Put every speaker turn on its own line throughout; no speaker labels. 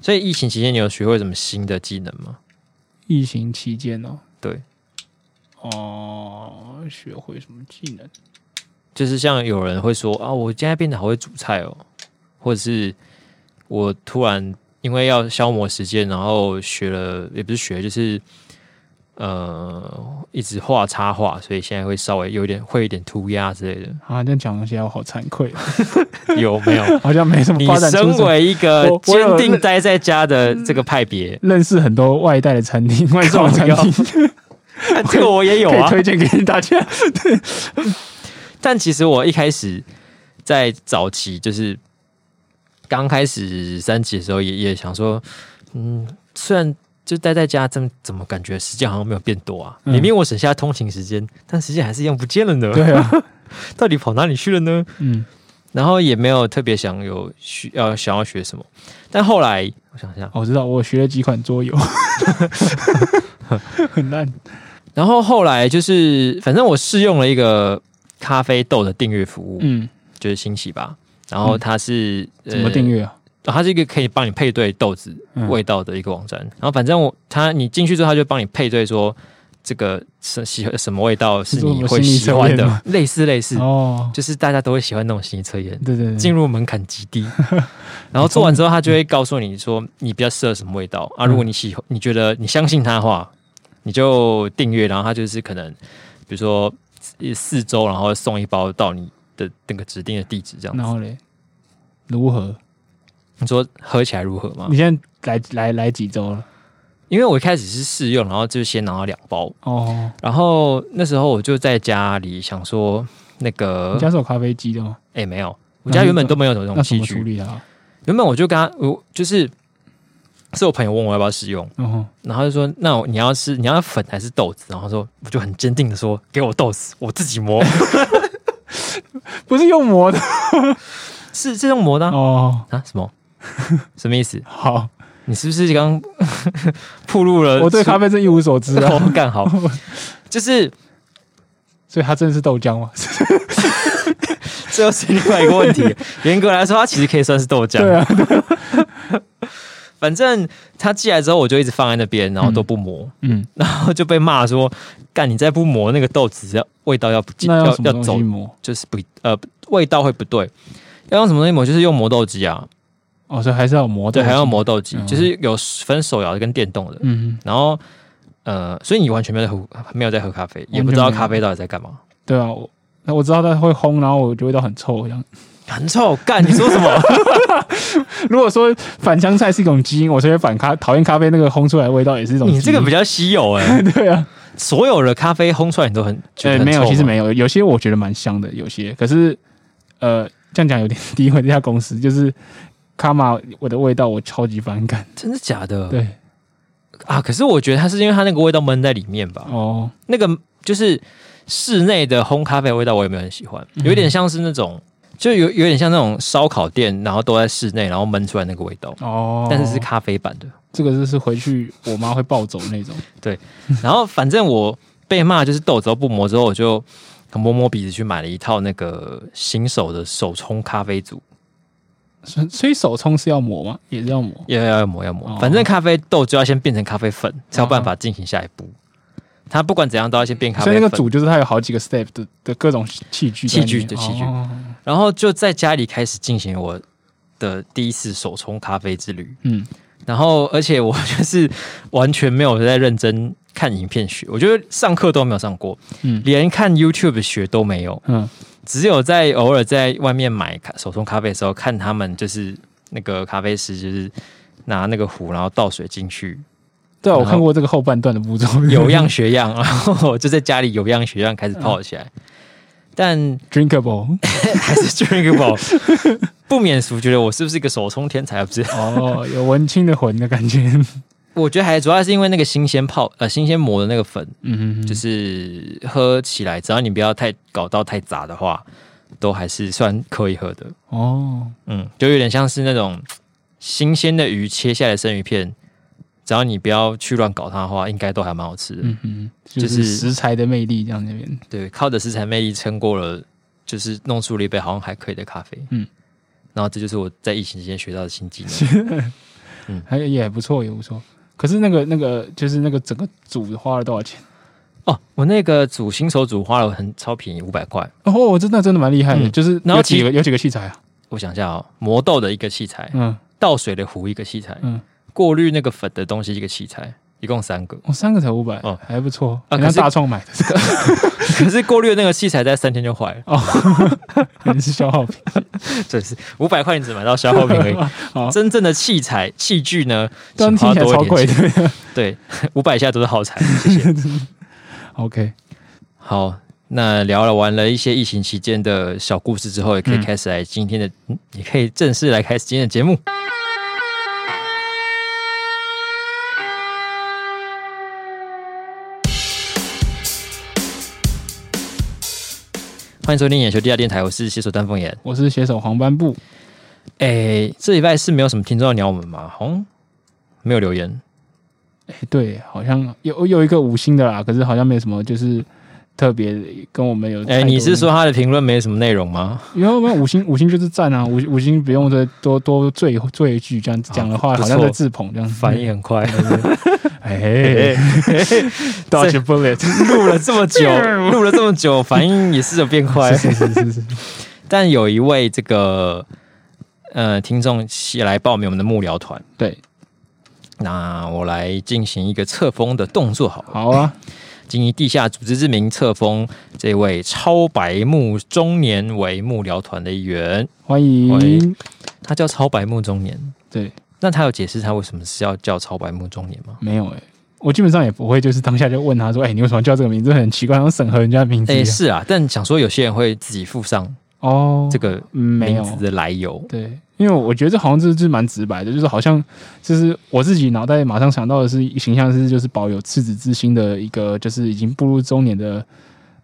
所以疫情期间你有学会什么新的技能吗？
疫情期间哦，
对，
哦，学会什么技能？
就是像有人会说啊，我现在变得好会煮菜哦，或者是我突然因为要消磨时间，然后学了也不是学，就是呃一直画插画，所以现在会稍微有一点会一点涂鸦之类 的，
啊，这样讲起来我好惭愧哦，
有没有？
好像没什么
你
发展出
身
什么。
为一个
我我
坚
有，
定待在家的这个派别
认识很多外带的餐厅、外送的餐
靠腰
厅，
这个我也有
可以
啊。
推荐给 大家。
但其实我一开始在早期，就是刚开始三级的时候也，也想说，嗯，虽然就待在家，怎么怎么感觉时间好像没有变多啊？
嗯
明明我省下通勤时间，但时间还是一样不见了呢。
对啊，
到底跑哪里去了呢？
嗯，
然后也没有特别想有需要想要学什么，但后来我想想，
哦我知道，我学了几款桌游， 很烂。
然后后来就是，反正我试用了一个咖啡豆的订阅服务，
嗯，
就是新奇吧。然后它是、
怎么订
阅？
阅啊？
哦它是一个可以帮你配对豆子
嗯
味道的一个网站。然后反正我它你进去之后，它就帮你配对说这个什喜欢什么味道是你会喜欢
是做什么心理测验
的
吗，
类似类似，
哦，嗯
就是大家都会喜欢那种心理测验，
对对
进
对，
入门槛极 低。然后做完之后，它就会告诉你说你比较适合什么味道啊。
嗯
如果你喜欢，你觉得你相信它的话，你就订阅，然后它就是可能比如说四四周，然后送一包到你的那个指定的地址这样
然
子。
后嘞，如何？
你说喝起来如何吗？
你现在来来来几周了？
因为我一开始是试用，然后就先拿到两包，
哦，
然后那时候我就在家里想说，那个
你家是有咖啡机的吗？
哎、没有，嗯我家原本都没有这种
那怎
器
么处
具，
理的啊？
原本我就跟他，我就是是我朋友问我要不要试用，
哦，
然后他就说那我你要吃你要粉还是豆子，然后说我就很坚定的说给我豆子，我自己 磨，
不是用磨的
是是用磨的啊
哦。
啊什么 什么意思？
好，
你是不是刚 暴露了？
我对咖啡真一无所知 啊，
我 干好，就是
所以它真的是豆浆吗？
这又是另外一个 问题。严格来说，它其实可以算是豆浆。
对啊，
反正他寄来之后，我就一直放在那边，然后都不磨，
嗯，
然后就被骂说：“干，你再不磨，那个豆子要味道要不进，
那
要
用什么
要
东
走
西，磨？
就是不呃味道会不对。”要用什么东西磨？就是用磨豆机啊，
哦，所以还是要磨
对，
豆
还要
浆，
磨豆机，
嗯
就是有分手摇的跟电动的。
嗯，
然后呃，所以你完全没有在喝，没有在喝咖啡，也不知道
完全没有
咖啡到底在干嘛，
对啊，我那我知道它会烘，然后我就味道很臭这样。
很臭。干，你说什么？
如果说反香菜是一种基因，我觉得反咖讨厌咖啡那个烘出来的味道也是一种基因。
你这个比较稀有哎、
对啊，
所有的咖啡烘出来你都很觉
呃，
得很
没有，
臭
其实
吗
没有，有些我觉得蛮香的，有些可是呃，这样讲有点诋毁这家公司，就是卡玛我的味道我超级反感。
真的假的？
对，
啊，可是我觉得它是因为它那个味道闷在里面吧。
哦，
那个就是室内的烘咖啡的味道，我也没有很喜欢，
嗯
有点像是那种，就有有点像那种烧烤店，然后都在室内，然后闷出来那个味道，
哦，
但是是咖啡版的。
这个就是回去我妈会暴走那种。
然后反正我被骂就是豆子都不磨之后，我就摸摸鼻子去买了一套那个新手的手冲咖啡组，
所以所以手冲是要磨吗？也是要磨。
要要要磨要磨
哦，
反正咖啡豆就要先变成咖啡粉，才有办法进行下一步。它不管怎样都要先变咖
所
啡
以
粉。
那个组就是它有好几个 step 的的各种器具在
器
里面，
具对器具
哦
然后就在家里开始进行我的第一次手冲咖啡之旅。
嗯，
然后，而且我就是完全没有在认真看影片学，我觉得上课都没有上过，
嗯
连看 YouTube 学都没有，
嗯，
只有在偶尔在外面买咖手冲咖啡的时候，看他们就是那个咖啡师就是拿那个壶，然后倒水进去，
对啊，我
然后
看过这个后半段的步骤，
有样学样，然后我就在家里有样学样开始泡起来，但
drinkable
还是 drinkable，不免俗，觉得我是不是一个手冲天才？不是，
哦，有文青的魂的感觉，
我觉得还主要是因为那个新鲜泡呃新鲜磨的那个粉，
嗯，
就
就是
是喝起来，只要你不要太搞到太杂的话，都还是算可以喝的。
哦，
嗯，就有点像是那种新鲜的鱼切下来的生鱼片，只要你不要去乱搞它的话，应该都还蛮好吃的。
嗯哼，就
就是
是食材的魅力这样那边，
对，靠着食材魅力撑过了，就是弄出了一杯好像还可以的咖啡。嗯
嗯，
然后这就是我在疫情期间学到的新技能。嗯
还也不错，也不错。可是那个那个就是那个整个组花了多少钱？
哦，我那个组新手组花了很超便宜，五百块。
哦，真的真的蛮厉害的，
嗯
就是
然后
有几
其
个有几个器材啊？
我想一下哦，磨豆的一个器材，
嗯，
倒水的壶一个器材，
嗯。
过滤那个粉的东西一个器材，一共三个
我、三个才五百、
哦
还不错，
啊
人
可
家
是
大创买 的，
可是过滤的那个器材在三天就坏了，
可能是消耗品。
真是五百块你只买到消耗品而
好
已。真正的器材器具呢，
这样
请
听
花多
起来超
一点
贵
钱。
的。
对， 五百以下都是耗材。谢 谢。
OK，
好，那聊了完了一些疫情期间的小故事之后，也可以
嗯
开始来今天的，嗯也可以正式来开始今天的节目。欢迎收听眼球地下电台，我是携手丹凤眼。
我是写手黄斑布，
哎、这礼拜是没有什么听众要鸟我们吗？好像没有留言。
哎、对，好像有有一个五星的啦，可是好像没什么，就是特别跟我们有。
哎、你是说他的评论没什么内容吗？
因为我们五星五星就是赞啊，五五星不用再多多赘赘一句，这样讲的话
哦不错
好像在自捧这样。
反应很快。
哎，dodge a bullet，
录了这么久，录了这么久，反应也是有变快。
是是是
哎
是，
但有一位这个呃听众也来报名我们的幕僚团，
对，
那我来进行一个册封的动作好了，
好啊，
经以地下组织之名册封这位超白目中年为幕僚团的一员，
欢
欢
迎
迎。他叫超白目中年。
对，
那他有解释他为什么是要叫超白目中年吗？
没有哎、我基本上也不会，就是当下就问他说：“哎、你为什么叫这个名字？很奇怪，要审核人家的名字一
哎、
样。
是啊，但想说有些人会自己附上
哦，
这个
嗯没
名
有
字的来由。
对，因为我觉得这好像就是蛮直白的，就是好像就是我自己脑袋马上想到的是形象是就是保有赤子之心的一个就是已经步入中年的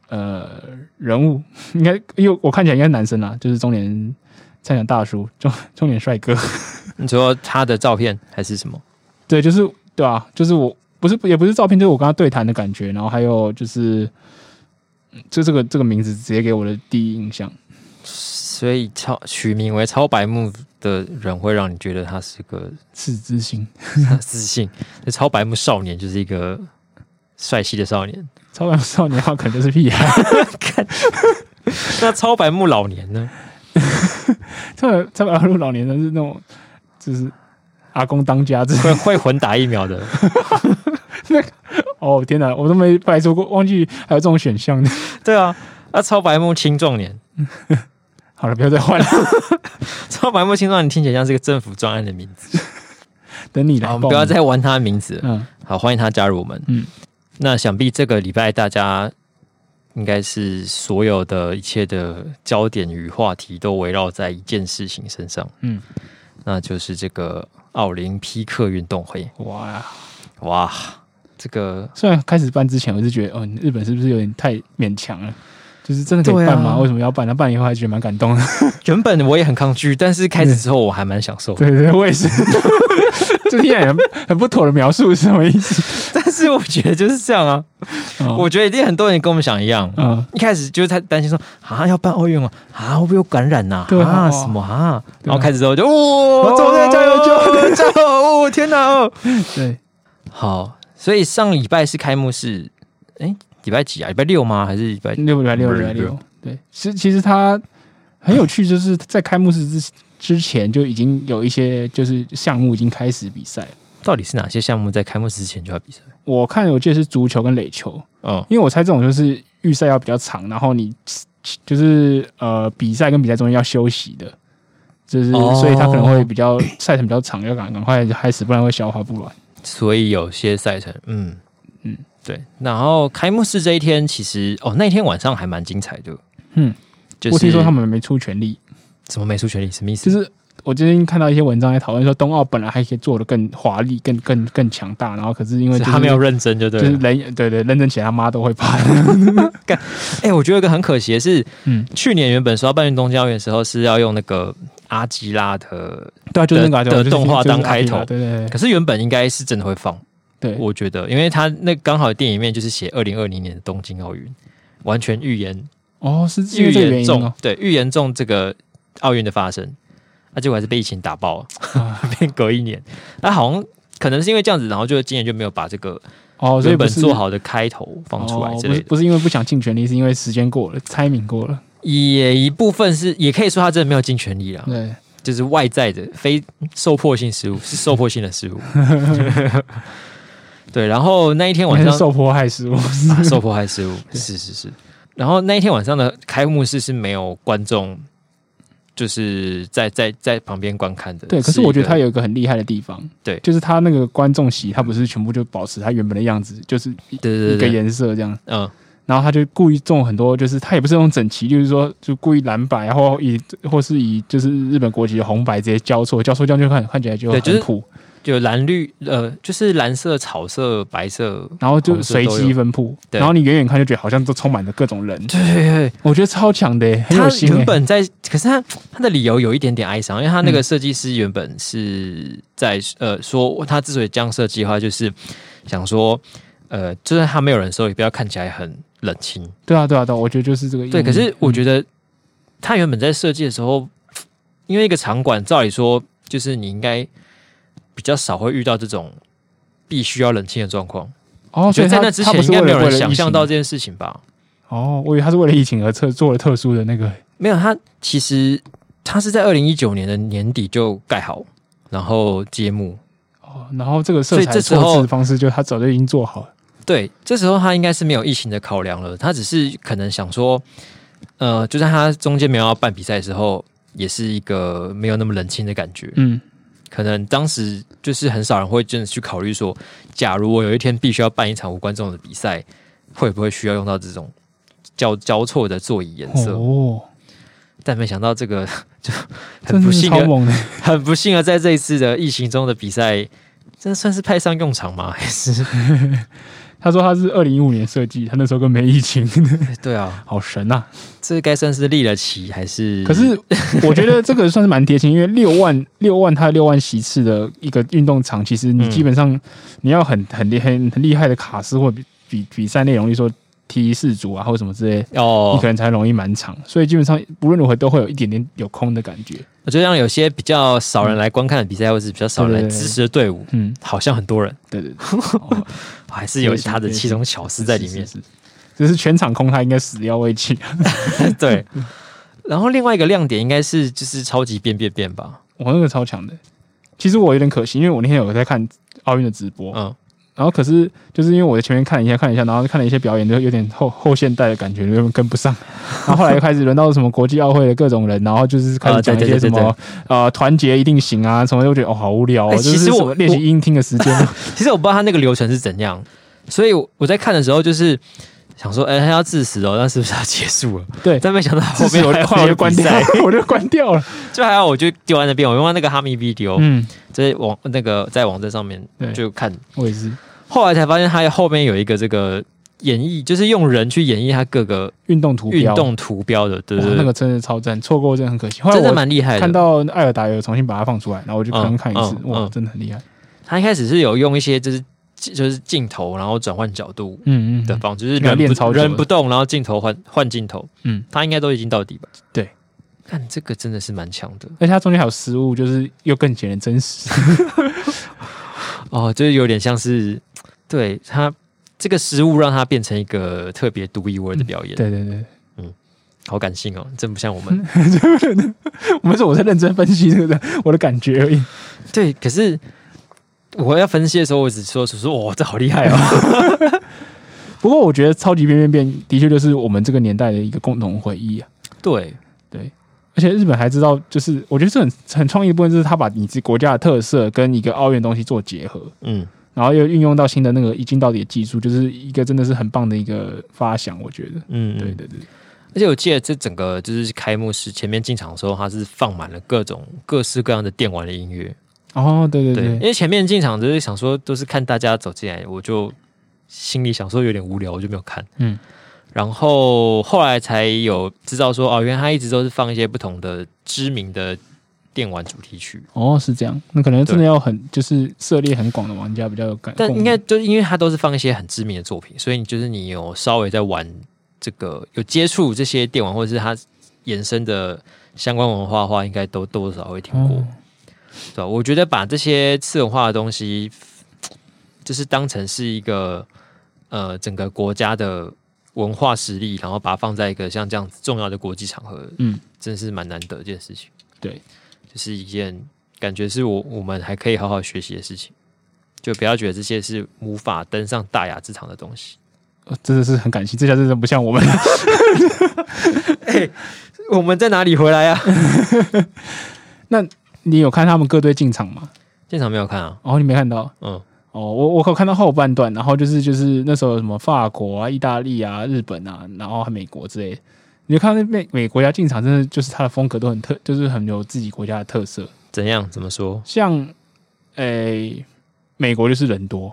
呃人物， 应该因为我看起来应该是男生啦，就是中年菜鸟大叔，中中年帅哥，
你说他的照片还是什么？
对，就是对啊，就是我不是也不是照片，就是我跟他对谈的感觉，然后还有就是。嗯就这个这个名字直接给我的第一印象，
所以超取名为超白目的人，会让你觉得他是个
赤子之心，
他自信。那超白目少年就是一个帅气的少年，
超凡少年的话可能就是屁孩，
那超白目老年呢？
特别特别二路老年人是那种，就是阿公当家之
会会混打疫苗的，
哦，天哪，我都没排除过，忘记还有这种选项的。
对啊。那超白目青壮年，
好了，不要再换了，
超白目青壮年听起来像是个政府专案的名字。
等你来
好，我
报
们
名。
不要再玩他的名字了。
嗯，
好，欢迎他加入我们。
嗯
嗯，那想必这个礼拜大家应该是所有的一切的焦点与话题都围绕在一件事情身上。
嗯
嗯，那就是这个奥林匹克运动会。
哇，
哇，这个
虽然开始办之前我是觉得，哦，日本是不是有点太勉强了？就是真的可
对
以
啊
办吗？为什么要办？那办以后还觉得蛮感动的。
原本我也很抗拒，但是开始之后我还蛮享受的。
对对，我也是。这听起来很很不妥的描述是什么意 思？
但是我觉得就是这样啊，
哦
我觉得一定很多人跟我们想一样。
嗯，
一开始就是他担心说啊，要办奥运了啊，会不会有感染呐、
对啊
啊，什么啊？
对
然
啊
后开始之后就哇，走
哦
对，加油，加油，加油！哦，天哪！哦，
对，
好，所以上礼拜是开幕式，哎，礼拜几啊？礼拜六吗？还是礼拜？
六礼拜六
不是
礼拜
不
六，对，其其实它很有趣，就是在开幕式之之前就已经有一些就是项目已经开始比赛了。
到底是哪些项目在开幕式之前就要比赛？
我看我记得是足球跟垒球，
哦，
因为我猜这种就是预赛要比较长，然后你就是呃比赛跟比赛中间要休息的，就是、
哦
所以它可能会比较赛程比较长，要赶赶快开始，不然会消化不完。
所以有些赛程，嗯
嗯
嗯，对。然后开幕式这一天，其实哦，那天晚上还蛮精彩的。
嗯，
就是
我听说他们没出全力，
什么美术学历什么意思？
就是我最近看到一些文章在讨论说，冬奥本来还可以做的更华丽、更更更强大，然后可是因为、就是、
他没有认真就对
就
了。
是人对对认真起来他妈都 会怕。
哎、我觉得有一个很可惜的是，
嗯
嗯，去年原本说要办运动教育的时候是要用那个阿基拉的，
对啊，就是那个啊
的
对啊
的动画当开头
就是就是阿基拉
可是原本应该是真的会放，
对对对对，
我觉得，因为他那刚好电影里面就是写二零二零年的东京奥运，完全预言
哦是因
预
为这个原
言
因
中、
哦，
对预言中这个奥运的发生。啊，结果还是被疫情打爆了，
啊
变隔一年。那、好像可能是因为这样子，然后就今年就没有把这个
哦，所
原
以不
本
是
做好的开头放出来
哦
之
不
类
是
的。哦
不是因为不想尽全力，是因为时间过了，timing 过了，
也一部分是，也可以说他真的没有尽全力啦，
对，
就是外在的非受迫性失误，是受迫性的失误。 对，然后那一天晚
还
上
是受迫害 失误，
啊受迫害失误，是是是。然后那一天晚上的开幕式是没有观众，就是在在在旁边观看的。
对。可是我觉得他
有
有一个很厉害的地方，
对
就是他那个观众席，他不是全部就保持他原本的样子，就是一
对对
一个
对对，
颜色这样，
嗯，
然后他就故意种很多，就是他也不是那种整齐，就是说就故意蓝白，然后以或是以就是日本国旗的红白直接交错，交错这样就看看起来就
对就是
很酷，
就蓝绿呃，就是蓝色、草色、白色。
然后就
红色都
随
有
机分布，
对嗯
然后你远远看就觉得好像都充满了各种人，
对对，
我觉得超强的耶，欸很
他
有心耶。
原本在，可是他他的理由有一点点哀伤，因为他
嗯
那个设计师原本是在、呃说，他之所以这样设计的话，就是想说，呃，就算他没有人的时候，也不要看起来很冷清。
对啊，对啊，对啊，我觉得就是这个意义。嗯
对，可是我觉
得，
得他原本在设计的时候，因为一个场馆，照理说就是你应该比较少会遇到这种必须要冷清的状况。
哦，
我觉
所
得
以
在
他
那之
他
前应
不是
该
为
没有
了为
人
了
想
疫
象
情
到这件事情吧？
哦，我以为他是为了疫情而特做了特殊的那个
没有，他其实他是在二零一九年的年底就盖好，然后揭幕。
哦，然后这个色
所以
彩
这时候
错置的方式，就他早就已经做好了。
对，这时候他应该是没有疫情的考量了，他只是可能想说，呃，就算他中间没有要办比赛的时候，也是一个没有那么冷清的感觉。
嗯，
可能当时就是很少人会真的去考虑说，假如我有一天必须要办一场无观众的比赛，会不会需要用到这种交交错的座椅颜色？
哦，
但没想到这个 就很
真
不
的是
幸啊
超
的，
猛的。
很不幸的，啊在这一次的疫情中的比赛，真的算是派上用场吗？ 还是
他说他是二零一五年设计，他那时候根本没疫情，
对啊，
好神啊！
这该算是立了旗还是？
可是我觉得这个算是蛮贴心，因为六万六万他六万席次的一个运动场，其实你
嗯
基本上你要很很厉很很厉害的卡司或比比比赛内容，例如说踢四足啊，或什么之类的你
哦
可，能才容易满场，所以基本上不论如何都会有一点点有空的感觉。
我觉得让有些比较少人来观看的比赛，或是比较少人来
对对对
支持的队伍，
嗯，
好像很多人
对对对，哦
还是有
对
他的
对
其中巧思在里面。
是是是只是全场空，他应该始料未及。
对，
嗯
然后另外一个亮点应该是就是超级变变变吧，
我那个超强的，其实我有点可惜，因为我那天有在看奥运的直播，
嗯，
然后可是就是因为我在前面看了一下看了一下，然后看了一些表演，就有点后后现代的感觉，有点跟不上。然后后来又开始轮到什么国际奥会的各种人，然后就是开
啊对
始讲一
对
些
对
什
对
么呃团结一定行啊什么的，我觉得哦好无聊哦，
哎
就
其
是
实我
什么练习音听的时间啊。
其实我不知道他那个流程是怎样，所以我我在看的时候就是想说，哎，他要致死哦，那是不是要结束了？
对
但没想到 后
后
面
面
还
我
有
后来我就关
比
掉
赛，
我就关掉了。
就还好，我就丢在那边，我用那个哈密 video，、
嗯，
在网那个在网站上面
对
就看，
我也是。
后来才发现他后面有一个这个演绎，就是用人去演绎他各个
运动图
运
标，
动图标的，对
哇
对对，
那个真的超赞，错过真的很可惜。后来
真的
我
蛮厉害的。
看到艾尔达有重新把它放出来，然后我就刚刚看一次，
嗯嗯
哇，
嗯
真的很厉害。
他一开始是有用一些就是就是镜头，然后转换角度，
嗯嗯
的
嗯，
方，就是
要
人
练
不
超久
人
了
不动，然后镜头换换镜头，
嗯，
他应该都已经到底吧？
对，
看这个真的是蛮强的
而且它中间还有失误，就是又更显得真实。
哦，就是有点像是对他这个失误让他变成一个特别独一无二的表演，
嗯对对对，
好感性哦，真不像我 们。
我们说我在认真分析这个我的感觉而已。
对，可是我要分析的时候，我只说只说哇，这好厉害 哦，
不过我觉得超级变变变的确就是我们这个年代的一个共同回忆啊。
对，
而且日本还知道，就是我觉得这很很创意的部分，就是他把你自己国家的特色跟一个奥运的东西做结合。
嗯，
然后又运用到新的那个一镜到底的技术，就是一个真的是很棒的一个发想，我觉得。
嗯，
对
嗯。
对对，
而且我记得这整个就是开幕式前面进场的时候，他是放满了各种各式各样的电玩的音乐，
哦，对对
对，
对
因，为前面进场就是想说都是看大家走进来，我就心里想说有点无聊，我就没有看。
嗯，
然后后来才有知道说哦，原来他一直都是放一些不同的知名的电玩主题曲，
哦，是这样，那可能真的要很就是涉猎很广的玩家比较有感，
但
共鸣
应该就是因为他都是放一些很知名的作品，所以你就是你有稍微在玩这个有接触这些电玩，或者是他延伸的相关文化的话，应该都多少会听过，
哦
对吧、我觉得把这些次文化的东西，就是当成是一个呃整个国家的文化实力，然后把它放在一个像这样子重要的国际场合，
嗯，
真是蛮难得的一件事情。
对，
就是一件感觉是我我们还可以好好学习的事情，就不要觉得这些是无法登上大雅之堂的东西。
呃真的是很感性，这下真的不像我们。
我们在哪里回来呀、啊？
你有看他们各队进场吗？
现场没有看啊，
哦，你没看到。
嗯，
哦，我我有看到后半段，然后就是就是那时候有什么法国啊、意大利啊、日本啊，然后还美国之类的，你就看到那美美国家进场，真的就是它的风格都很特，就是很有自己国家的特色。
怎样？怎么说？
像，诶、美国就是人多，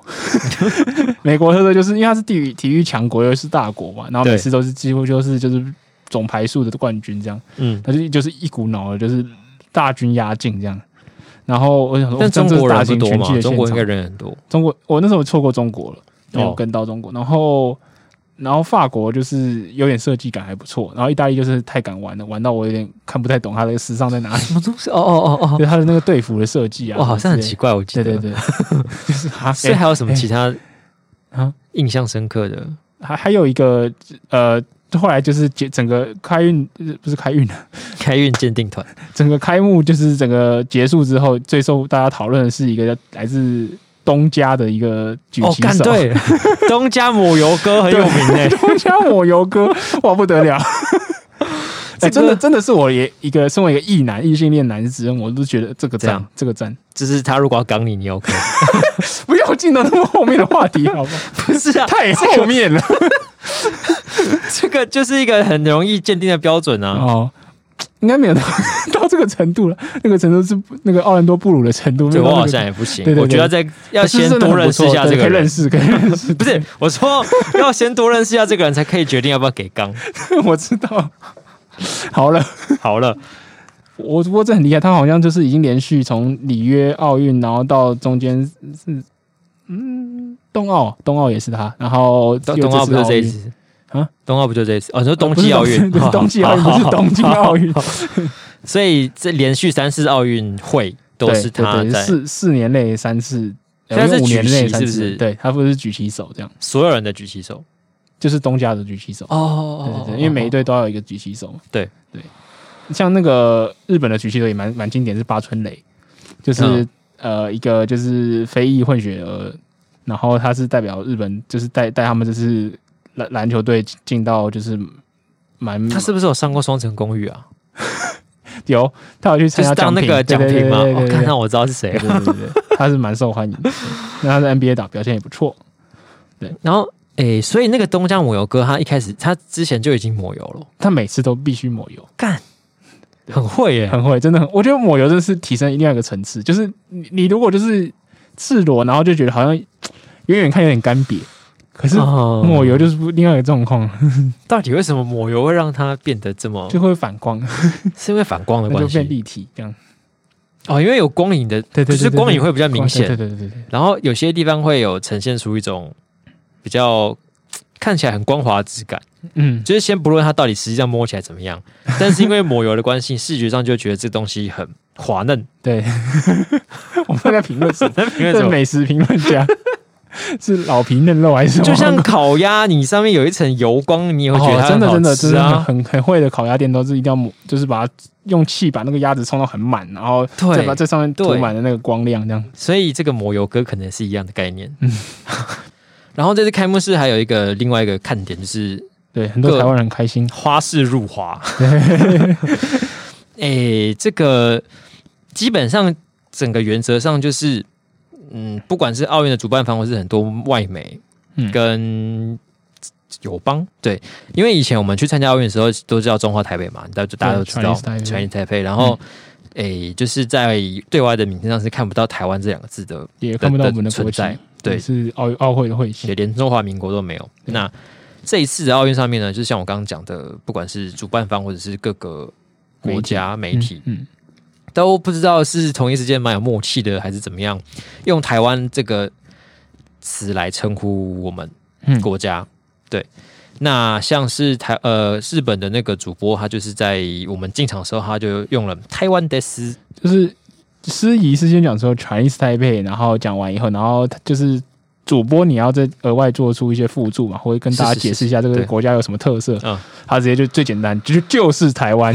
美国特色就是因为它是地域体育强国，又是大国嘛，然后每
对
次都是几乎就是就是总排数的冠军这样，
嗯，
他就就是一股脑的就是大军压境这样。然后我想说，
但
哦
中
这是
国
大
人不
型
多
拳击
嘛，
的
中
现
国应
场
该。人很多。
中国，我那时候错过中国了，没有
哦
跟到中国。然后，然后法国就是有点设计感还不错，然后意大利就是太敢玩了，玩到我有点看不太懂它的时尚在哪里，
什么东西？哦哦 哦
就它的那个队服的设计啊，
哦，哇，好像很
之类
奇
的。
怪，我记
对
得。
对对，就是哈，
所以还有什么其他
啊
啊印象深刻 的？
还还有一个呃，后来就是结整个开运呃不是开运了，
开运鉴定团
整个开幕就是整个结束之后，最受大家讨论的是一个叫来自东家的一个举
哦，
旗
干
手，
对，东家抹油哥很有名欸诶、
东家抹油哥，哇 不得了！哎、
这个
真的真的是我也一个身为一个异男异性恋男子，我都觉得这个
这
赞
样，
这个赞，
就是他如果要刚你，你 OK？
不要进到那么后面的话题，好吧？
不是啊，
太后面 了。
这个就是一个很容易鉴定的标准啊。
哦，应该没有到到这个程度了，那个程度是不那个奥兰多布鲁的程度，没
这
有
我
到
好
那个
像也不行
对，对
我觉得在要先多认识一下这
可
个
以认
人。
识，可以认识。
不是，我说要先多认识一下这个人，才可以决定要不要给刚。
我知道。好了，
好 了，
我不过这很厉害，他好像就是已经连续从里约奥运，然后到中间是嗯冬奥，冬奥也是他，然后
冬
又
冬奥
次
不就
奥
这一
运
次
啊？
冬奥不就这一次？哦，你说
呃
冬
不是
季奥 运？哦
不是冬季奥运，不是东京奥运，
所以这连续三次奥运会 都
对
是他
对对
在，
四四年内三次，呃
现在是
五年
举旗
内三
是不
次
是
对他不是举旗手这样，
所有人的举起手。
就是东家的举旗手。
哦哦
对对对，因为每一队都要有一个举旗手嘛。
对
对，像那个日本的举旗手也蛮蛮经典，是八村垒，就是、
嗯
呃一个就是非裔混血儿，然后他是代表日本，就是带带他们就是篮篮球队进到就是蛮
他是不是有上过《双城公寓》啊？
有他有去
就
参
是
加
当那个
奖
奖评嘛。
对
我
对对对
看
对
到我知道是谁
对。 对对对对，他是蛮受欢迎的，那他在 NBA 打表现也不错。
然后，诶，所以那个东江抹油哥，他一开始他之前就已经抹油了，
他每次都必须抹油，
干，很会耶。
很会，真的很。我觉得抹油真的是提升另外一个层次，就是你你如果就是赤裸，然后就觉得好像远远看有点干瘪，可是
哦
抹油就是不另外一个状况，
到底为什么抹油会让它变得这么？
就会反光，
是因为反光的
那就
关
变
系
立体这样。
哦，因为有光影的，
对对对
就是
对对
光影会比较明
对
显，
对对对对，
然后有些地方会有呈现出一种比较看起来很光滑的质感。
嗯，
就是先不论它到底实际上摸起来怎么样， 但是因为抹油的关系，视觉上就觉得这东西很滑嫩。
对。 我们在评论 什么？
那评论什
是
么？
美食评论家，是老皮嫩肉还是什么？
就像烤鸭，你上面有一层油光，你也会觉得
哦，
它
真
很
的
好
真的真
吃
的
啊。
很很会的烤鸭店都是一定要抹，就是把它用气把那个鸭子冲到很满，然后
对
再把这上面涂
对
满了那个光亮，这样。
所以这个抹油哥可能是一样的概念。
嗯
然后这次开幕式还有一个另外一个看点就是
对，很多
各
台湾人很开心。
花式入 华。诶、这个基本上整个原则上就是，嗯，不管是奥运的主办方，或是很多外媒
嗯
跟友邦，对，因为以前我们去参加奥运的时候都知道中华台北嘛，大家大家都知道
Chinese Taipei 嗯
Chinese Taipei，然后。诶、就是在对外的名片上是看不到“台湾”这两个字的，
也看不到我们的
存
国
在
旗，
对
也是奥奥会的会旗
也。连中华民国都没有。
对
那这一次的奥运上面呢，就像我刚刚讲的，不管是主办方或者是各个国家媒体，
嗯，
都不知道是同一时间蛮有默契的，还是怎么样，用台湾这个词来称呼我们
嗯嗯，
国家。那像是台呃日本的那个主播，他就是在我们进场的时候，他就用了台湾的斯，
就是司仪事先讲说 Chinese Taipei，然后讲完以后，然后他就是主播你要再额外做出一些附注嘛，或者跟大家
是是是
解释一下这个
对
国家有什么特色。
嗯
他直接就最简单，就是就是 台湾。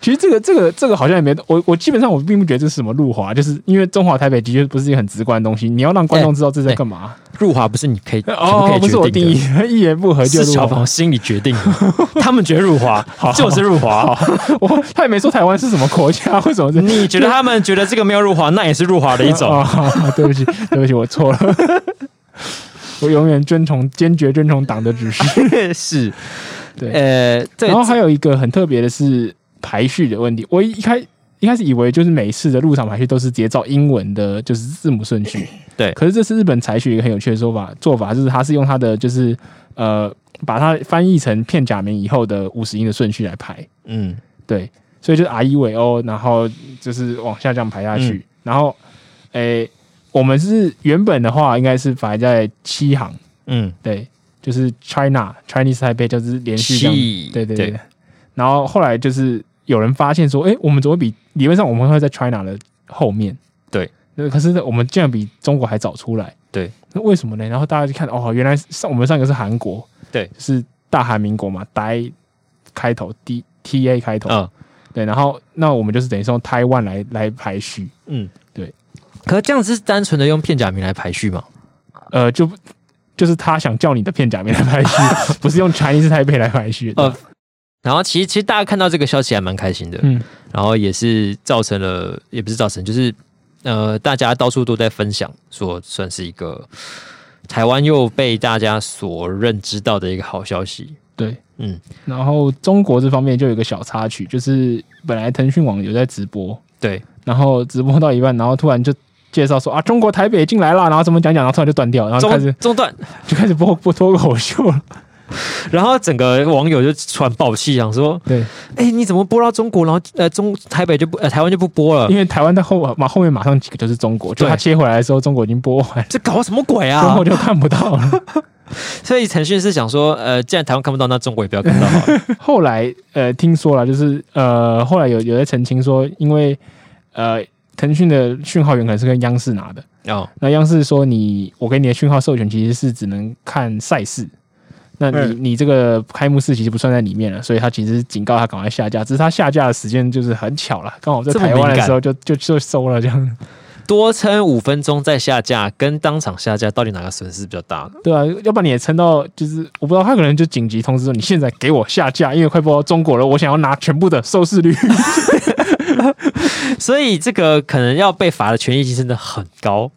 其实这个这个这个好像也没我我基本上我并不觉得这是什么入华，就是因为中华台北的确不是一个很直观的东西，你要让观
哎
众知道这是在干嘛。
入华不是你可以
哦，
全部可以
不是我
决
定
定
义
的。，
一言不合就是哦入
小
华
朋。友心里决定的， 他们觉得入华
好
就是入华。
我他也没说台湾是什么国家， 为什么是
你觉得他们觉得这个没有入华，那也是入华的一种。
哦好好对不起，对不起，我错了。 我永远遵从，坚决遵从党的指示。
是，
哦对
呃，这
然后还有一个很特别的是排序的问题。我一开一开始以为就是每次的入场排序都是直接照英文的，就是字母顺序。
对
可是这次日本采取一个很有趣的说法做法，就是它是用它的就是呃把它翻译成片假名以后的五十音的顺序来排。
嗯，
对，所以就是 R 一尾 O，然后就是往下这样排下
嗯
去。然后，诶、我们是原本的话应该是排在七行，
嗯，
对，就是 China Chinese Taipei 就是连续这
七
样，对对对。
对
然后后来就是有人发现说，诶，我们怎么比理论上我们会在 China 的后面？
对
对，可是呢我们竟然比中国还早出来，
对，
那为什么呢？然后大家就看，哦，原来上我们上一个是韩国，
对
就是大韩民国嘛，呆开头 D T A 开头，
嗯
对，然后那我们就是等于是用 Taiwan 来来排序，
嗯，
对。
可是这样子是单纯的用片假名来排序嘛？
呃，就就是他想叫你的片假名来排序， 不是用 Chinese Taipei 来排序。
呃然后其实其实大家看到这个消息还蛮开心的，
嗯，
然后也是造成了，也不是造成，就是呃，大家到处都在分享，说算是一个台湾又被大家所认知到的一个好消息。
对，
嗯。
然后中国这方面就有一个小插曲，就是本来腾讯网有在直播，
对，
然后直播到一半，然后突然就。介绍说啊，中国台北进来啦，然后怎么讲讲，然后突然就断掉，然后开始
中中断，
就开始播播脱口秀了。
然后整个网友就喘爆气，想说
对，：“
哎，你怎么播到中国，然后呃中台北就不呃台湾就不播了
因？为台湾在后马后面马上几个就是中国，就
对
他切回来的时候，中国已经播完，
这搞什么鬼
中
啊
国就看不到了。？”
所以腾讯是想说，呃，既然台湾看不到，那中国也不要看到好了。
后来呃，听说了，就是呃，后来有有在澄清说，因为呃，腾讯的讯号源可能是跟央视拿的，
哦，
那央视说你我给你的讯号授权其实是只能看赛事，那你、
嗯
你这个开幕式其实不算在里面了，所以他其实警告他赶快下架，只是他下架的时间就是很巧了，刚好在
这么
台湾
敏
的
感
时候就就就收了这样，
多撑五分钟再下架，跟当场下架，到底哪个损失比较大？
对啊，要不然你也撑到就是我不知道他可能就紧急通知说你现在给我下架，因为快播到中国了，我想要拿全部的收视率。
所以这个可能要被罚的权益金真的很 高，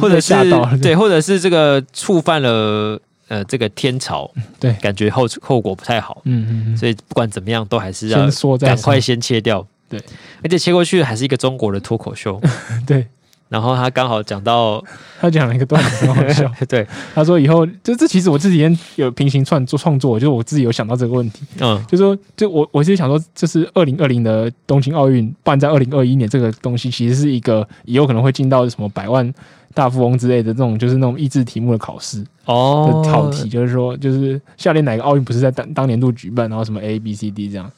或者是
吓到了
对，或者是这个触犯了呃这个天朝，
对
感觉后后果不太好，
嗯嗯
所以不管怎么样都还是
嗯，
要
先说再
赶
说
快先切掉。
对，
而且切过去还是一个中国的脱口秀，
对
然后他刚好讲到，
他讲了一个段子，很好笑。
对，
他说以后就这其实我这几天有平行创作创作，就是我自己有想到这个问题，
嗯，
就说就我我是想说，就是二零二零的东京奥运办在二零二一年这个东西，其实是一个以后可能会进到什么百万大富翁之类的这种，就是那种益智题目的考试
哦
的，考题，就是说就是下列哪个奥运不是在当当年度举办，然后什么 A B C D 这样。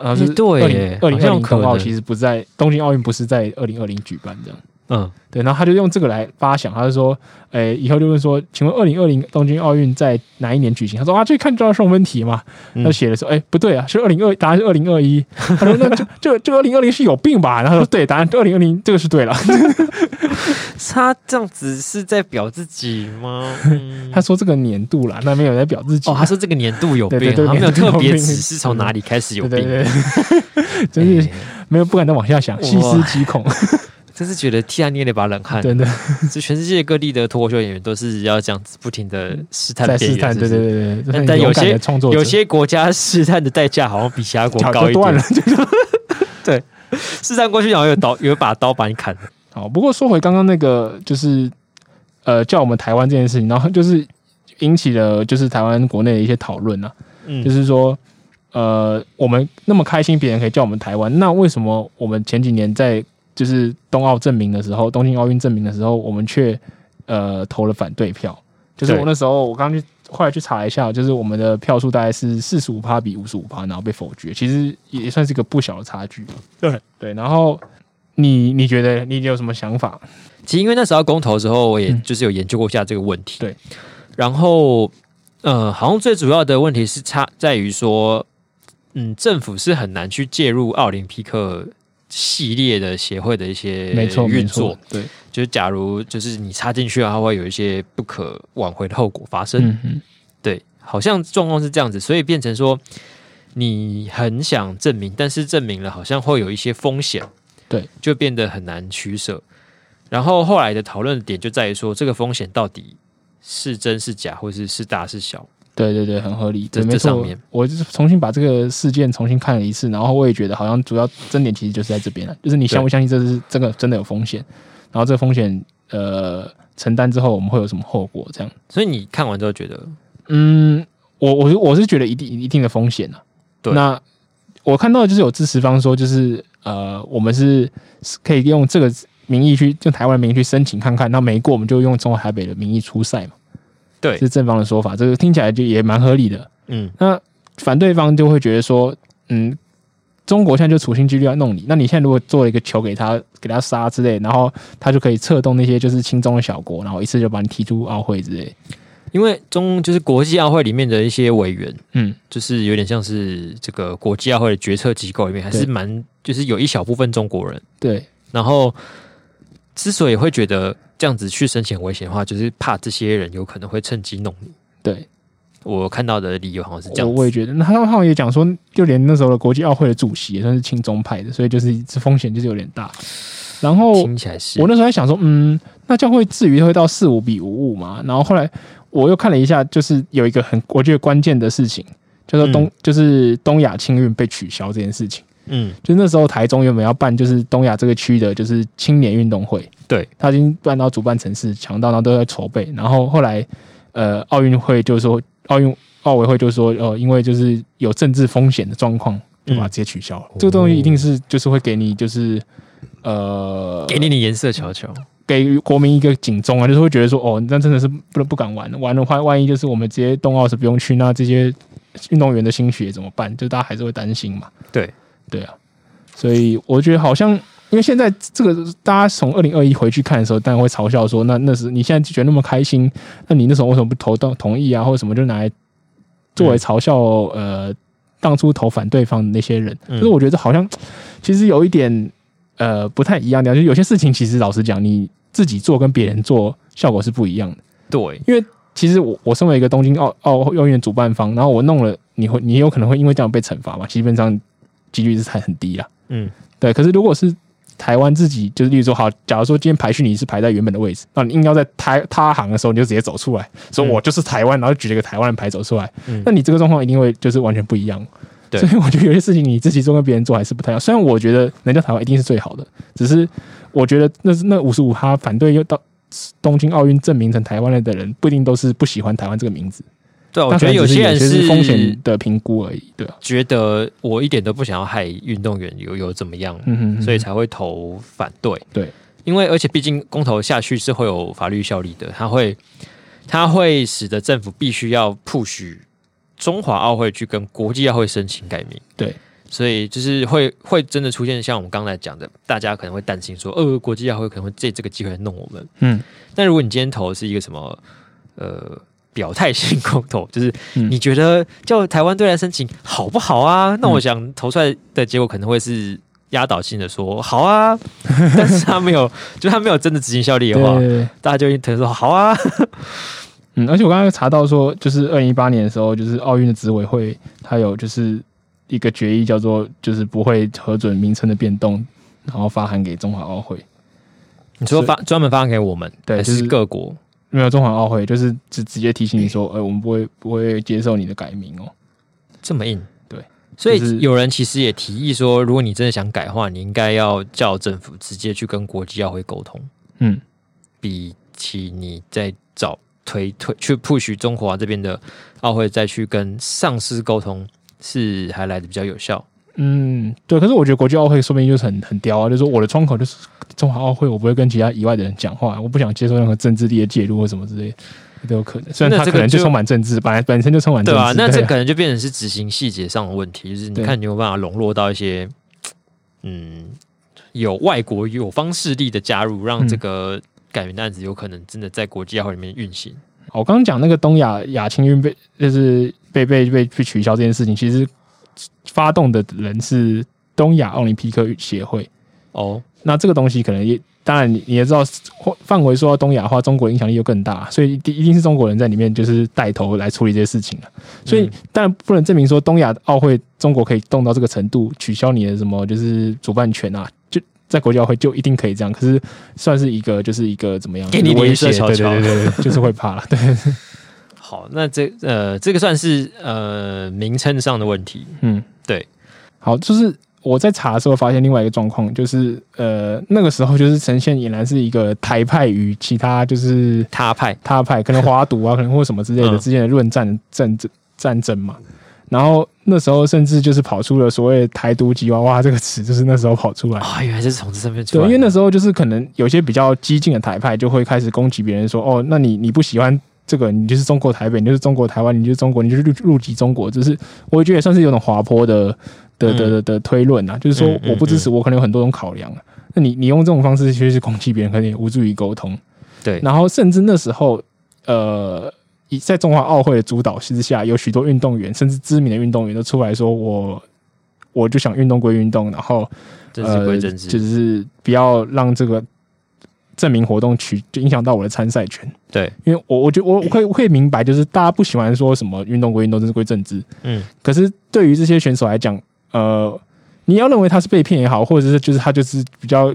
然后就是
诶哦对
二
耶
零二
好
零二
像有
零
可
冬奥
能
其实不在东京奥运不是在二零二零举办这样。
嗯，
对，然后他就用这个来发想，他就说，诶，以后就问说，请问二零二零东京奥运在哪一年举行？他说啊，这看到送分题嘛，
嗯
他写的说，诶，不对啊，是二零二，答案是二零二一。他说那这这这二零二零是有病吧？然后他说对，答案二零二零这个是对了。
他这样子是在表自己 吗？嗯
他说这个年度啦，那边有在表自己啊
哦，他说这个年度有病，
对对对
他没有
年度有
特别
病
指示从哪里开始有
对
病，
对对， 对真是
哎
没有不敢再往下想，细思极恐，
真是觉得替他捏了一把冷汗。
真的
就全世界各地的脱口秀演员都是要这样子不停的试探
在
边
试探，
缘，
对
是
对
不是
对对，这
但
很
但有
勇敢
些
的创作者
有些国家试探的代价好像比其他国
脚
高
都
一
断了
点。，试探过去好像有刀有一把刀把你砍。
好，不过说回刚刚那个，就是呃，叫我们台湾这件事情，然后就是引起了就是台湾国内的一些讨论啊，
嗯，
就是说呃，我们那么开心，别人可以叫我们台湾，那为什么我们前几年在就是冬奥证明的时候，东京奥运证明的时候，我们却呃投了反对票？就是我
对
那时候我刚去后来去查一下，就是我们的票数大概是四十五趴比五十五趴，然后被否决，其实也算是一个不小的差距。
对
对，然后你你觉得你有什么想法？
其实因为那时候要公投的时候，我也
嗯
就是有研究过一下这个问题。
对，
然后呃，好像最主要的问题是差在于说，嗯，政府是很难去介入奥林匹克系列的协会的一些
没错，没
呃运作
错。，对，
就是假如就是你插进去的话，它会有一些不可挽回的后果发生。
嗯嗯，
对，好像状况是这样子，所以变成说你很想证明，但是证明了好像会有一些风险，
对，
就变得很难取舍。然后后来的讨论点就在于说，这个风险到底是真是假，或是是大是小？
对对对，很合理。对，
这
没
这上
错
面，
我就是重新把这个事件重新看了一次，然后我也觉得好像主要争点其实就是在这边了，就是你相不相信这是这个真的有风险，然后这个风险呃承担之后我们会有什么后果？这样，
所以你看完之后觉得，
嗯，我我是我是觉得一定一定的风险啊。
对
那我看到就是有支持方说，就是呃，我们是是可以用这个名义去用台湾的名义去申请看看，那没过我们就用中华台北的名义出赛嘛，
对
这，是正方的说法，这个听起来就也蛮合理的。
嗯，
那反对方就会觉得说，嗯，中国现在就处心积虑要弄你，那你现在如果做了一个球给他，给他杀之类，然后他就可以策动那些就是轻中的小国，然后一次就把你踢出奥会之类。
因为中就是国际奥会里面的一些委员，
嗯，
就是有点像是这个国际奥会的决策机构里面，还是
对
蛮就是有一小部分中国人。
对，
然后之所以会觉得这样子去申请很危险的话，就是怕这些人有可能会趁机弄你。
对，
我看到的理由好像是这
我
样
我也
子，
觉得，那他他们也讲说，就连那时候的国际奥会的主席也算是亲中派的，所以就是这风险就是有点大。然后
听起来是
我那时候还想说，嗯，那这样会至于会到四五比五五吗？然后后来我又看了一下，就是有一个很我觉得关键的事情，就是东、
嗯
就是东亚青运被取消这件事情。
嗯
就那时候台中原本要办就是东亚这个区的，就是青年运动会，
对，
他已经办到主办城市强到，然后都在筹备。然后后来呃奥运会就说奥运奥委会就说哦、呃，因为就是有政治风险的状况，就把它
嗯
直接取消了。这个东西一定是就是会给你就是。呃，
给你点颜色瞧瞧。
给国民一个警钟啊，就是会觉得说，哦，那真的是不不敢玩，玩的话，万一就是我们直接冬奥是不用去，那这些运动员的心血怎么办？就大家还是会担心嘛。
对，
对啊，所以我觉得好像，因为现在这个大家从二零二一回去看的时候，当然会嘲笑说，那那时你现在觉得那么开心，那你那时候为什么不投到同意啊，或者什么就拿来作为嘲笑、呃当初投反对方的那些人？
嗯
可是我觉得好像其实有一点呃不太一样的，就是有些事情其实老实讲，你自己做跟别人做效果是不一样的。
对，
其实我我身为一个东京奥奥运主办方，然后我弄了，你会你有可能会因为这样被惩罚嘛？基本上几率是还很低啦。
嗯，
对，可是如果是台湾自己，就是例如说，好，假如说今天排序你是排在原本的位置，那你硬要在台他行的时候，你就直接走出来，说
嗯
我就是台湾，然后举了个台湾的牌走出来，
嗯
那你这个状况一定会就是完全不一样。
对
所以我觉得有些事情你自己做跟别人做还是不太一样。虽然我觉得能叫台湾一定是最好的，只是我觉得那是那五十五趴反对又到东京奥运证明成台湾人的人，不一定都是不喜欢台湾这个名字。
对，啊我
那可
哦觉得
能
有
只是
些人
有是
是
风险的评估而已，对吧、啊
觉得我一点都不想要害运动员有有怎么样，
嗯哼哼
所以才会投反对。
对，
因为而且毕竟公投下去是会有法律效力的，它会它会使得政府必须要 push 中华奥会去跟国际奥会申请改名。
对，
所以就是会会真的出现像我们刚才讲的，大家可能会担心说，呃，国际奥会可能会借这个机会来弄我们。
嗯，
但如果你今天投的是一个什么呃表态性公投， 就是
嗯
你觉得叫台湾队来申请好不好啊？那我想投出来的结果可能会是压倒性的说好啊， 但是他没有，就他没有啊真的执行效力的话
对，对对
大家就一定说好啊，
嗯，而且我刚刚查到说，就是二零一八年的时候，就是奥运的执委会，它有就是一个决议叫做就是不会核准名称的变动，然后发函给中华奥会，
你说发专门发给我们，
对
还
就是
是各国？
没有中华奥会，就是直直接提醒你说，
嗯
呃，我们不会不会接受你的改名哦。
这么硬，
对。
所
就是
以有人其实也提议说，如果你真的想改的话，你应该要叫政府直接去跟国际奥会沟通，
嗯，
比起你再找推推去 push 中华这边的奥会再去跟上司沟通，是还来的比较有效。
嗯，对。可是我觉得国际奥会说不定就是很很刁啊，就是说我的窗口就是中华奥会，我不会跟其他以外的人讲话，我不想接受任何政治力的介入或什么之类的。都有可能。虽然
那
他
这
可
个
能就
就
充满政治，本来本身就充满政
对
治。
啊，那这可能就变成是执行细节上的问题，就是你
对
看你有没有办法笼络到一些，嗯，有外国有方势力的加入，让
嗯
这个改名的案子有可能真的在国际法里面运行。
哦我刚刚讲那个东亚亚青运被就是被被被被取消这件事情，其实发动的人是东亚奥林匹克协会。
哦，
那这个东西可能也当然你你也知道，范围说到东亚的话，中国影响力又更大，所以一定一定是中国人在里面就是带头来处理这些事情了。所以
嗯
当然不能证明说东亚奥会中国可以动到这个程度，取消你的什么就是主办权啊，就在国际奥会就一定可以这样。可是算是一个就是一个怎么样？
给你
就是威
脸色
胁，
瞧
对
瞧
对对对，就是会怕了。对，
好，那这呃，这个算是呃名称上的问题。
嗯，
对。
好，就是我在查的时候发现另外一个状况，就是呃那个时候就是呈现俨然是一个台派与其他就是
他派，
他派，可能华独啊，可能 或什么之类的
嗯
之间的论战战争战争嘛。然后那时候甚至就是跑出了所谓“台独吉娃娃”这个词，就是那时候跑出来。
啊、原来是从这上面出
对，
来的。
因为那时候就是可能有些比较激进的台派就会开始攻击别人说：“哦，那你你不喜欢这个，你就是中国台北，你就是中国台湾，你就是中国，你就是入入籍中国。”就是我觉得也算是有种滑坡的的的的的推论啊，就是说
嗯嗯嗯
我不支持，我可能有很多种考量啊。那你你用这种方式去去攻击别人，可能也无助于沟通。
对，
然后甚至那时候，呃，以在中华奥会的主导之下，有许多运动员，甚至知名的运动员都出来说我。我就想运动归运动，然后
政治归政
呃，就
治，
是不要让这个证明活动取就影响到我的参赛权，
对，
因为我我觉得我我可以我可以明白，就是大家不喜欢说什么运动归运动，政治归政治，
嗯，
可是对于这些选手来讲，呃，你要认为他是被骗也好，或者是就是他就是比较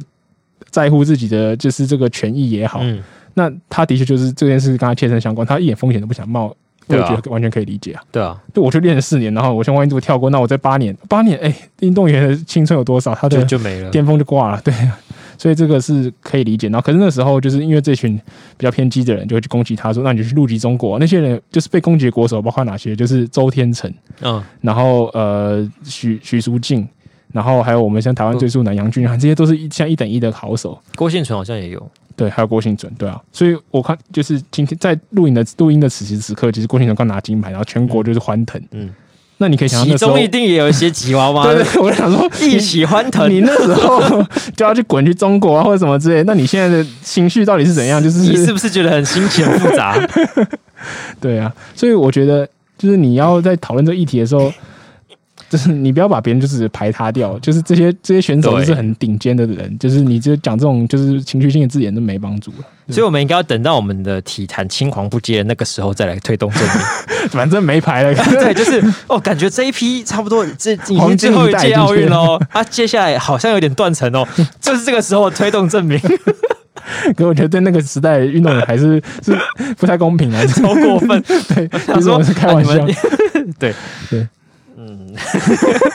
在乎自己的就是这个权益也好，
嗯，
那他的确就是这件事跟他切身相关，他一点风险都不想冒，我
对啊
觉得完全可以理解啊。
对啊，
就我去练了四年，然后我像万一度跳过，那我在八年，八年哎，运动员的青春有多少？他
就
的
就没了。
巅峰就挂了，对 啊，所以这个是可以理解。然后，可是那时候就是因为这群比较偏激的人就会去攻击他说，那你就去入籍中国。那些人就是被攻击的国手，包括哪些？就是周天成，
嗯，
然后呃许许淑净，然后还有我们像台湾最速男杨俊翰，这些都是一像一等一的好手。
郭信存好像也有，
对，还有郭信准，对啊，所以我看就是今天在录影的录音的此时此刻，其实郭信准刚拿金牌，然后全国就是欢腾。
嗯，
那你可以想象
其
那时候，
中一定也有一些吉娃娃，
对对，我就想说，
一起欢腾。
你那时候 就要去滚去中国啊，或者什么之类。那你现在的情绪到底是怎样？就是
你是不是觉得很心情很复杂？
对啊，所以我觉得就是你要在讨论这个议题的时候，就是你不要把别人就是排他掉，就是这些这些选手
对
就是很顶尖的人，就是你就讲这种就是情绪性的字眼都没帮助了。
所以我们应该要等到我们的体坛青黄不接的那个时候再来推动正名。
反正没牌了，
对，就是哦，感觉这一批差不多这已
黄
经
金
最
一代
后一届奥
就是
运喽，啊，接下来好像有点断层哦，就是这个时候推动证明
可我觉得对那个时代的运动员还是 是不太 公平啊。
好过 分。
对，
他
其实
说
我是开玩
啊你
笑
们。 对
对，
嗯。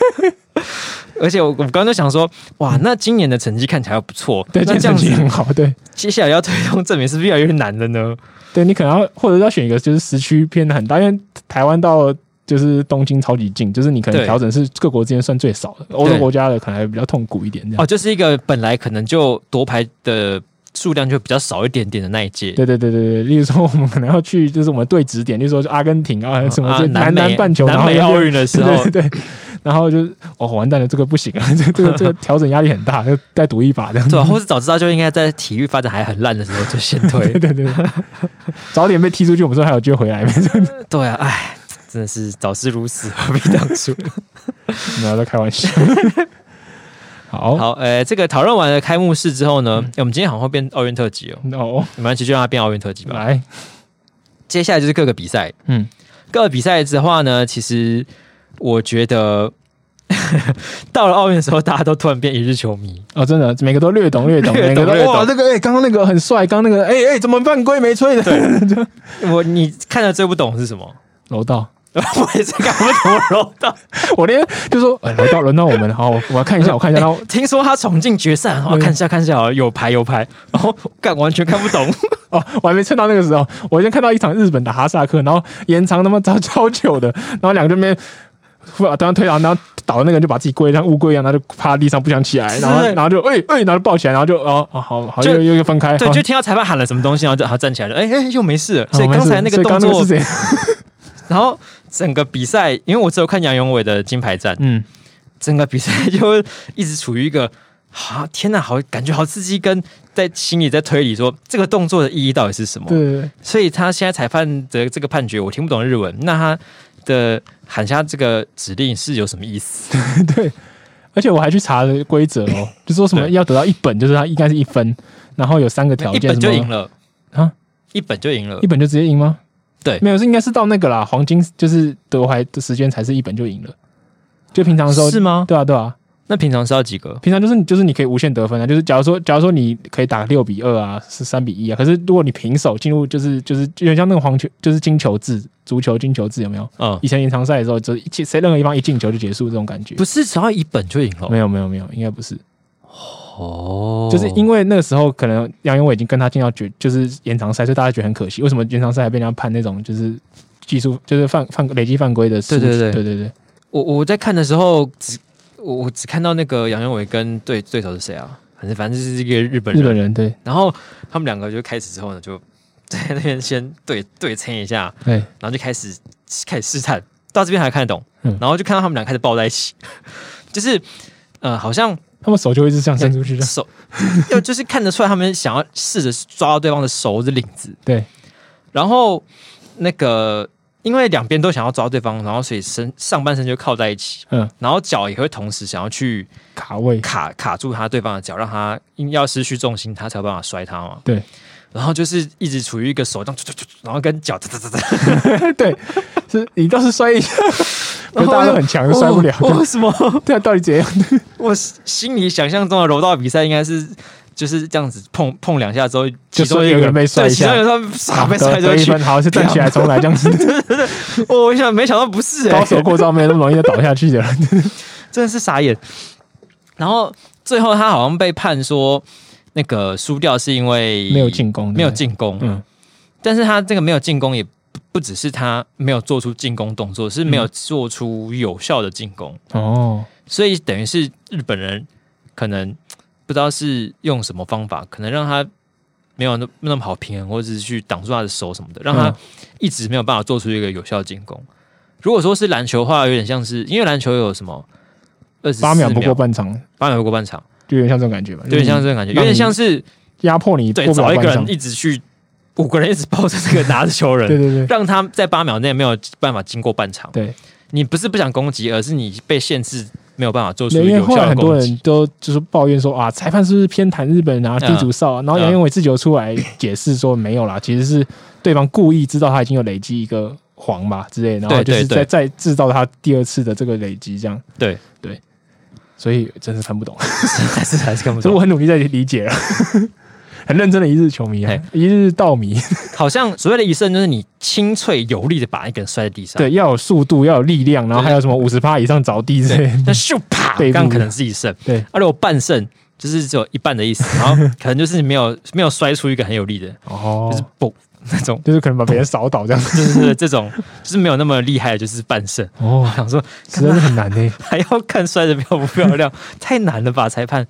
而且我我刚刚就想说，哇，那今年的成绩看起来不错，
嗯对，
那
这
这
样
样
子
子
很好。对，
接下来要推动证明是不是越来越难了 呢？
对你可能要或者要选一个就是时区偏很大，因为台湾到就是东京超级近，就是你可能
对
调整是各国之间算最少的，欧洲国家的可能还比较痛苦一点这样。
哦，就是一个本来可能就夺牌的数量就比较少一点点的那一届，
对对对对对，例如说我们可能要去就是我们对指点，例如说是阿根廷啊什么
啊
这
南
南
美
南半球，然
南
后
美
要
奥运的时候，
对对对，然后就是哦完蛋了，这个不行啊，这个这个这个调整压力很大，就再赌一把这样子
对、。啊，或是早知道就应该在体育发展还很烂的时候就先
对
推。
对对，对早点被踢出去，我们说还有机会回来，没错，
对啊，哎，真的是早知如此，何必当初？
没有在开玩笑。好，
好，呃，这个讨论完了开幕式之后呢，
嗯
哎诶我们今天好像会变奥运特辑哦，
哦，
没关系，就让它变奥运特辑吧。
来，
接下来就是各个比赛，
嗯，
各个比赛的话呢，其实我觉得 到了奥运的时候，大家都突然变一日球迷。
哦，真的，每个都略懂略 懂，
略
每
懂
个都
略懂
哇，这个哎，刚刚那个很帅，刚刚 那个哎哎，怎么犯规没吹的？
我你看的最不懂是什么？
楼道，
我也是看不懂柔道。
我连就说哎楼道轮到我们，好，我我要看一下，我看一下， 然后
哦听说他闯进决赛，哦，
嗯
看一下看一下，哦有牌有牌，然后干完全看不 懂。
哦，我还没蹭到那个时候，我先看到一场日本打哈萨克，然后延长他妈超超久的，然后两个这边。突然突然推倒，然后倒的那个人就把自己跪得像乌龟一样，他就趴在地上不想起来，然后
是
然后就哎哎、然后就抱起来，然后就哦哦好好
就
又又又分开，
对，
好
就听到裁判喊了什么东西，然后就他站起来了，哎、哎、又没事了。所以
好哦没
刚
事
才那
所
个
以
动
刚刚那
作
是，怎样？
然后整个比赛，因为我只有看杨永伟的金牌战，
嗯，
整个比赛就一直处于一个啊天哪，好感觉好刺激，跟在心里在推理说这个动作的意义到底是什么。
对对对，
所以他现在裁判的这个判决我听不懂日文，那他的喊下这个指令是有什么意思？
而且我还去查了规则哦，就说什么
对
要得到一本，就是他应该是一分，然后有三个条
一
件，
本
什
就
么
赢了
啊，
一本就赢了
一。本就直接赢吗？
对
没有是应该是到那个啦，黄金就是德怀的时间才是一本就赢了，就平常的时候
是吗？
对啊对啊，
那平常是要几个？
平常就是你就是你可以无限得分啊，就是假如说假如说你可以打六比二啊，是三比一啊，可是如果你平手进入就是就是有点像那个黄球就是金球制足球金球制有没有？
嗯，
以前延长赛的时候，就是一起谁任何一方一进球就结束这种感觉
不。是只哦要一本就赢了
没有没有没有，应该不是，
哦，
就是因为那个时候可能杨永伟已经跟他进到决，就是延长赛，所以大家觉得很可惜。为什么延长赛还被人家判那种就是技术就是犯犯累积犯规的数
对
字？
对对
对对对，
我我在看的时候只我我只看到那个杨永伟跟对对手是谁啊？反正反正就是一个日本
日
人，啊
本人对
然后他们两个就开始之后呢，就在那边先对对称一下，
对，
然后就开始开始试探，到这边还看得懂，
嗯
然后就看到他们俩开始抱在一起，就是呃，好像
他们手就会一直这样伸出去的。
手，就就是看得出来他们想要试着抓到对方的手或者领子，
对，
然后那个因为两边都想要抓对方，然后所以身上半身就靠在一起，
嗯，
然后脚也会同时想要去
卡位，
卡卡住他对方的脚，让他因要失去重心，他才有办法摔他嘛。
对。
然后就是一直处于一个手这样，然后跟脚哒哒哒 哒，
对，是你倒是摔 一下，可是大家都很强，就摔不了。
哦为什么？
对啊，到底怎样？
我心里想象中的柔道比赛应该是就是这样子碰碰两下之后，
就
其中
说
一
有人被摔
对
一
其中
下
一个他傻被
得
摔
得
出
一
去哦
分，。好，就站起来重来这样子。
我我想没想到不是、欸，
高手过招没有那么容易就倒下去 的人。
真的是傻眼。然后最后他好像被判说那个输掉是因为
没有进攻，
没有，进攻，
嗯，
但是他这个没有进攻也不不只是他没有做出进攻动作，是
嗯
没有做出有效的进攻，
哦，
所以等于是日本人可能不知道是用什么方法，可能让他没有那那么好平衡，或者是去挡住他的手什么的，让他
嗯
一直没有办法做出一个有效的进攻。如果说是篮球的话，有点像是因为篮球有什么二十
八秒不过半场，
八秒不过半场，
就有点像这种感觉吧，
有点像这种感觉，
让你
有点像是
压迫你过
对
不了
找一
半
个
场
人。一直去五个人一直抱着这个拿着球人，
对对对
让他在八秒内没有办法经过半场。
对，
你不是不想攻击，而是你被限制，没有办法做出
对，因为
有
后
效
来
的
很多
攻击
人。都就是抱怨说啊，裁判是不是偏袒日本啊，
嗯
地主少啊？然后杨
嗯
永伟自己有出来解释说 没有啦，其实是对方故意知道他已经有累积一个黄吧之类的，然
对
后就是
对
再
对
再制造他第二次的这个累积，这样
对，
所以真是看不懂，
还是还是看不
所以
懂
我。很努力在理解了。 很认真的一日球迷啊
嘿，
一日道迷，
好像所谓的一胜，就是你清脆有力的把一个人摔在地上，，
对，要有速度，要有力量，然后还有什么五十趴以上着地之类的，
那咻啪，这
背部
样可能是一胜。
对
啊，如果半胜，就是只有一半的意思，然后可能就是没有没有摔出一个很有力的，
哦，
就是嘣那种，
就是可能把别人扫倒这样。
就是这种， 就是没有那么厉害的，就是半胜。
哦
我，想说，
实在是很难欸呢、
还要看摔的漂不漂亮，太难了吧？裁判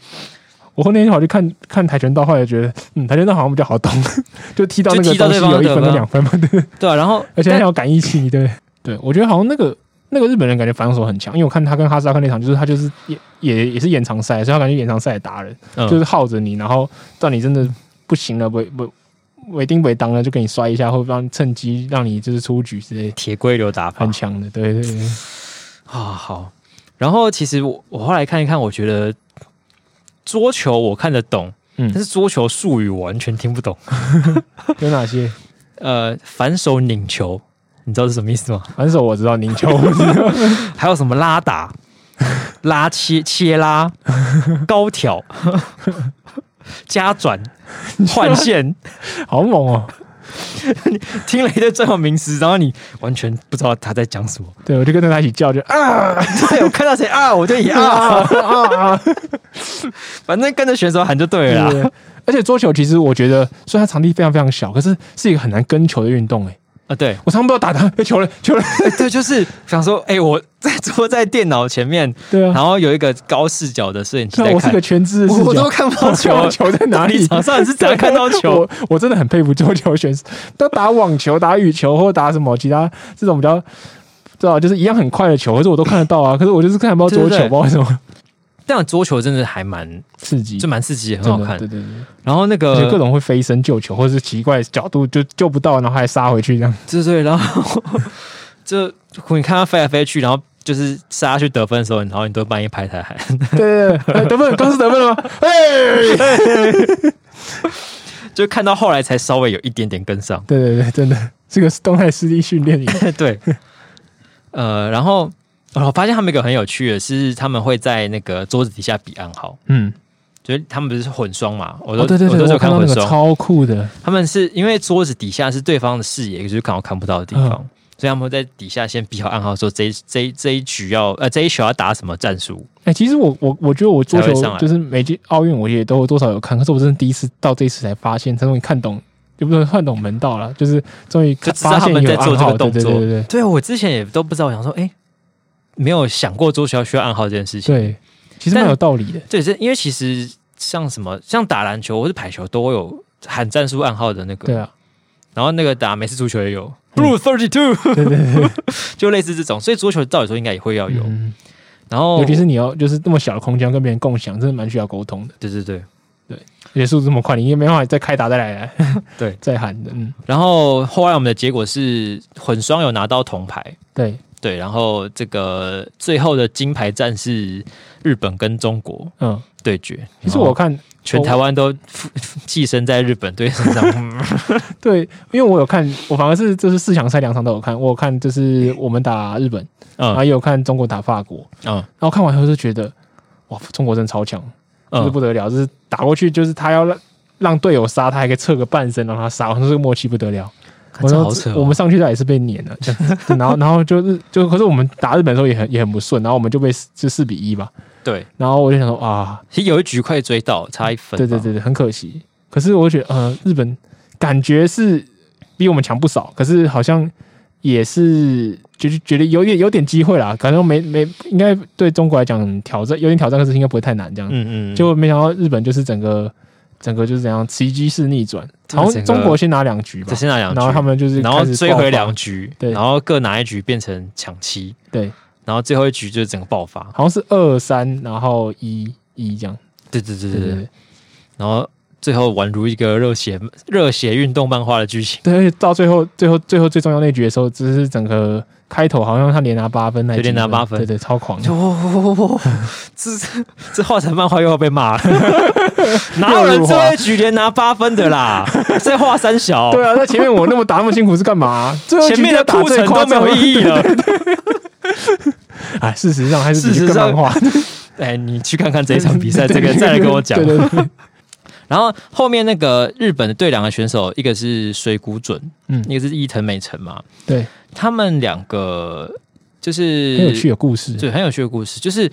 我后那天跑去看看跆拳道，后来觉得，嗯，跆拳道好像比较好懂， 就踢到那
就
个
踢到
东西
对方
有一
的
分跟
吧
两分嘛， 对，
对啊，然后
而且还
但
要感应器，对对，我觉得好像那个那个日本人感觉防守很强，因为我看他跟哈萨克那场，就是他就是也也也是延长赛，所以他感觉延长赛的达人，
嗯
就是耗着你，然后到你真的不行了，不不。违定违当了，就给你摔一下，或者让趁机让你就是出局之类的，
铁龟流打法
很强的，对对对，
啊，好。然后其实我我后来看一看，我觉得桌球我看得懂，
嗯
但是桌球术语我完全听不懂。
有哪些？
呃，反手拧球，你知道是什么意思吗？
反手我知道，您球我知道，
还有什么拉打、拉切切拉、高挑、加转、换线，
好猛哦！
听了一堆专有名词，然后你完全不知道他在讲什么。
对，我就跟着他一起叫，就啊
对，我看到谁啊，我就也 啊，
啊啊！
反正跟着选手喊就对了啦。
对，而且桌球其实我觉得，虽然它场地非常非常小，可是是一个很难跟球的运动、欸。
啊，对，
我常常不知道打他， 哎，球了，球了，
哎 对，就是想说，哎、我在 坐在电脑前面，
对啊，
然后有一个高视角的摄影机
对啊，
在
我是
看
个，全知的视
我
角，
我都看不到 球
我，球在哪里？ 啊
场上是怎样看到球？
我我真的很佩服桌球选手，他打网球、打羽球或打什么其他这种比较，知道就是一样很快的球，可是我都看得到啊。可是我就是看不到桌球，
对对对
不知道为什么
但桌球真的还蛮，
刺激，
就蛮刺激，很
真
好
的
看呃
对。对对，
然后那
而且各
个，
种会飞身救球，或者是奇怪的角度就救不到，然后还杀回去这样。
对对，然后就你看他飞来飞去，然后就是杀下去得分的时候，然后你都半夜拍台喊，
对对对，哎得分刚是得分了吗？哎，
就看到后来才稍微有一点点跟上。
对对对，真的这个是动态视力训练营。
对，呃，然后哦我发现他们一个很有趣的是，他们会在那个桌子底下比暗号，
嗯，
就是他们不是混双嘛？我都、
哦对对
我
对，
都是
我
有
看
看
到那
混
个
双，
超酷的，
他们是因为桌子底下是对方的视野，就是刚好看不到的地方，
嗯
所以他们会在底下先比好暗号，说这一这一这一局要呃这一球要打什么战术。
哎、其实我我我觉得我桌
才会上
球
来
就是每届奥运我也都多少有看，可是我真的第一次到这一次才发现，才终于看懂，也不是看懂门道了，就是终于
就知道
发
他
现
们
有
在做
暗
这
号，
个
对
动
对
作
对对
对啊我之前也都不知道，我想说哎。诶没有想过桌球要需要暗号这件事情。
对，其实蛮
但
有道理的。
对，是因为其实像什么，像打篮球或是排球都会有喊战术暗号的那个。
对啊，
然后那个打美式足球也有 Blue Thirty Two，
对对对，
就类似这种，所以桌球照理说应该也会要有。
嗯
然后，
尤其是你要就是那么小的空间要跟别人共享，真的蛮需要沟通的。
对对对，
而且速度这么快，你也没办法再开打再来来，
对
再喊的，嗯，
然后后来我们的结果是混双有拿到铜牌，
对，
对，然后这个最后的金牌战是日本跟中国
嗯。
对决。
其实
然后
我看
全台湾都附寄生在日 本队身上，嗯
对，因为我有看，我反而是就是四强赛两场都有看，我有看就是我们打日本，然后
嗯
也有看中国打法国，
嗯
然后看完后就觉得，哇，中国真的超强，就是
嗯，
不得了，就是打过去，就是他要让让队友杀，他还可以侧个半身让他杀，我说这个默契不得了。
看
我
这
说
好扯哦，
我们上去他也是被碾了，这样子。 对然后然后就是就可是我们打日本的时候也很也很不顺，然后我们就被四就四比一吧。
对，
然后我就想说啊，
其实有一局快追到，差一分。
对对，对对，很可惜。可是我觉得呃，日本感觉是比我们强不少，可是好像也是觉得觉得有点有点机会啦，感觉没没应该对中国来讲挑战有点挑战，可是应该不会太难这样。
嗯嗯，
结果没想到日本就是整个整个就是怎样奇迹式逆转，
这个
好
整
像
个
中国先拿两局吧
这，先那两局，
然后他们就是
然后
开始
追
爆发
回两局，
对
然后各拿一局变成抢七，
对，
然后最后一局就是整个爆发。
好像是二三，然后一一这样，
对对对
对
对
对
对
对，
然后最后宛如一个热血热血运动漫画的 剧情，
对，而且到最后最后最后最重要那局的时候，只是整个开头好像他连拿八分还
对
是几
连
分，
拿八分
对对，超狂的，
就哦，这这画成漫画又要被骂了， 哪有人最后一局连拿八分的啦？在画三小，
对啊，那前面我那么打那么辛苦是干嘛、最后一
前
局
面的
要打
铺
最
陈
夸
都没
张
有意 义了。
哎，事实上还是比
事实
更
上
漫画
哎，你去看 看这一场比赛，这个再来跟我讲
对。对对 对，
然后后面那个日本的队两个选手，一个是水谷准，
嗯
一个是伊藤美诚嘛，
对，
他们两个就是
很有趣，有故事，
对，很有趣的故事，就是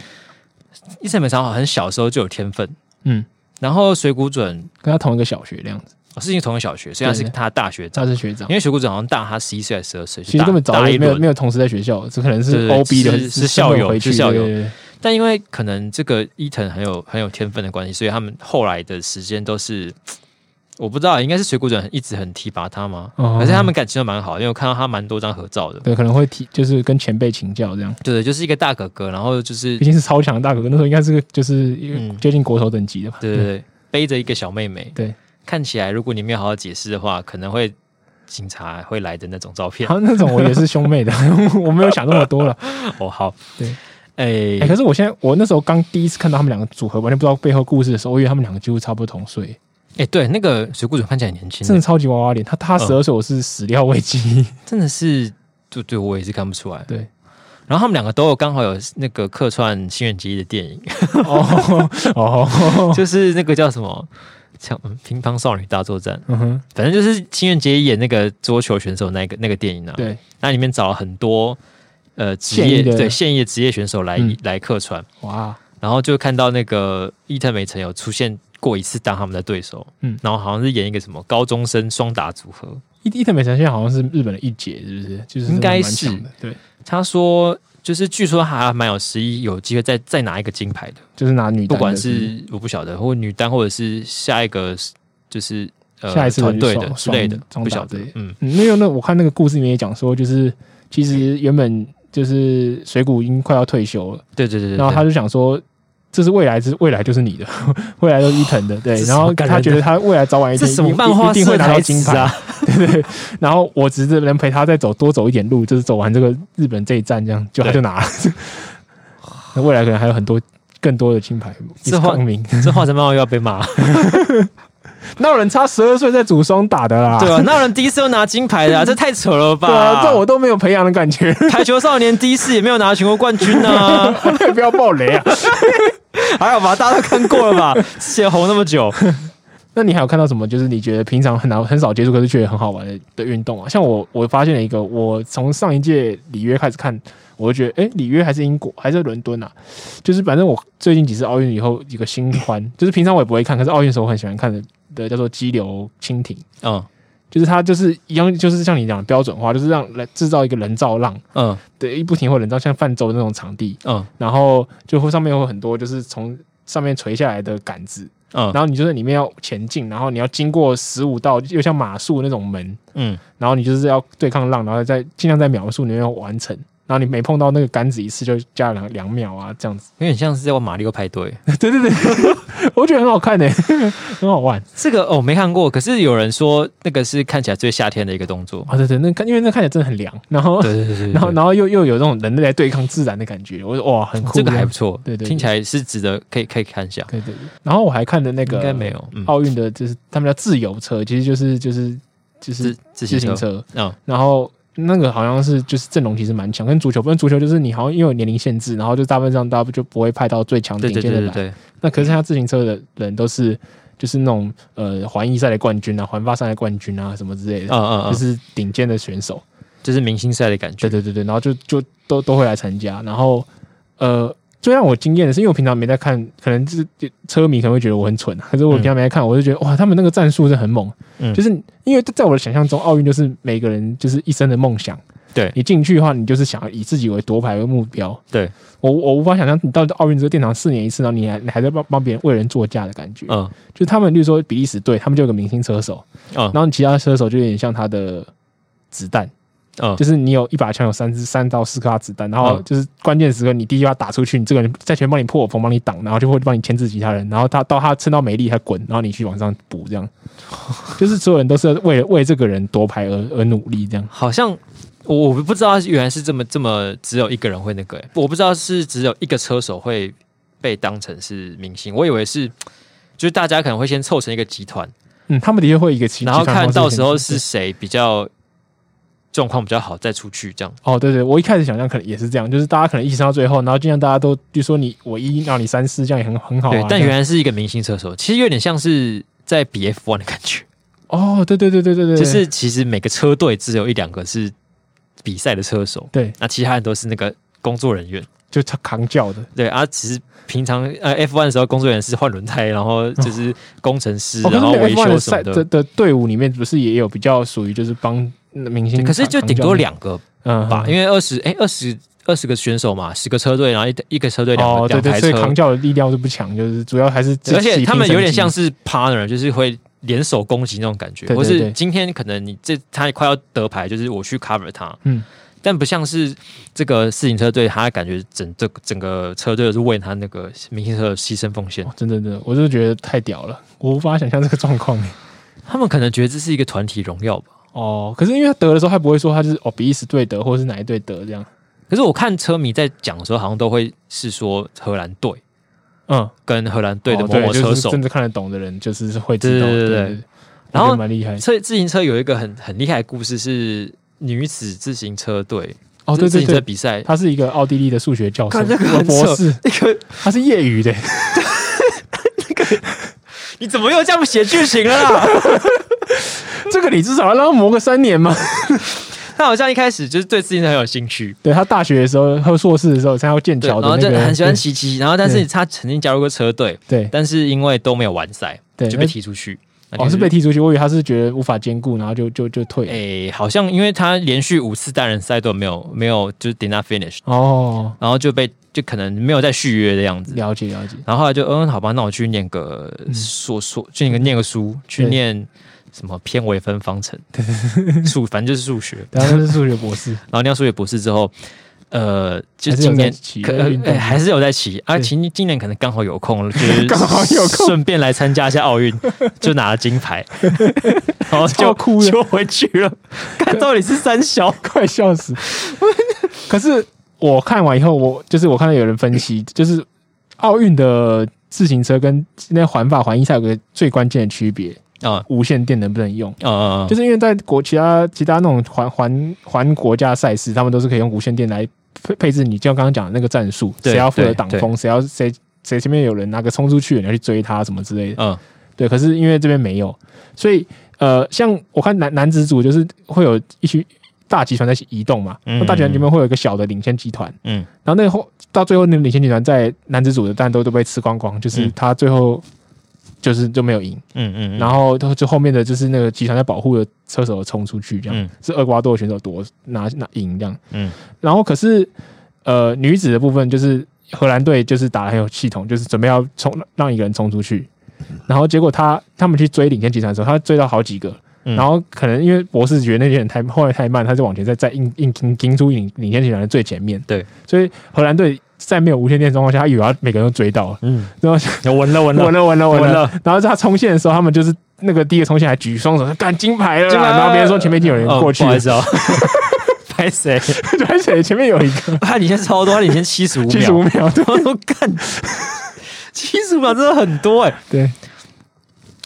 伊森美长好很小时候就有天分，
嗯，
然后水谷准
跟他同一个小学这样子，
哦是因为同一个小学，所以他是
对对
他的大学长，
他是学长
因。为水谷准好像大他十一岁还是十二岁，就
其实
大
根本早
大
就
一
没有
轮
没，有同时在学校，这可能
对
是
对
OB 的，
是是校友
回去
是校友
对对对
但因为可能这个伊藤很有很有天分的关系，所以他们后来的时间都是。我不知道，应该是水谷准一直很提拔他吗？
哦
可是他们感情都蛮好，因为我看到他蛮多张合照的。
对，可能会提，就是跟前辈请教这样。
对对，就是一个大哥哥，然后就是
毕竟是超强的大哥哥，那时候应该是个就是
嗯
接近国手等级的吧。
对对对，背着一个小妹妹，
对，
看起来如果你没有好好解释的话，可能会警察会来的那种照片
然。后那种我也是兄妹的， 我没有想那 么多了。
哦，好，
对，哎、
哎
可，是我现在我那时候刚第一次看到他们两个组合，完全不知道背后故事的时候，我以为他们两个几乎差不多同岁，
哎，对，那个水谷隼看起来很年轻
真，的超级娃娃脸。他他
嗯
十二岁，我是始料 未及。
真的是，对对，我也是看不出来。
对，
然后他们两个都有刚好有那个客串《心愿记忆》的电影，
哦哦，
就是那个叫什么？像嗯乒乓少女大作战，
嗯哼，
反正就是清源杰演那个桌球选手那个那个电影啊，
对，
那里面找了很多呃职
现
业
役的
对现役的职业选手来、
嗯
来客串，
哇，
然后就看到那个伊藤美诚有出现过一次当他们的对手，
嗯
然后好像是演一个什么高中生双打组合，
伊伊藤美诚现在好像是日本的一姐，是不是？就是
应该
蛮强的，对，
他说，就是据说他还蛮有实力，有机会再再拿一个金牌的，
就是拿女单的，
不管是我不晓得，或女单，或者是下一个就是呃
下一次的
团队
双
的之类的，
双
不晓
打
得
之类。
嗯，
嗯，因为那我看那个故事里面也讲说，就是其实原本就是水谷已经快要退休了，
对对对对。
然后他
对
就想说。这是未来，这是未来就是你的， 未来都是伊藤的，对。
这是
然后
什么感人
他
的
觉得他未来早晚一
这
天
什
一
么
定
漫画
一定
社
会拿到
台
金
词
牌，
啊？
然后我侄子能陪他再走多走一点路，就是走完这个日本这一站，这样就他
对
就拿了。 那未来可能还有很多更多的金牌，
这话
证明
这画成漫画又要被 骂，
哪有人差十二岁在组双打的啦？
对啊，那有人第一次就拿金牌的啊，这太扯了吧？
对啊，这我都没有培养的感觉，
排球少年第一次也没有拿全国冠军啊，
不要爆雷啊！
还好吧？大家都看过了吧？之前红那么久，
那你还有看到什么？就是你觉得平常很难很少接触，可是觉得很好玩的的运动啊？像我，我发现了一个，我从上一届里约开始看，我就觉得，哎、里约还是英国还是伦敦啊？就是反正我最近几次奥运以后，一个新欢，就是平常我也不会看，可是奥运的时候我很喜欢看的的叫做激流蜻蜓，
嗯
就是它就是一样，就是像你讲的标准化，就是让来制造一个人造浪，
嗯
对，一不停会有人造像泛舟的那种场地，
嗯
然后就会上面会有很多就是从上面垂下来的杆子，
嗯
然后你就在里面要前进，然后你要经过十五道又像马术那种门，
嗯，
然后你就是要对抗浪，然后再尽量在秒数里面完成。然后你每碰到那个杆子一次就加两两秒啊，这 样子。
有点像是在玩马里奥派对。
对对对，我觉得很好看呢、欸很好玩
这个哦没看过，可是有人说那个是看起来最夏天的一个动作。
啊！对对，那看因为那看起来真的很凉，然后
对对对对
哦然后
对
然后又又有那种人类在对抗自然的感觉，我说哇，很酷。
嗯这个还不错，
对对对
听起来是值得，可以可以看一下。
对对对。然后我还看的那个
应该没有，嗯，
奥运的，就是他们叫自由车，其实就是就是就是
自自
自
行
行
车，
车，
嗯
然后那个好像是就是阵容其实蛮强，跟足球不跟足球就是你好像因为有年龄限制，然后就大部分上大部就不会派到最强
对
顶
对
尖
对
的
对
来。
对，
那可是他自行车的人都是就是那种呃环意赛的冠军啊，环法赛的冠军啊什么之类
嗯
的，
嗯
就
嗯，
是顶尖的选手。
就是明星赛的感
对
觉。
对对对，然后就就都都会来参加，然后呃。最让我惊艳的是，因为我平常没在看，可能就是车迷可能会觉得我很蠢啊，可是我平常没在看，我就觉得哇，他们那个战术是很猛，
嗯
就是因为在我的想象中，奥运就是每个人就是一生的梦想，
对
你进去的话，你就是想要以自己为夺牌为目标，
对
我我无法想象你到奥运这个殿堂四年一次，然后你还你还在帮帮别人为人做嫁的感觉，
嗯
就是他们，例如说比利时队，他们就有个明星车手，
嗯
然后其他车手就有点像他的子弹。
嗯
就，是你有一把枪，有三支三到四颗子弹，然后
嗯
就是关键时刻你第一发打出去，你这个人在前面帮你破风，帮你挡，然后就会帮你牵制其他人，然后他到他撑到没力，他滚，然后你去往上补，这样， 就是所有人都是为了为这个人夺牌而而努力，这样。
好像我我不知道原来是这么这么只有一个人会那个、欸，我不知道是只有一个车手会被当成是明星，我以为是就是大家可能会先凑成一个集团，
嗯，他们的确会一个集，
然后
集团方
看
式
到时候是
先
谁比较状况比较好再出去这样。
哦，对对，我一开始想象可能也是这样，就是大家可能一直到最后，然后尽量大家都，比如说你我一，然后你三四，这样也很很好啊。
对，但
这样
原来是一个明星车手，其实有点像是在比 F1 的感觉，
哦，对对对对对对，
就是其实每个车队只有一两个是比赛的车手，
对，
那其他人都是那个工作人员。
就他扛轿的。
对啊，其实平常呃 F1 的时候，工作人员是换轮胎，然后就是工程师，
哦，可
然后
是
维修
F1 的
什么
赛的
的。
的队伍里面不是也有比较属于就是帮明星
对
扛，
可是就顶多两个
扛轿的嗯
吧，因为二十哎二十二十个选手嘛，十个车队，然后一一个车队两个
哦，对
两
对，
台
所以
车
扛，轿的力量是不强，就是主要还是自
而且他们有点像
自己
是 partner，就是会联手攻击那种感觉，
对对
或是
对
今天可能你这他快要得牌，就是我去 cover 他，
嗯，
但不像是这个自行车队，他感觉整这整个车队都是为他那个明星车手牺牲奉献
拼，成绩。哦真的真的，我就觉得太屌了，我无法想象这个状况。欸
他们可能觉得这是一个团体荣耀吧。
哦，可是因为他得的时候，他不会说他就是哦比利时队得，或者是哪一队得这样。
可是我看车迷在讲的时候，好像都会是说荷兰队
嗯，
跟荷兰队的
哦
某某车
就是
手。
真的看得懂的人，就是会知道。
对对对
对
对然后
我觉得蛮厉害
车自行车有一个很很厉害的故事是女子自行车队
哦，对
自
对
行车
对，
比 赛，
他是一个奥地利的数学教授，
看这个很扯
博士，
那个
他是业余的，欸
你怎么又这样写剧情了 啦？
这个你至少要让他磨个三年嘛。
他好像一开始就是对自行车很有兴趣，
对他大学的时候，和硕士的时候，参加剑
对，
桥
然
的
后
那
就
个，
很喜欢骑骑，然后但是他曾经加入过车队，
对
但是因为都没有完赛，
对
就被踢出去。那就
哦，是被踢出去，我以为他是觉得无法兼顾，然后就就就退了。
诶、好像因为他连续五次单人赛都没有没有就是 did not finish，
哦，
然后就被就可能没有再续约的样子。
了解 了解。
然后后来就嗯，好吧，那我去念个硕硕，去念个念个书，去
嗯对
念什么偏微分方 程，数反正就是数学。
他是数学博士，
然后念到数学博士之后，呃，就
还是
今
有在
年
骑
可
在运动
呃还是有在骑啊，
对
今今年可能刚好有空，就是
刚好有空
顺便来参加一下奥 运，就拿了金牌，然后
超
就
酷的
就回去 了。看到底是三小，
快笑死！ 可是我看完以后，我就是我看到有人分析，就是奥运的自行车跟那环法环意赛有个最关键的区别，
啊
无线电能不能用？
啊，
就是因为在国其他其他那种环环环国家赛事，他们都是可以用无线电来配配置你，就像刚刚讲的那个战术，
对
谁要负责
对
挡
对
风，谁要谁谁前面有人哪个冲出去，你要去追他什么之类的。
嗯
对，可是因为这边没有，所以呃，像我看男男子组就是会有一群大集团在一起移动嘛，
嗯
那大集团里面会有一个小的领先集团，
嗯
然后那个后到最后那个领先集团在男子组的但都都被吃光光，就是
嗯
他最后就是就没有赢，
嗯嗯，
然后就就后面的就是那个集团在保护的车手冲出去，这样、
嗯
是厄瓜多尔选手夺拿拿赢这样，
嗯
然后可是呃女子的部分就是荷兰队就是打得很有系统，就是准备要冲让一个人冲出去，然后结果他他们去追领先集团的时候，他追到好几个，
嗯
然后可能因为博士觉得那些人太后来太慢，他就往前再再硬硬停停出领领先集团的最前面，
对，
所以荷兰队在没有无线电的状况下，他以为要每个人都追到了，
嗯，
然后
稳了稳了
稳了稳了稳
稳
了
了，
然后他冲线的时候，他们就是。那个第一个冲线还举双手，干金牌了啦，
金牌了
然后别人说前面已经有人
哦
过去
不
了
好意，思哦， 拍谁？ 啊
对而且前面有一个
他领先超多，他领先七十五秒，
七十五秒，对
我都干，七十五秒真的很多哎、
对，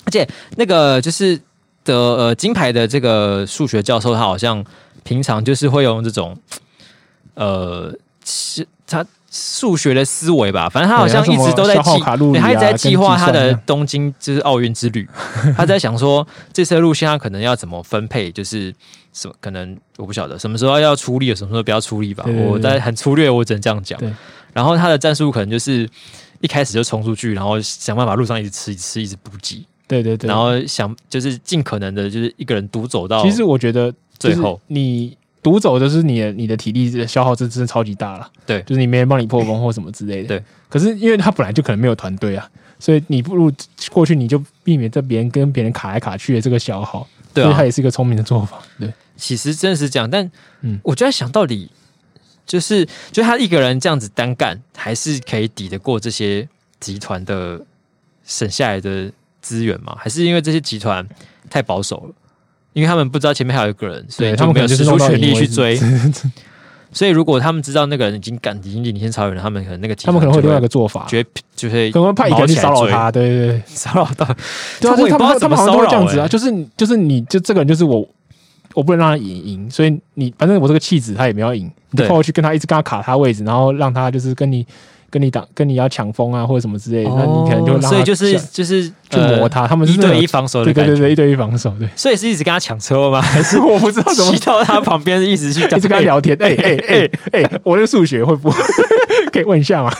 而且那个就是的呃金牌的这个数学教授，他好像平常就是会用这种呃，是他数学的思维吧，反正他好像
对
一
他什么
直都在
消耗
计，
卡路里
对
啊
他一直在计划他
跟
的
计算啊
东京就是奥运之 旅，他在想说这次的路线他可能要怎么分配，就是。什么可能我不晓得什么时候要出力，什么时候不要出力吧。
对对对
我在很粗略，我只能这样讲
对。
然后他的战术可能就是一开始就冲出去，然后想办法路上一直吃、一直吃、一直补给，
对对对。
然后想就是尽可能的，就是一个人独走到
其实我觉得
最后，
你独走就是你的你的体力的消耗真真的超级大了，
对
就是你没人帮你破风或什么之类的，
对。
可是因为他本来就可能没有团队啊，所以你不如过去你就避免在别人跟别人卡来卡去的这个消耗，
对
所以
啊
他，也是一个聪明的做法，对
其实真的是这样，但
嗯
我就在想到底就是就他一个人这样子单干，还是可以抵得过这些集团的省下来的资源吗？还是因为这些集团太保守了？因为他们不知道前面还有一个人，所以
对
就
他们
没
可
有
能
使
就是
出
弄到
全力
赢为
去
止
追。所以如果他们知道那个人已经赶已经领先超越了，他们可能那个集
他
团
们可能会
就
另外一个做法，
绝就会
可能会派一个人去骚扰他，对对对。
骚扰到，
对啊，
这
就
我
是
也
他
不知道
们他
怎么
们好像
骚
都会
扰
这样
欸
子啊，就是你就是你就这个人就是我，我不能让他赢赢，所以你反正我这个气质他也没有要赢，你就
对
跑过去跟他一直跟他卡他位置，然后让他就是跟你跟你挡跟你要抢风啊或者什么之类的，那你可能就会让他
哦所以就是
去
就是
磨他，他
呃
们是
一
那种
对一防守的
对对
感觉
对。对一对一防守， 对，
所以是一直跟他抢车吗？
还 是我不知道怎么
骑。到他旁边一直去讲
一直跟他聊天，哎哎哎哎，我的数学会不会 可以问 一下吗？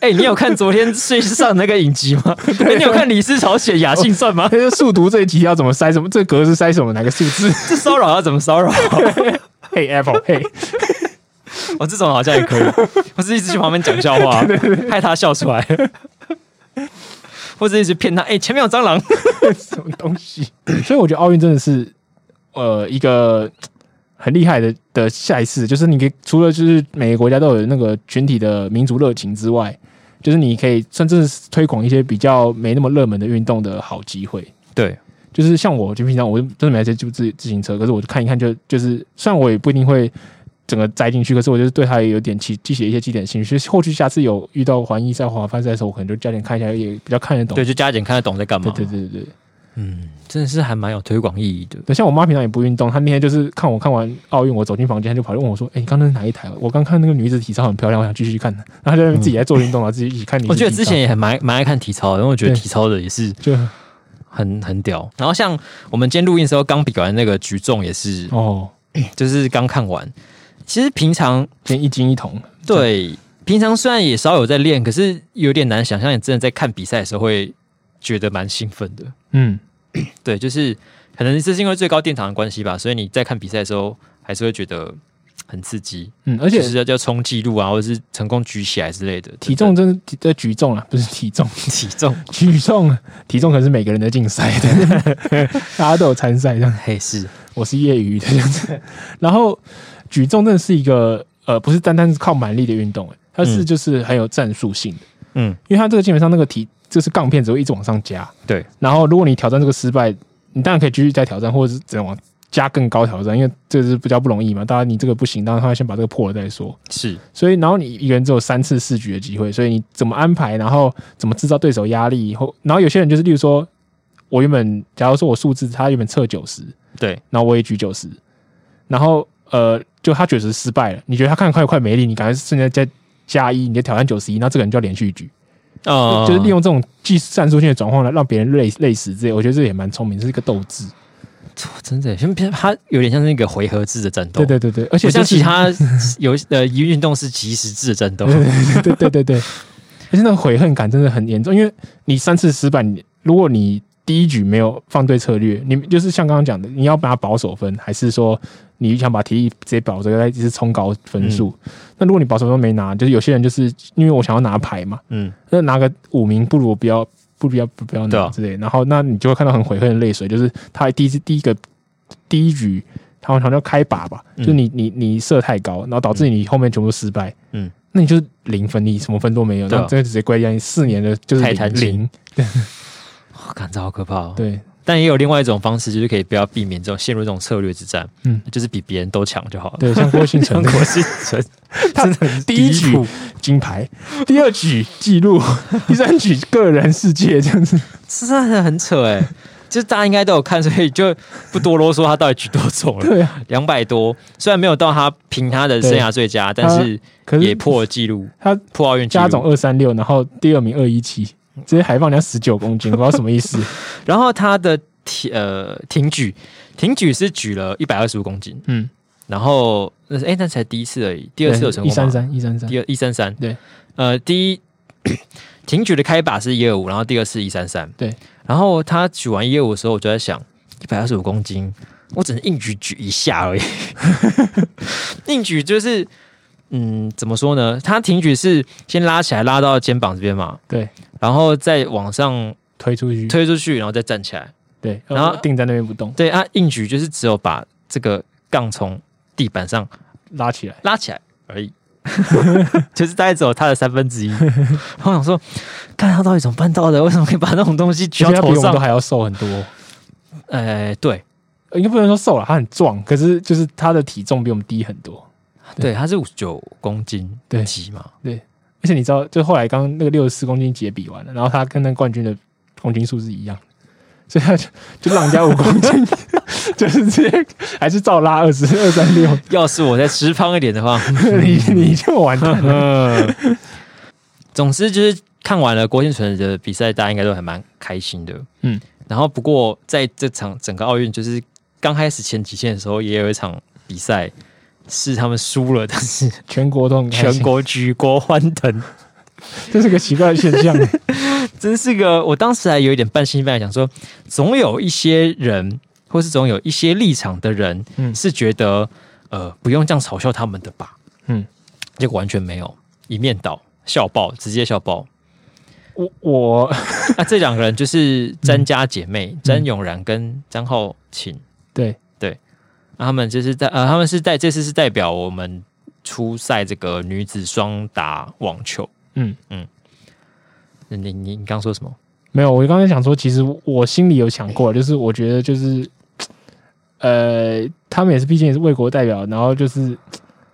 哎、你有看昨天最上那个影集 吗？哎、你有看李思潮写雅兴算吗？
那就数独这一题要怎么筛什么？这格是筛什么？哪个数字？
这骚扰要怎么骚扰？
嘿 Apple，嘿，
我、这种好像也可以，我是一直去旁边讲笑话，害他笑出来，或者一直骗他。哎、前面有 蟑螂。
什么东西？所以我觉得奥运真的是呃一个很厉害的的赛事，就是你可以除了就是每个国家都有那个群体的民族热情之外，就是你可以甚至是推广一些比较没那么热门的运动的好机会。
对，
就是像我，就平常我就真的没在接触自自行车，可是我就看一看就，就是虽然我也不一定会整个栽进去，可是我就是对它也有点起积起一些积点兴趣。后续下次有遇到环意赛、环法赛的时候，我可能就加点看一下，也比较看得懂。
对，就加减看得懂在干嘛。
对对对对对。
嗯，真的是还蛮有推广意义的。
对，像我妈平常也不运动，她那天就是看我看完奥运，我走进房间，她就跑来问我说：“哎、你刚刚那是哪一台？我刚看那个女子体操很漂亮，我想继续看。”然后她就在那边自己在做运动，然后自己一起看女子
我
体操。
觉得之前也还蛮蛮爱看体操的，因为我觉得
对
体操的也是
就
很很屌。然后像我们今天录音的时候刚比完那个举重，也是
哦，
就是刚看完。其实平常
今天一金一铜，
对平常虽然也稍有在练，可是有点难想象你真的在看比赛的时候会觉得蛮兴奋的。
嗯，
对，就是可能这是因为最高殿堂的关系吧，所以你在看比赛的时候还是会觉得很刺激，
嗯，而
就
且
是要要冲纪录啊，或者是成功举起来之类的。
体重真的的举重啊，不是体重，
体重，
举重体重可是每个人的竞赛的，大家都有参赛这样。
嘿是，
我是业余的这样子，然后举重真的是一个呃，不是单单是靠蛮力的运动、欸，它是
嗯
就是很有战术性的，
嗯，
因为它这个基本上那个体就是杠片只会一直往上加，
对，
然后如果你挑战这个失败，你当然可以继续再挑战，或者是只能往加更高挑战，因为这是比较不容易嘛。当然你这个不行，当然他先把这个破了再说。
是，
所以，然后你一个人只有三次四局的机会，所以你怎么安排，然后怎么制造对手压力，后然后有些人就是，例如说，我原本假如说我数字他原本测九十，
对，
然后我也举九十，然后呃，就他九十失败了，你觉得他看快快没力，你赶快瞬间再加一，你就挑战九十一，那这个人就要连续举，
啊，
就是利用这种技术战术性的转换来让别人累累死之类，我觉得这也蛮聪明，这是一个斗志。
真的，像它有点像是那个回合制的战斗，
对对对对，而且
不像
就是
其他 游呃运动是即时制的战斗，
对对对对，而且那个悔恨感真的很严重，因为你三次失败，你如果你第一局没有放对策略，你就是像刚刚讲的，你要把保守分，还是说你想把体力直接保着，再一直冲高分数？
嗯
那如果你保守分没拿，就是有些人就是因为我想要拿牌嘛，
嗯，
那拿个五名不如我不要，不不要不不要
对
拿
啊
之类的，然后那你就会看到很悔恨的泪水，就是他第一次第一个第一局。他好像叫开靶吧，
嗯
就是你你你射太高，然后导致你后面全部失败，
嗯，
那你就是零分，你什么分都没有，
对
那
啊
这个直接归掉你四年的就是
太哦贪
零
心
零，
我感觉好可怕哦。
对，
但也有另外一种方式，就是可以不要避免这种陷入这种策略之战，
嗯
嗯，就是比别人都强就好 了。
对像郭婞淳
像郭信存，
他
真的很
第一
离
局
谱
金牌，第二局记录， 第三局个人世界这样子，
真的很扯哎、就是大家应该都有看，所以就不多啰嗦，他到底举多 重了？
对啊，
两百多，虽然没有到他平他的生涯最佳，但是
可
也
是
破了纪录，
他
破奥运纪
加总
录。
二三六，然后第二名二一七，直接还放人家十九公斤，不知道什么 意思，
然后他的挺呃挺举，挺举是举了一百二十五公斤，
嗯，
然后那是哎、那才第一次而已，第二次有成功
一
吗
三三一三三，
第二一三三，
对，
呃，第一 挺举的开把是一二五，然后第二是一三三，
对。
然后他举完一二五的时候，我就在想，一百二十五公斤，我只能硬举举一下而已。 硬举就是，嗯，怎么说呢？他挺举是先拉起来，拉到肩膀这边嘛，
对，
然后再往上
推出去，
推出去，然后再站起来。
对，
然
然后
后
定在那边不动，
对，啊，硬举就是只有把这个杠从地板上
拉起来，
拉起来 而已，就是大概只有他的三分之一。然后我想说，看他到底怎么办到的？为什么可以把那种东西举
而
到
且他
头
比我们都
上？
还要瘦很多。
呃，对
呃应该不能说瘦了，他很壮，可是就是他的体重比我们低很多。
对，他是五十九公斤
对
级 嘛，
而且你知道，就后来刚刚那个六十四公斤姐比完了，然后他跟那冠军的公斤数是一样的，所以他就就让人家五公斤， 就是直接还是照拉二十二三六，
要是我再吃胖一点的话，
你你就完蛋了。
嗯，总之就是看完了郭敬淳的比赛，大家应该都还蛮开心的。
嗯
嗯，然后不过在这场整个奥运，就是刚开始前几天的时候，也有一场比赛是他们输了，但是
全国都很开心
全，国举国欢腾。
这是个奇怪的现象。
真是个，我当时还有一点半信半疑，想说总有一些人，或是总有一些立场的人，
嗯
是觉得呃不用这样嘲笑他们的吧，
嗯
嗯，结果完全没有，一面倒，笑爆，直接笑爆。
我我
那、这两个人就是詹家姐妹、詹永然跟张浩琴，
对
那他们就是在呃，他们是代这次是代表我们出赛这个女子双打网球。
嗯
嗯，你你你刚说什么？
没有，我刚才想说，其实我心里有想过，就是我觉得就是，呃，他们也是毕竟也是为国代表，然后就是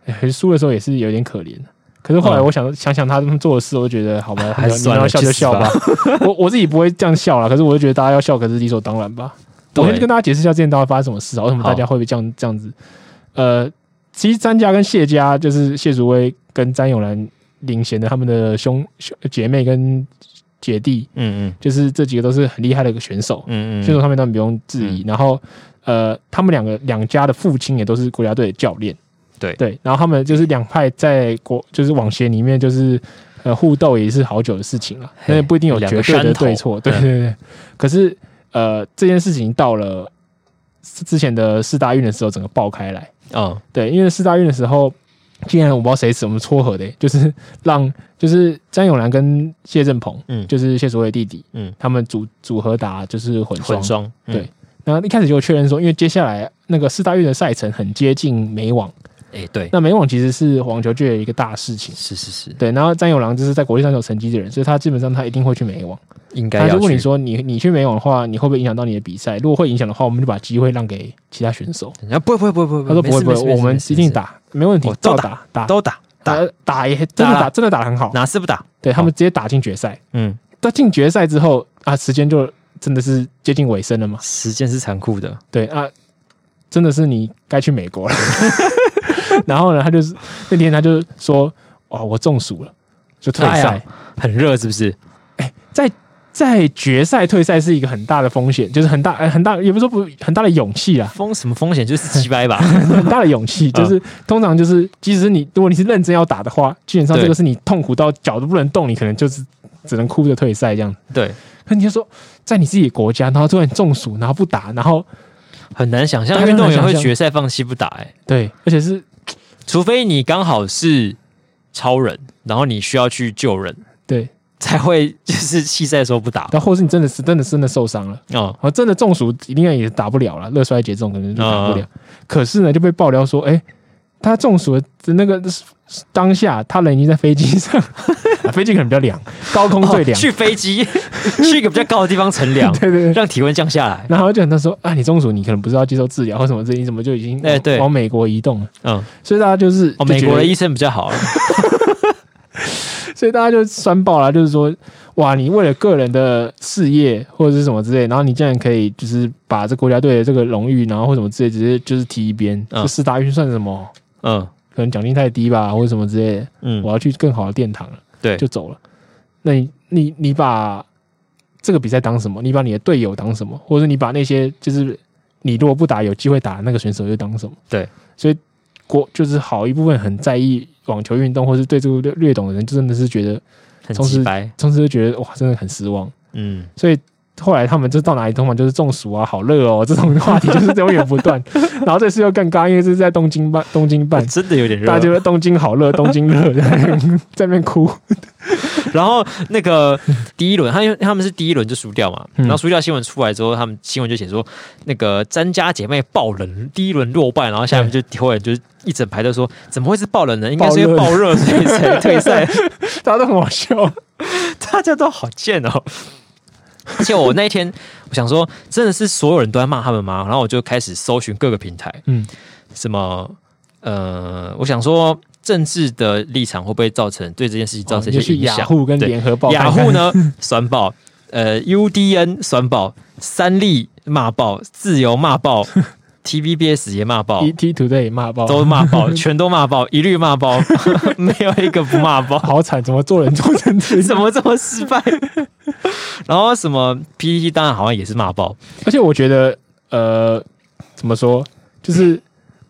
哎输的时候也是有点可怜。可是后来
嗯
我想、想想他们做的事，我就觉得好吧，
还是
你
算了
们要笑就
去死
笑吧。我我自己不会这样笑啦，可是我就觉得大家要笑，可是理所当然吧。我先
对
跟大家解释一下之前到底发生什么事啊，为什么大家会这样这样子。呃，其实詹家跟谢家就是谢祖薇跟詹永兰领衔的他们的兄兄姐妹跟姐弟，
嗯嗯
就是这几个都是很厉害的一个选手，
嗯嗯，嗯
选手上面当然不用质疑。然后呃，他们两个两家的父亲也都是国家队的教练，
对
对。然后他们就是两派在国就是网协里面就是呃互斗也是好久的事情了，
嘿
那也不一定有
两
绝
个
对的
山头
对错，对
嗯
对对。可是呃这件事情到了之前的四大运的时候，整个爆开来。
嗯，
对，因为四大运的时候，竟然我不知道谁怎么撮合的、就是让就是张永良跟谢振鹏，
嗯
就是谢祖伟弟弟，
嗯，
他们组组合打就是混双
混。双，嗯
对，然后一开始就确认说，因为接下来那个四大运的赛程很接近美网，
哎、对，
那美网其实是网球界的一个大事情。
是是是，
对，然后张友郎就是在国际上有成绩的人，所以他基本上他一定会去美网。
应该
他
要
就问
去
你，说你你去美网的话，你会不会影响到你的比赛？如果会影响的话，我们就把机会让给其他选手。
人家啊不会不会不会会，
他说
嗯没
不会
事
不
没事
会，
没
我
事
们
没事
一定
没事
打，没问题
我，
照
都
打打
都打打，
打打也真的
打
打真的打得很好。
哪次不打？
对他们直接打进决赛，
嗯，
到进决赛之后啊，时间就真的是接近尾声了嘛。
时间是残酷的，
对啊，真的是你该去美国了。 然后呢，他就是那天他就说哦，我中暑了，就退
哎
赛
呀。很热是不是？，
在在决赛退赛是一个很大的风险，就是很大、呃、很大，也不是说不很大的勇气啊
风什么风险就是鸡掰 吧？
很大的勇 气，
嗯
就是通常就是，即使你如果你是认真要打的话，基本上
对
这个是你痛苦到脚都不能动，你可能就是只能哭着退赛这样。
对，
可你就说，在你自己的国家，然后突然中暑，然后不打，然后
很难想
大
象
家
运动
很难
员会
想象
决赛放弃不打、哎，
对，而且是
除非你刚好是超人，然后你需要去救人，
对，
才会就是弃赛的时候不打。
然后或是你真的是真的真的受伤了。
哦，
然后真的中暑，一定也打不了了，热衰竭这种可能就
啊
打不了。可是呢，就被爆料说，哎、他中暑的那个当下，他人已经在飞机上， 啊飞机可能比较凉，高空最
哦
凉。
去飞机，去一个比较高的地方乘 凉，
对对对。
让体温降下来。
然后就很多人说啊，你中暑，你可能不是要接受治疗或什么这，你怎么就已经
哎对
往美国移动了？
嗯，
所以大家就是
哦，美国的
就觉
医生比较好啊。
得所以大家就酸爆了，就是说哇，你为了个人的事业或者是什么之类，然后你竟然可以就是把这国家队的这个荣誉，然后或什么之类，直接就是提一边，
嗯
这四大运算什么？
嗯
可能奖金太低吧，或者什么之类的，我
嗯，
要去更好的殿堂了，
对，
就走了。那你你你把这个比赛当什么？你把你的队友当什么？或者你把那些就是你如果不打有机会打的那个选手又当什么？
对，
所以国就是好一部分很在意网球运动，或是对这个略略懂的人，就真的是觉得
很
同时
鸡掰。
从此就觉得哇，真的很失望。
嗯，
所以后来他们就到哪里，通常就是中暑啊，好热哦，这种话题就是永远不 断。然后这次又更尬，因为这是在东京办，东京办，
真的有点热
大家。就说东京好热，东京热，在那边在那边哭。
然后那个 第一轮，他因为他们是第一轮就输掉嘛，
嗯
然后输掉新闻出来之后，他们新闻就写说那个詹家姐妹爆冷，第一轮落败，然后下面就后人就是一整排都说怎么会是爆冷呢？应该是因为
爆
爆热所以才退赛，
大家都很好笑。
大家都好贱哦。而且我那一天，我想说，真的是所有人都在骂他们吗？然后我就开始搜寻各个平台，
嗯，
什么呃，我想说政治的立场会不会造成对这件事情造成一
就
些
去
影响？
哦雅虎跟
对
联合报看
雅
看，
虎呢 酸爆，呃，UDN 酸爆，三立骂爆，自由骂爆，TVBS 也骂爆
E，T Today 也骂爆，
都骂爆，全都骂爆，一律骂爆，没有一个不骂爆，
好惨，怎么做人做 成这
怎
样？
么这么失败？ 然后什么 PPT 当然好像也是骂爆，
而且我觉得，呃，怎么说，就是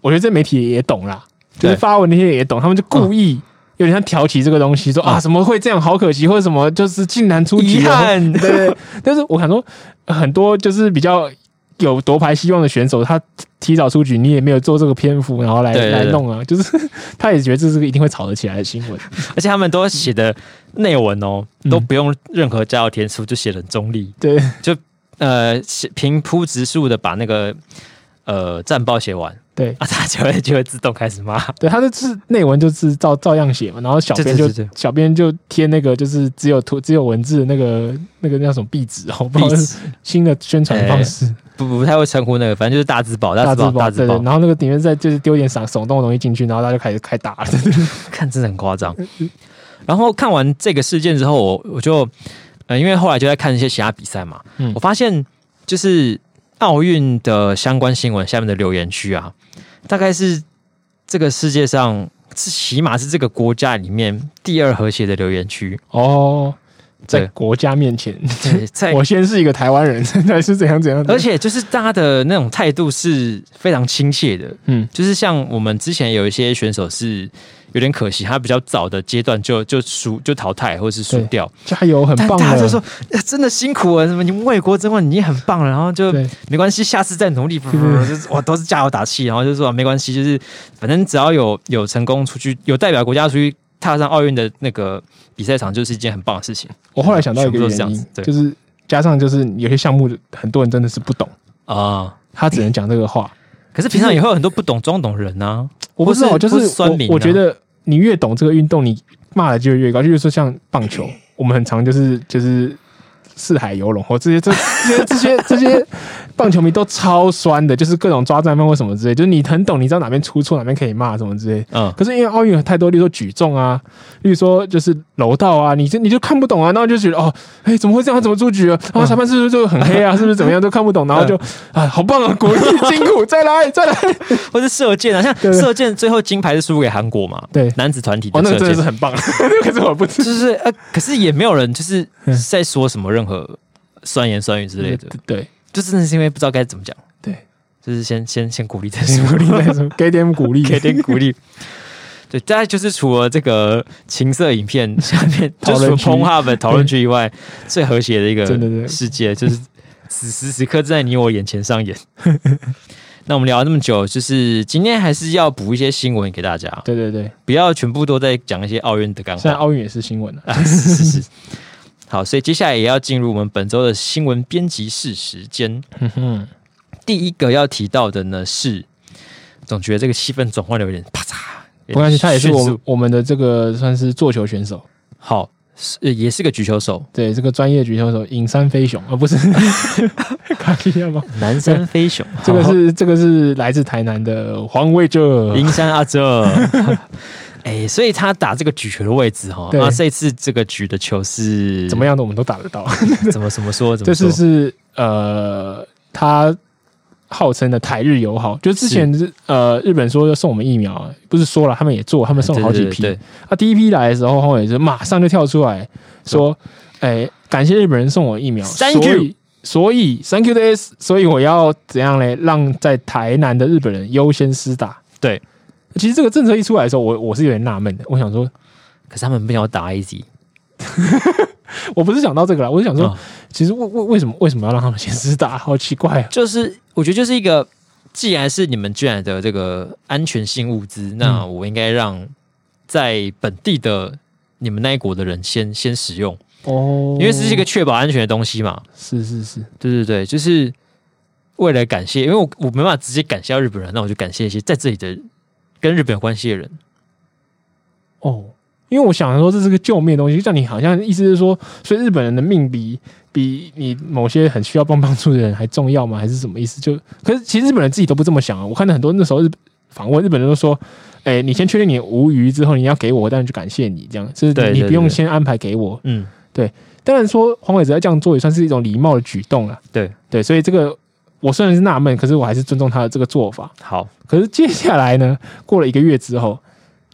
我觉得这媒体也懂啦，就是
对
发文那些也懂，他们就故意。有点像挑起这个东西，说啊，
嗯
怎么会这样，好可惜，或者什么，就是竟然出
遗
题了，
憾。
对对，对但是我想说，呃很多就是比较有夺牌希望的选手，他提早出局，你也没有做这个篇幅，然后来
对对对
来弄啊，就是 他也觉得这是个一定会炒得起来的新闻，
而且他们都写的内文哦，
嗯
都不用任何加油添醋，就写的中立，
对，
呃，写平铺直述的把那个呃战报写完。
对
啊，他就会就会自动开始骂。
对，他就是内文就是照照样写嘛，然后小编就
对对对对
小编就贴那个就是只有图只有文字的那个那个叫什么壁纸哦，我不知道是新的宣传方式，
不不太会称呼那个，反正就是大字报，哎大
大
字报，大
对
字
对，
报
然，后那个里面再就是丢一点耸耸动的东西进去，然后大家就开始开打了， 对对对
看真的很夸张。然后看完这个事件之后，我我就呃，因为后来就在看一些其他比赛嘛，
嗯
我发现就是奥运的相关新闻下面的留言区啊，大概是这个世界上。是起码是这个国家里面第二和谐的留言区，
哦，在
对
国家面前，
对在
我先是一个台湾人， 再是怎样怎样的，
而且就是大家的那种态度是非常亲切的，
嗯
就是像我们之前有一些选手是有点可惜，他比较早的阶段就就输就淘汰或是输
对
掉。
加油，很
但
棒
大家就
的。
说、呃真的辛苦了，什么你们为国争光，你很棒了，然后就
对
没关系，下次再努力， 不不不，就是哇，都是加油打气，然后就说、啊没关系，就是反正只要有有成功出去，有代表国家出去踏上奥运的那个比赛场，就是一件很棒的事情
我后来想到一个
全部都是这
原
样子
因，
对
就是加上就是有些项目很多人真的是不懂，
啊、
他只能讲这 个话。
可是平常也会有很多不懂装懂人啊呐、
我不知道，
或是
就是
或是酸
我
民啊
我觉得你越懂这个运动，你骂的就越高。就是说像棒球，我们很常就是就是四海游龙或这些这这些这些这些棒球迷都超酸的，就是各种抓战犯或什么之类。就是你很懂，你知道哪边出错，哪边可以骂什么之类。
嗯，
可是因为奥运有太多，例如说举重啊，例如说就是柔道啊，你就你就看不懂啊，然后就觉得哦，哎、怎么会这样？怎么出局啊了？然后裁判是不是就很 黑啊？是不是怎么样都看不懂？然后就啊，好棒啊，鼓励辛 苦，再来再来。
或是射箭啊，像
对
射箭最后金牌是输给韩国嘛，
对
男子团体
哦，
的
那个
射
真的是
箭，
很棒， 那个是我不知
就是呃，可是也没有人就是
嗯
在说什么任何酸言酸语之类的，
对，
就真的是因为不知道该怎么讲，
对，
就是先先先鼓励再说
先，鼓励再 说，给点鼓励，
给点鼓 励。对，大概就是除了这个情色影 片下面，
讨
就
论
除了
区
Pong Hub 讨论区以外，最和谐的一
真的真
个
的
世界，就是此时此刻正在你我眼前 上演。那我们聊了那么久，就是今天还是要补一些新闻给大家，
对对对，
不要全部都在讲一些奥运的干
虽然
话。
奥运也是新闻了、
啊，是 是是。好，所以接下来也要进入我们本周的新闻编辑室时间。
嗯哼，
第一个要提到的呢是，总觉得这个气氛转换的有点啪嚓，
不关系，他也是我
迅
们
速
我们的这个算是做球选手，
好，是呃也是个举球手，
对这个专业举球手尹山飞熊，而、 不是卡利亚吗？
南山飞 熊，
这个是这个是来自台南的黄卫哲
好，银山阿哲。 哎、所以他打这个举球的位置哈，
对
那这次这个举的球是
怎么样的我们都打得到。
样？怎么怎么说？怎
这
么说？
次是呃，他号称的台日友好，就之前是呃日本说要送我们疫苗啊，不是说了，他们也做，他们送了好几批。
对对对
啊，第一批来的时候，黄伟哲马上就跳出来说：“哎、感谢日本人送我疫苗
Thank
所以所以 Thank you this，所以我要怎样嘞？让在台南的日本人优先施打。”
对，
其实这个政策一出来的时候，我我是有点纳闷的，我想说，
可是他们没有打 AZ，
我不是想到这个啦，我是想说，
哦
其实为为为什么为什么要让他们先施打？好奇 怪啊！
就是我觉得就是一个，既然是你们居然的这个安全性物资，那我应该让在本地的你们那一国的人先先使用，
哦
因为这是一个确保安全的东西嘛。
是是是，
对对对，就是为了感谢，因为我我没办法直接感谢到日本人，那我就感谢一些在这里的跟日本有关系的人。
哦，因为我想说这是个救命的东西，就像你好像意思是说，所以日本人的命比比你某些很需要帮帮助的人还重要吗？还是什么意思？就可是其实日本人自己都不这么想啊。我看到很多那时候日访问日本人都说，哎、你先确定你无虞之后，你要给我，我当然就感谢你这样，就是
对
你
对
不用
对
先安排给我。
嗯，
当然说黄伟哲这样做也算是一种礼貌的举动啊了。
对
对，所以这个我虽然是纳闷，可是我还是尊重他的这个做法。
好，
可是接下来呢，过了一个月之后，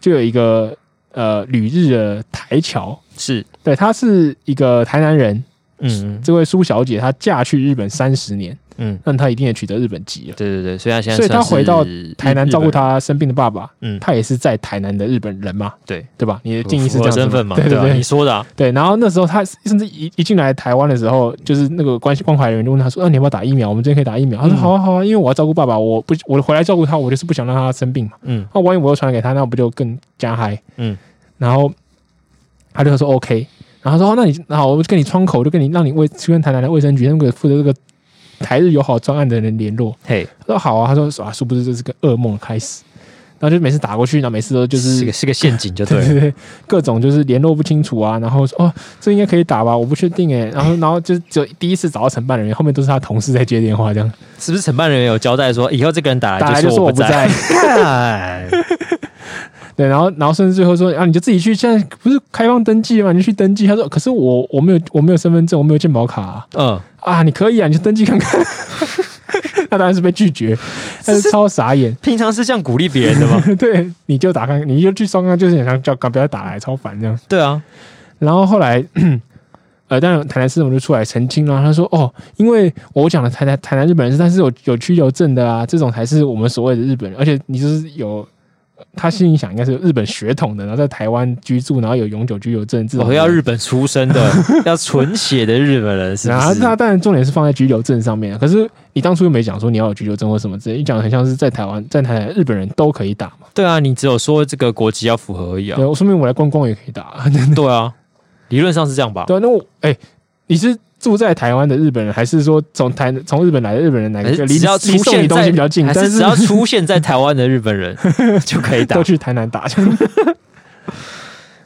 就有一个呃旅日的台侨，
是，
对，她是一个台南人，
嗯
这位苏小姐她嫁去日本三十年，
嗯，
那她一定也取得日本籍了。
对对对，所以他现在
所以他
算是
回到
日
台南照顾，
日
她生病的爸爸，
本人嗯，
她也是在台南的日本人嘛，
对，
对吧？你的定义是
符合
这样子
身份嘛，
对
对
对
啊
对
你说的啊，
对。然后那时候她甚至一一进来台湾的时候，就是那个关系关怀人员就问她说：“啊，你要不要打疫苗？我们这边可以打疫苗。”她说：“
嗯
好啊，好啊，因为我要照顾爸爸，我不我回来照顾他，我就是不想让他生病嘛。”
嗯
那万一我又传染给他，那不就更加嗨？
嗯，
然后他就说 OK，然后他说、哦那你那好，我就跟你窗口，就跟你让你卫去跟台南的卫生局那个负责这个台日友好专案的人联络。
嘿，
他说好啊，他说啊，殊不知这是个噩梦的开始。然后就每次打过去，然后每次都就是是
个是个陷阱，就对
对
了
对。对，各种就是联络不清楚啊，然后说哦，这应该可以打吧，我不确定哎。然后然后就只有第一次找到承办人员，后面都是他同事在接电话这样。
是不是承办人员有交代说，哎以后这个人打来
打来就
说
说我
不
不
在
在？
干
对，然后然后甚至最后说啊，你就自己去，现在不是开放登记了吗？你就去登记。他说，可是我我没有我没有身份证，我没有健保卡啊，
嗯，
啊你可以啊，你去登记看看。 他当然是被拒绝，但是超傻眼。
平常是这样鼓励别人的吗？
对，你就打看看，你就去双方，就是想叫赶不要打来，超烦这样。
对啊，
然后后来， 呃，当然台南市政府就出来澄清了，他说哦，因为我讲的台南台南日本人是，但是有有居留证的啊，这种才是我们所谓的日本人，而且你就是有他心里想应该是有日本血统的，然后在台湾居住，然后有永久居留证，至少
我哦要日本出生 的，要纯血的日本人是
然后
不是？
他当然重点是放在居留证上面啊，可是你当初又没讲说你要有居留证或什么之类，你讲的很像是在台湾，在台湾日本人都可以打嘛。
对啊，你只有说这个国籍要符合而已啊
对，。我说明我来观光也可以打。
对啊，理论上是这样吧？
对啊，那我哎、你是住在台湾的日本人，还是说从台从日本来的日本人哪
还
个
是
离
哎只要
离
出
送
现
你东
在
西比较近？
还
但
是
是
只要出现在台湾的日本 人就可以打
都？去台南打。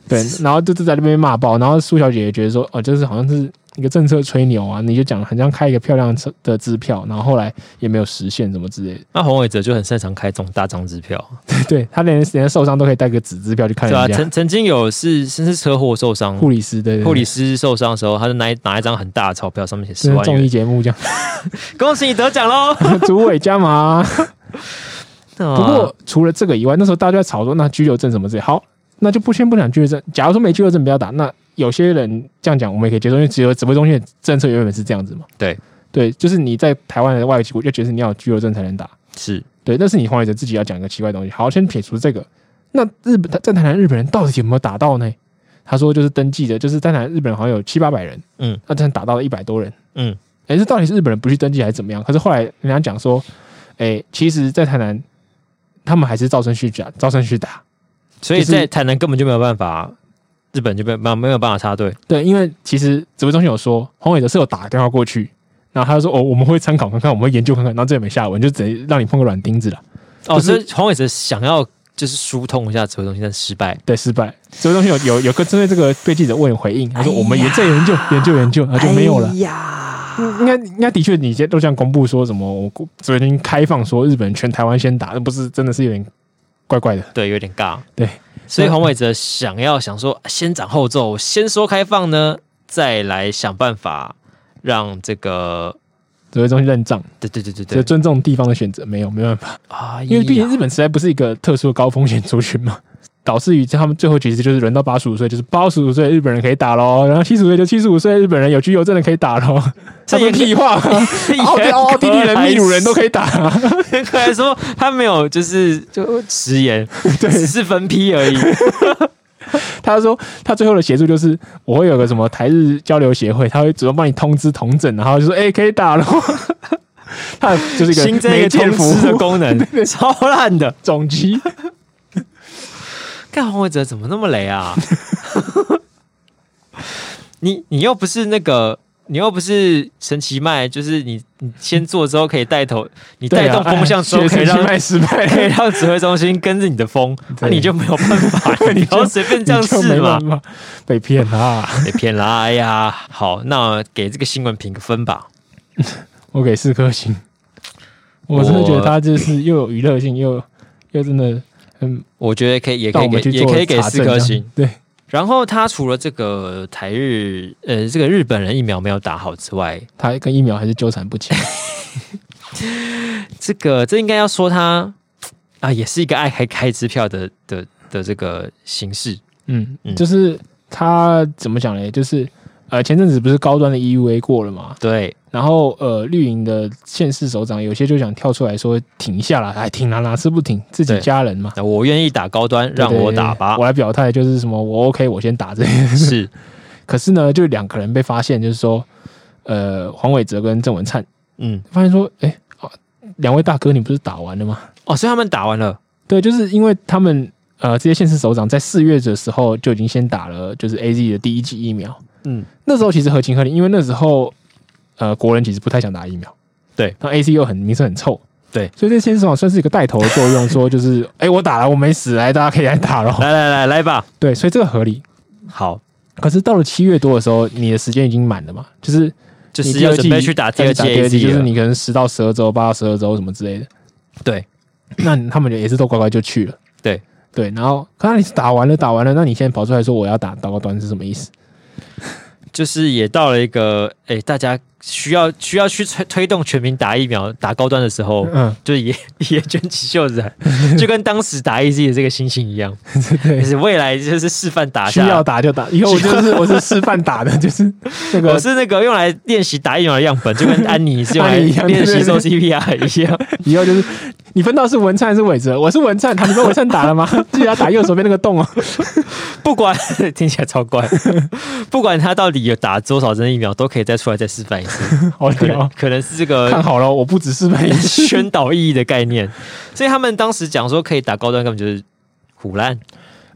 对，然后就是在那边骂爆，然后苏小姐也觉得说，哦，就是好像是一个政策吹牛啊，你就讲很像开一个漂亮的支票，然后后来也没有实现什么之类的。
那洪伟哲就很擅长开这种大张支票，
对他连连受伤都可以带个纸支票去看
对啊，
人家
曾曾经有是甚至车祸受伤，
护理师对对对
护理师受伤的时候，他就拿一拿一张很大的钞票，上面写
是
十万
综艺
元，
节目这样，
恭喜你得奖喽！
主委加码。
不
不过除了这个以外，那时候大家在吵说，那居留证什么之类，好，那就不先不讲居留证。假如说没居留证不要打，那有些人这样讲我们也可以接受，因为只有指挥中心的政策原本是这样子嘛。
对
对，就是你在台湾的外籍国就觉得你要有居留证才能打，
是
对，但是你黄伟哲自己要讲一个奇怪的东西。好，先撇除这个，那日本在台南日本人到底有没有打到呢？他说就是登记的，就是在台南日本人好像有七八百人，
嗯，
那但打到了一百多人，
嗯，
哎、这到底是日本人不去登记还是怎么样？可是后来人家讲说，哎、其实，在台南他们还是照顺序打，照顺序打，
所以
就是
在台南根本就没有办法，日本就没有没有没有办法插队。
对，因为其实指挥中心有说，黄伟哲是有打电话过去。然后他就说：“哦，我们会参考看看，我们会研究看看。”然后这也没下文，就直接让你碰个软钉子了。
哦，
就
所
是
以黄伟哲想要就是疏通一下指挥中心，但失败。
对，失败。所以东西有有有个针对这个被记者问回应，他说
哎呀
我们也在研究研究研究，然后就没有了
哎。呀，
嗯应该应该的确，你现在都这样公布说什么，我昨天开放说日本全台湾先打，那不是真的是有点怪怪的。
对，有点尬。
对，
所以黄伟哲想要想说，先斩后奏，先说开放呢，再来想办法让这个，
指挥中心认账，
对对对对
就
对，
尊重地方的选择，没有没办法，
啊，
因为毕竟日本实在不是一个特殊的高风险族群嘛， 导致于他们最后其实就是轮到八十五岁，就是八十五岁的日本人可以打喽，然后七十五岁就七十五岁的日本人有居留证的可以打喽，
这
这
也
不是 屁话吗？奥地 奥地利哦人、秘鲁人都可以打、
以。可来说他没有就是就食言，只是分批而已。
他说他最后的协助就是我会有个什么台日交流协会，他会主动帮你通知同整，然后就说哎、可以打了。 他就是一个
新增一
媒
个
介
通
服
知的
务
功能，超烂的。
总机，
干黄伟哲怎么那么雷啊？你你又不是那个，你又不是神奇麦，就是你你先做之后可以带头，你带
啊
动风向之后
学
可以
生
让、
卖失败
可以
了，
让指挥中心跟着你的风，那、
对
你就没有办法， 你不要随便这样
你就
试
没
嘛
办，法，被骗啊啦！
被骗啦！哎呀，好，那给这个新闻评个分吧。
我给四颗星，我真的觉得他就是又有娱乐性，又又真的很
我觉得可以，也可
让
以
我们
给，
去
也
做
可以给
查
四
证
颗
这样
星。。
对，
然后他除了这个台日呃这个日本人疫苗没有打好之外，
他跟疫苗还是纠缠不清，
这个这应该要说他啊，也是一个爱开开支票的的的这个形式。
嗯
嗯，
就是他怎么讲嘞？就是呃，前阵子不是高端的 EUA 过了嘛，
对，
然后呃，绿营的县市首长有些就想跳出来说停一下啦，哎，停啦、哪次不停？自己
对
家人嘛，
那我愿意打高端，让
对
我打吧
我。来表态，就是什么我 OK，我先打这些。
是，
可是呢，就两个人被发现，就是说，呃，黄伟哲跟郑文灿
嗯，
发现说，哎、啊两位大哥，你不是打完了吗？
哦，所以他们打完了，
对，就是因为他们呃，这些县市首长在四月的时候就已经先打了，就是 A Z 的第一剂疫苗。
嗯，
那时候其实合情合理，因为那时候呃国人其实不太想打疫苗，
对，
那 A C 又很名声很臭，
对，
所以这先生算是一个带头的作用，说就是哎、我打了，我没死，来大家可以来打咯。
来来来来吧。
对，所以这个合理。
好，
可是到了七月多的时候，你的时间已经满了嘛，就是
就
你
是
第
要
二
准
季
备去打第
要
二
去
季
打第二
A
季，就
Z
是
了。
你可能十到十二周、八到十二周什么之类的。
对，
那他们就也是都乖乖就去了。
对
对，然后刚才你打完了，打完了，那你现在跑出来说我要打打高端是什么意思？
就是也到了一个哎、大家需要需要去推推动全民打疫苗、打高端的时 候，
嗯，
就也也卷起袖子来， 就跟当时打 A Z 的这个心情一样，就
对。
是未来就是示范打
需
下
要打就打，以 后我就是我是示范打的，就是那个
我是那个用 来练习打疫苗的样本，就跟安妮是用来
安妮一样
练习
对对对
做 CPR 一样。
以后就是你分到是文灿还是伟哲？我是文灿，他们说文灿打了吗？ 记得要打右手边那个洞哦。
不管听起来超怪，不管他到底有打多少针疫苗，都可以再出来再示范一次。
好
可能
屌，哦
可能是这
看
个
好了，我不只是被
宣导意义的概念，所以他们当时讲说可以打高端，根本就是胡乱。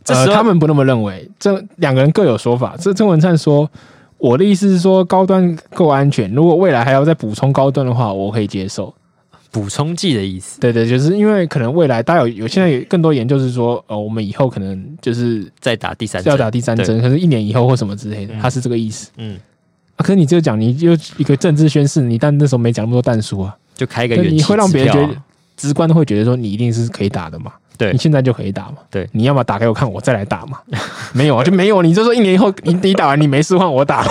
这
呃，
时候、
他们不那么认为，这两个人各有说法。这郑文灿说，我的意思是说，高端够安全，如果未来还要再补充高端的话，我可以接受。
补充剂的意思，
对对，就是因为可能未来大家有有现在有更多研究是说，呃，我们以后可能就是
再打第三针
要打第三针，可是一年以后或什么之类的，他是这个意思。
嗯，
啊、可是你这个讲，你就一个政治宣誓，你但那时候没讲那么多蛋书啊，
就开一个
那
元气
你会让别人
支
觉
票啊
得直观的会觉得说你一定是可以打的嘛？
对
你现在就可以打嘛？
对
你要么打给我看，我再来打嘛？ 没有啊，就没有，你就说一年以后你你打完你没事换 我打。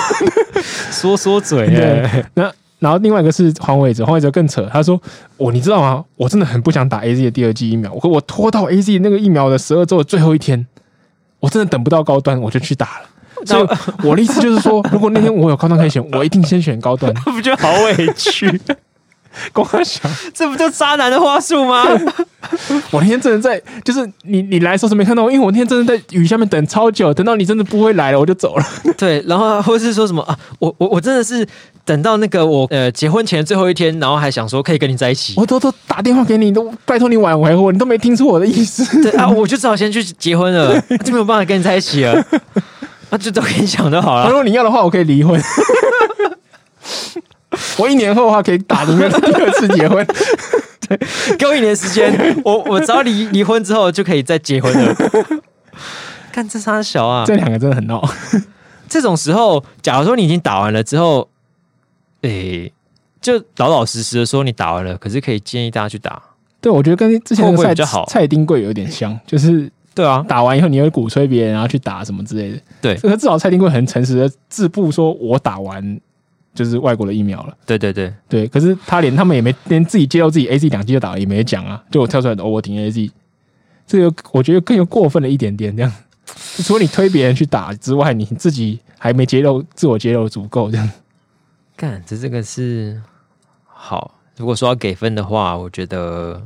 说说嘴
对
耶，
那然后另外一个是黄伟哲，黄伟哲更扯，他说我你知道吗？我真的很不想打 A Z 的第二剂疫苗，我我拖到 A Z 那个疫苗的十二周的最后一天，我真的等不到高端，我就去 打了。所以我的意思就是说，如果那天我有高端可以选，我一定先选高 端。
这不就好委屈？
光想，
这不就渣男的话术吗？
我那天真的在，就是你你来的时候是没看到我，因为我那天真的在雨下面等超久，等到你真的不会来了，我就走 了。
对，然后或是说什么啊，我我我真的是等到那个我呃结婚前的最后一天，然后还想说可以跟你在一起，
我都都打电话给你，都拜托你挽回我，你都没听出我的意 思。
对啊，我就只好先去结婚了， 就没有办法跟你在一起了。 那就都跟你讲就好
如
了。
果你要的话，我可以离婚。 我一年后的话可以打你们第二次结 婚，
给我一年时间，我我只要离离婚之后就可以再结婚 了。看这差小啊！
这两个真的很闹。
这种时候，假如说你已经打完了之后，诶、就老老实实的说你打完了，可是可以建议大家去打。
对，我觉得跟之前那
会不会
个
比较
蔡
好
蔡丁贵有点像，就是
对啊，
打完以后你会鼓吹别人，然后去打什么之类的。
对
这个至少蔡丁贵很诚实的自曝说，我打完就是外国的疫苗了。
对对对，
对，可是他连他们也没连自己接到自己 A Z 两剂就打了也没讲啊，就我跳出来的、哦、我停 A Z，这个我觉得更有过分了一点点这样。 就除了你推别人去打之外，你自己还没揭露自我揭露足够这样。
干这这个是好。如果说要给分的话，我觉得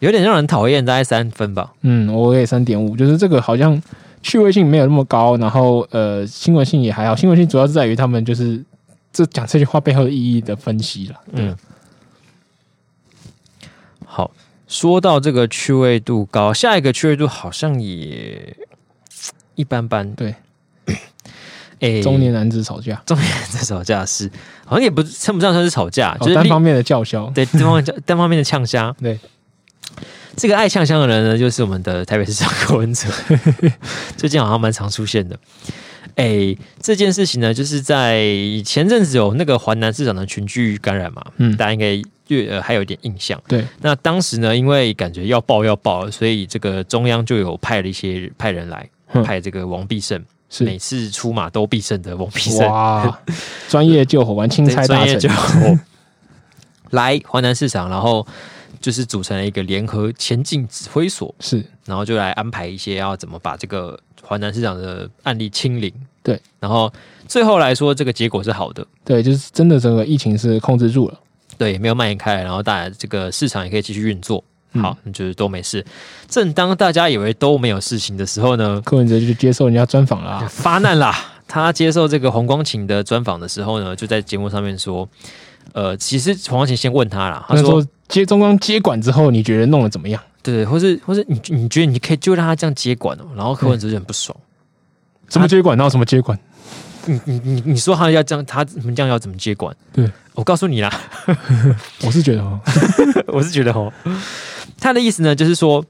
有点让人讨厌，大概三分吧。
嗯，我给三点五，就是这个好像趣味性没有那么高，然后呃新闻性也还好，新闻性主要是在于他们就是这讲这句话背后的意义的分析了。
嗯，好，说到这个趣味度高，下一个趣味度好像也一般般。
对，
诶、啊
中年男子吵架，
中年人在吵架是，好像也不称不上算是吵架，
哦
就是、
单方面的叫嚣，
对单方单方面的呛虾。
对，
这个爱呛香的人呢，就是我们的台北市长柯文 哲，最近好像蛮常出现的。哎，这件事情呢，就是在前阵子有那个华南市长的群聚感染嘛，
嗯
大家应该略呃还有一点印象。
对，
那当时呢，因为感觉要爆要爆了，所以这个中央就有派了一些派人来
嗯，
派这个王必胜，每
是
次出马都必胜的王必胜，
哇，专业救火玩钦
对
差大
专业就
臣
哦来华南市场，然后就是组成了一个联合前进指挥所，
是。
然后就来安排一些要怎么把这个华南市场的案例清零。
对，
然后最后来说，这个结果是好的，
对，就是真的整个疫情是控制住了。
对，也没有蔓延开来，然后大家这个市场也可以继续运作。
嗯
好，就是都没事。正当大家以为都没有事情的时候呢，
柯文哲就接受人家专访了、啊，
发难啦。他接受这个黄光琴的专访的时候呢，就在节目上面说，呃，其实黄光琴先问他啦，他
那时
说
候接中央接管之后，你觉得弄得怎么样？
对，或是或是你你觉得你可以就让他这样接管哦，然后柯文哲就很不爽。
什么接管？哪有什么接管？
你你你你说他要这样，他你们这样要怎么接管？
对，
我告诉你啦，
我是觉得哦，
我是觉得哦，他的意思呢，就是说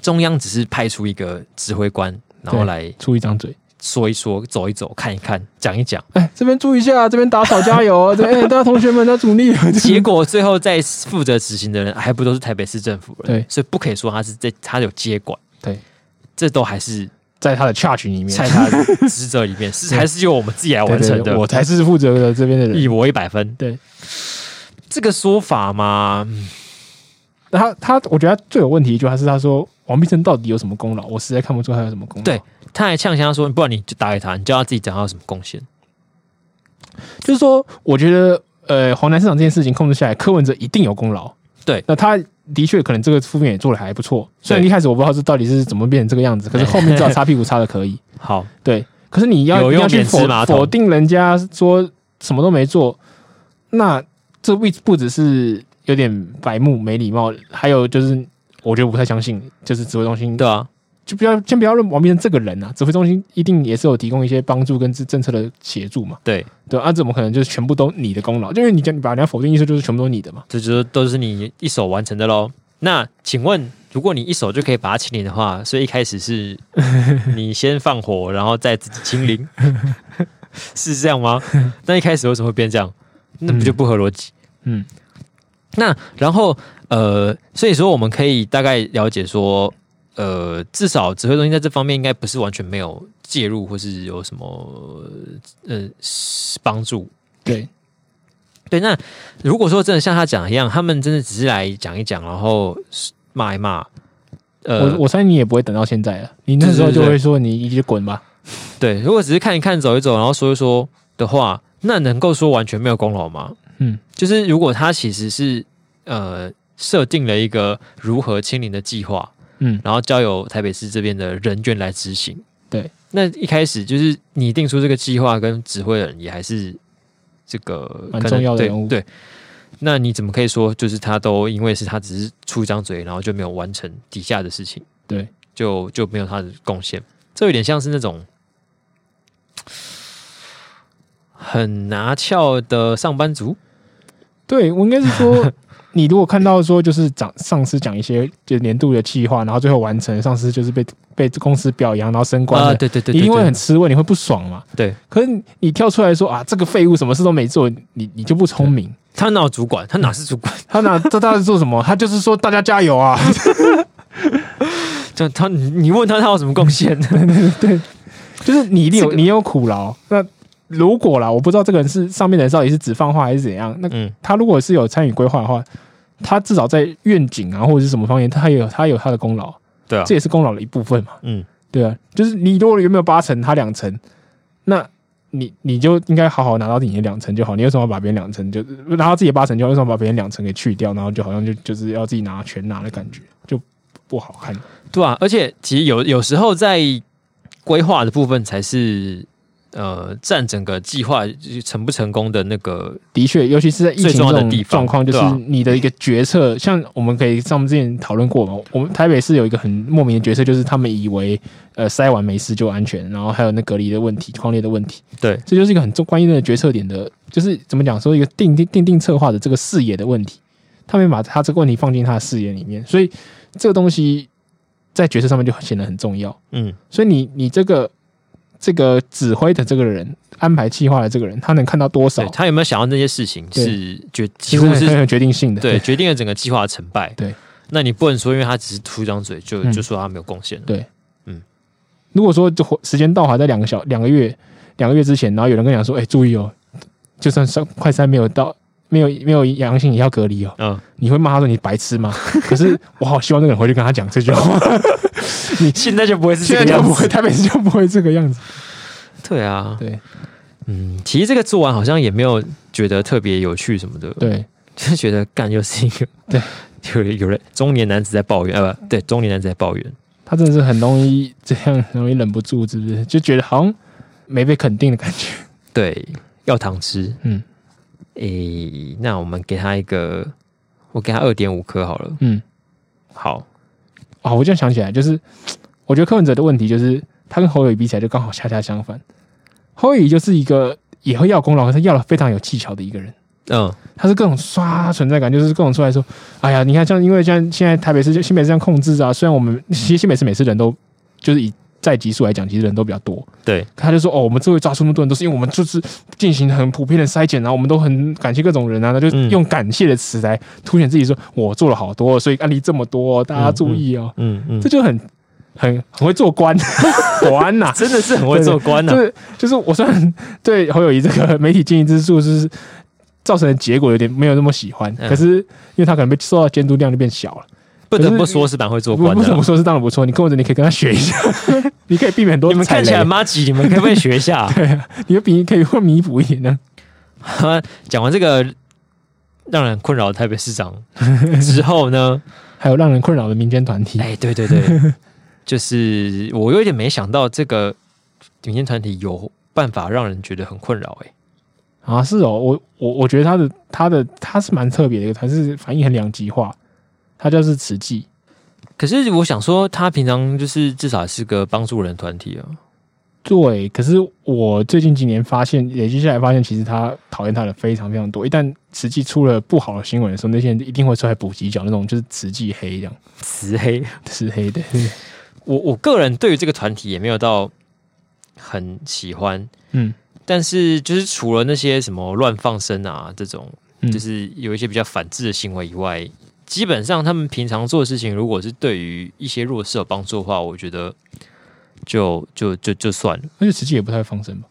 中央只是派出一个指挥官，然后
对
来
出一张嘴。
说一说、走一走、看一看、讲一讲。
哎，这边注意一下，这边打扫加油，这边哎，大家同学们要努 力。
结果最后在负责执行的人还不都是台北市政府人？
对
所以不可以说他是在他有接管。
对，
这都还是
在他的 charge 里面，
在他的职责里面，是还是由我们自己来
对
完
对
成
对
的。
我才是负责的这边的人。
以我一百分。
对，
这个说法嘛，嗯
然后他，我觉得他最有问题就是他是他说王必胜到底有什么功劳？我实在看不出他有什么功劳。
对，他还呛香说，不然你就打给他，你叫他自己讲他有什么贡献。
就是说，我觉得呃，黄南市场这件事情控制下来，柯文哲一定有功劳。
对
那他的确可能这个副面也做的还不错。虽然一开始我不知道这到底是怎么变成这个样子，可是后面至少擦屁股擦的可以。
好，
对，可是你
有
要你
用
要去
免治
否
马桶
否定人家说什么都没做，那这不不只是有点白目没礼貌，还有就是我觉得不太相信，就是指挥中心
对啊，
就不要先不要论王必胜这个人啊，指挥中心一定也是有提供一些帮助跟政政策的协助嘛，
对，
对啊，怎么可能就是全部都你的功劳？就因为你讲你把人家否定因素，就是全部都你的嘛。
这就都是你一手完成的喽。那请问，如果你一手就可以把它清零的话，所以一开始是 你先放火，然后再自己清零，是这样吗？那一开始为什么会变这样？那不就不合逻辑？
嗯，
那然后呃，所以说我们可以大概了解说，呃，至少指挥中心在这方面应该不是完全没有介入，或是有什么呃帮助。
对，
对，那如果说真的像他讲的一样，他们真的只是来讲一讲，然后骂一骂，呃
我，我猜你也不会等到现在了，你那时候就会说你一直滚吧。
对，如果只是看一看、走一走，然后说一说的话，那能够说完全没有功劳吗？
嗯，
就是如果他其实是呃设定了一个如何清零的计划，
嗯，
然后交由台北市这边的人员来执行，
对，
那一开始就是拟定出这个计划跟指挥的人也还是这个
蛮
可能
重要的
对
人物
对。那你怎么可以说就是他都因为是他只是出一张嘴，然后就没有完成底下的事情？
对，
就就没有他的贡献。这有点像是那种很拿翘的上班族。
对我应该是说， 你如果看到说就是长上司讲一些就是年度的计划，然后最后完成，上司就是被被公司表扬，然后升官
啊，
了，
对对对，
你一定会
对
很吃味，你会不爽嘛。
对
可是你跳出来说啊，这个废物什么事都没做，你你就不聪明。
他哪有主管？他哪是主管？
他哪这他是做什么？他就是说大家加油啊！
就他，你你问他，他有什么贡 献？
就是你一定有、
这个
你有苦劳。那如果啦，我不知道这个人是上面的人到底是只放话还是怎样。那
嗯，
他如果是有参与规划的话，他至少在愿景啊或者是什么方面，他也有他有他的功劳，
对啊
这，也是功劳的一部分嘛。
嗯，
对啊，就是你如果有没有八成，他两成，那你你就应该好好拿到你的两成就好。你为什么要把别人两成就拿到自己的八成就好？为什么把别人两成给去掉？然后就好像就就是要自己拿全拿的感觉，就不好看。
对啊。而且其实有有时候在规划的部分才是。呃，占整个计划成不成功的那个，
的确，尤其是在疫情
最重要
这
的
种
地方
状况，就是
对啊
你的一个决策，像我们可以上之前讨论过嘛，我们台北市有一个很莫名的决策，就是他们以为呃筛完没事就安全，然后还有那隔离的问题、框列的问题，
对，
这就是一个很重关键的决策点的，就是怎么讲说一个定定定定策划的这个视野的问题，他没把他这个问题放进他的视野里面，所以这个东西在决策上面就显得很重要。
嗯，
所以你你这个这个指挥的这个人、安排计划的这个人，他能看到多少
对？他有没有想到那些事情
对
是决几
其实
乎
很
是
很有决定性的。
对，决定了整个计划的成败。
对，
那你不能说因为他只是出一张嘴就、
嗯
就说他没有贡献了。
对
嗯
如果说就活时间到还在两个小两个月两个月之前，然后有人跟你讲说，哎、注意哦，就算三快三没有到。没有没有阳性也要隔离哦，
嗯，
你会骂他说你白痴 吗？可是我好希望那个人回去跟他讲这句话，
现在就不会是
现在就不会。台北市就不会这个样子。
对啊，
对
嗯，其实这个做完好像也没有觉得特别有趣什么的，
对，
就是觉得干又是一个
对，
有人有人中年男子在抱怨，呃，不对，中年男子在抱怨。
他真的是很容易这样，很容易忍不住，是不是？就觉得好像没被肯定的感觉。
对，要糖吃。
嗯
诶、那我们给他一个，我给他二点五颗好了。
嗯，
好，
啊、我这样想起来，就是我觉得柯文哲的问题就是他跟侯友谊比起来，就刚好恰恰相反。侯友谊就是一个也会要功劳，可是他要的非常有技巧的一个人。
嗯，
他是各种刷存在感，就是各种出来说，哎呀，你看像因为像现在台北市就新北市这样控制啊，虽然我
嗯
们其实新北市每次人都就是以在级数来讲，其实人都比较多，
对，
他就说哦，我们之所以抓出那么多人，都是因为我们就是进行很普遍的筛检，然后啊我们都很感谢各种人啊，那就
嗯
用感谢的词来凸显自己说，我做了好多，所以案例这么多，大家注意哦。
嗯嗯
这，就很很很会做官， 官呐、
真的是很会
对对
做官呢、啊
就是就是我虽然对侯友谊这个媒体经营之术就是造成的结果有点没有那么喜欢，
嗯
可是因为他可能被受到监督量就变小了。
不得
可
不
是
说是蛮会做
不
官
不
的啊
怎
啦
么。说是当然不错，你跟我者你可以跟他学一 下，你可以避免很多
你们
踩
看
雷
起来很妈吉，你们可不可以学一 下？
对啊，你会比可以会弥补一点呢。
讲完这个让人困扰的台北市 长之后呢，
还有让人困扰的民间团体，
哎，对对对，就是我有一点没想到这个民间团体有办法让人觉得很困扰、哎，
啊，是哦，我我我觉得他的他的他是蛮特别的一个团，是反应很两极化，他就是慈济，
可是我想说，他平常就是至少是个帮助人团体啊。
对，可是我最近几年发现，累积下来发现，其实他讨厌他的非常非常多。一旦慈济出了不好的新闻的时候，那些人一定会出来补给脚，那种就是慈济黑这样，
慈黑，
是黑 的。
我我个人对于这个团体也没有到很喜欢，
嗯，
但是就是除了那些什么乱放生啊这种，
嗯
就是有一些比较反制的行为以外，基本上他们平常做的事情，如果是对于一些弱势有帮助的话，我觉得就就就就算了。
而且慈济也不太会放生吧，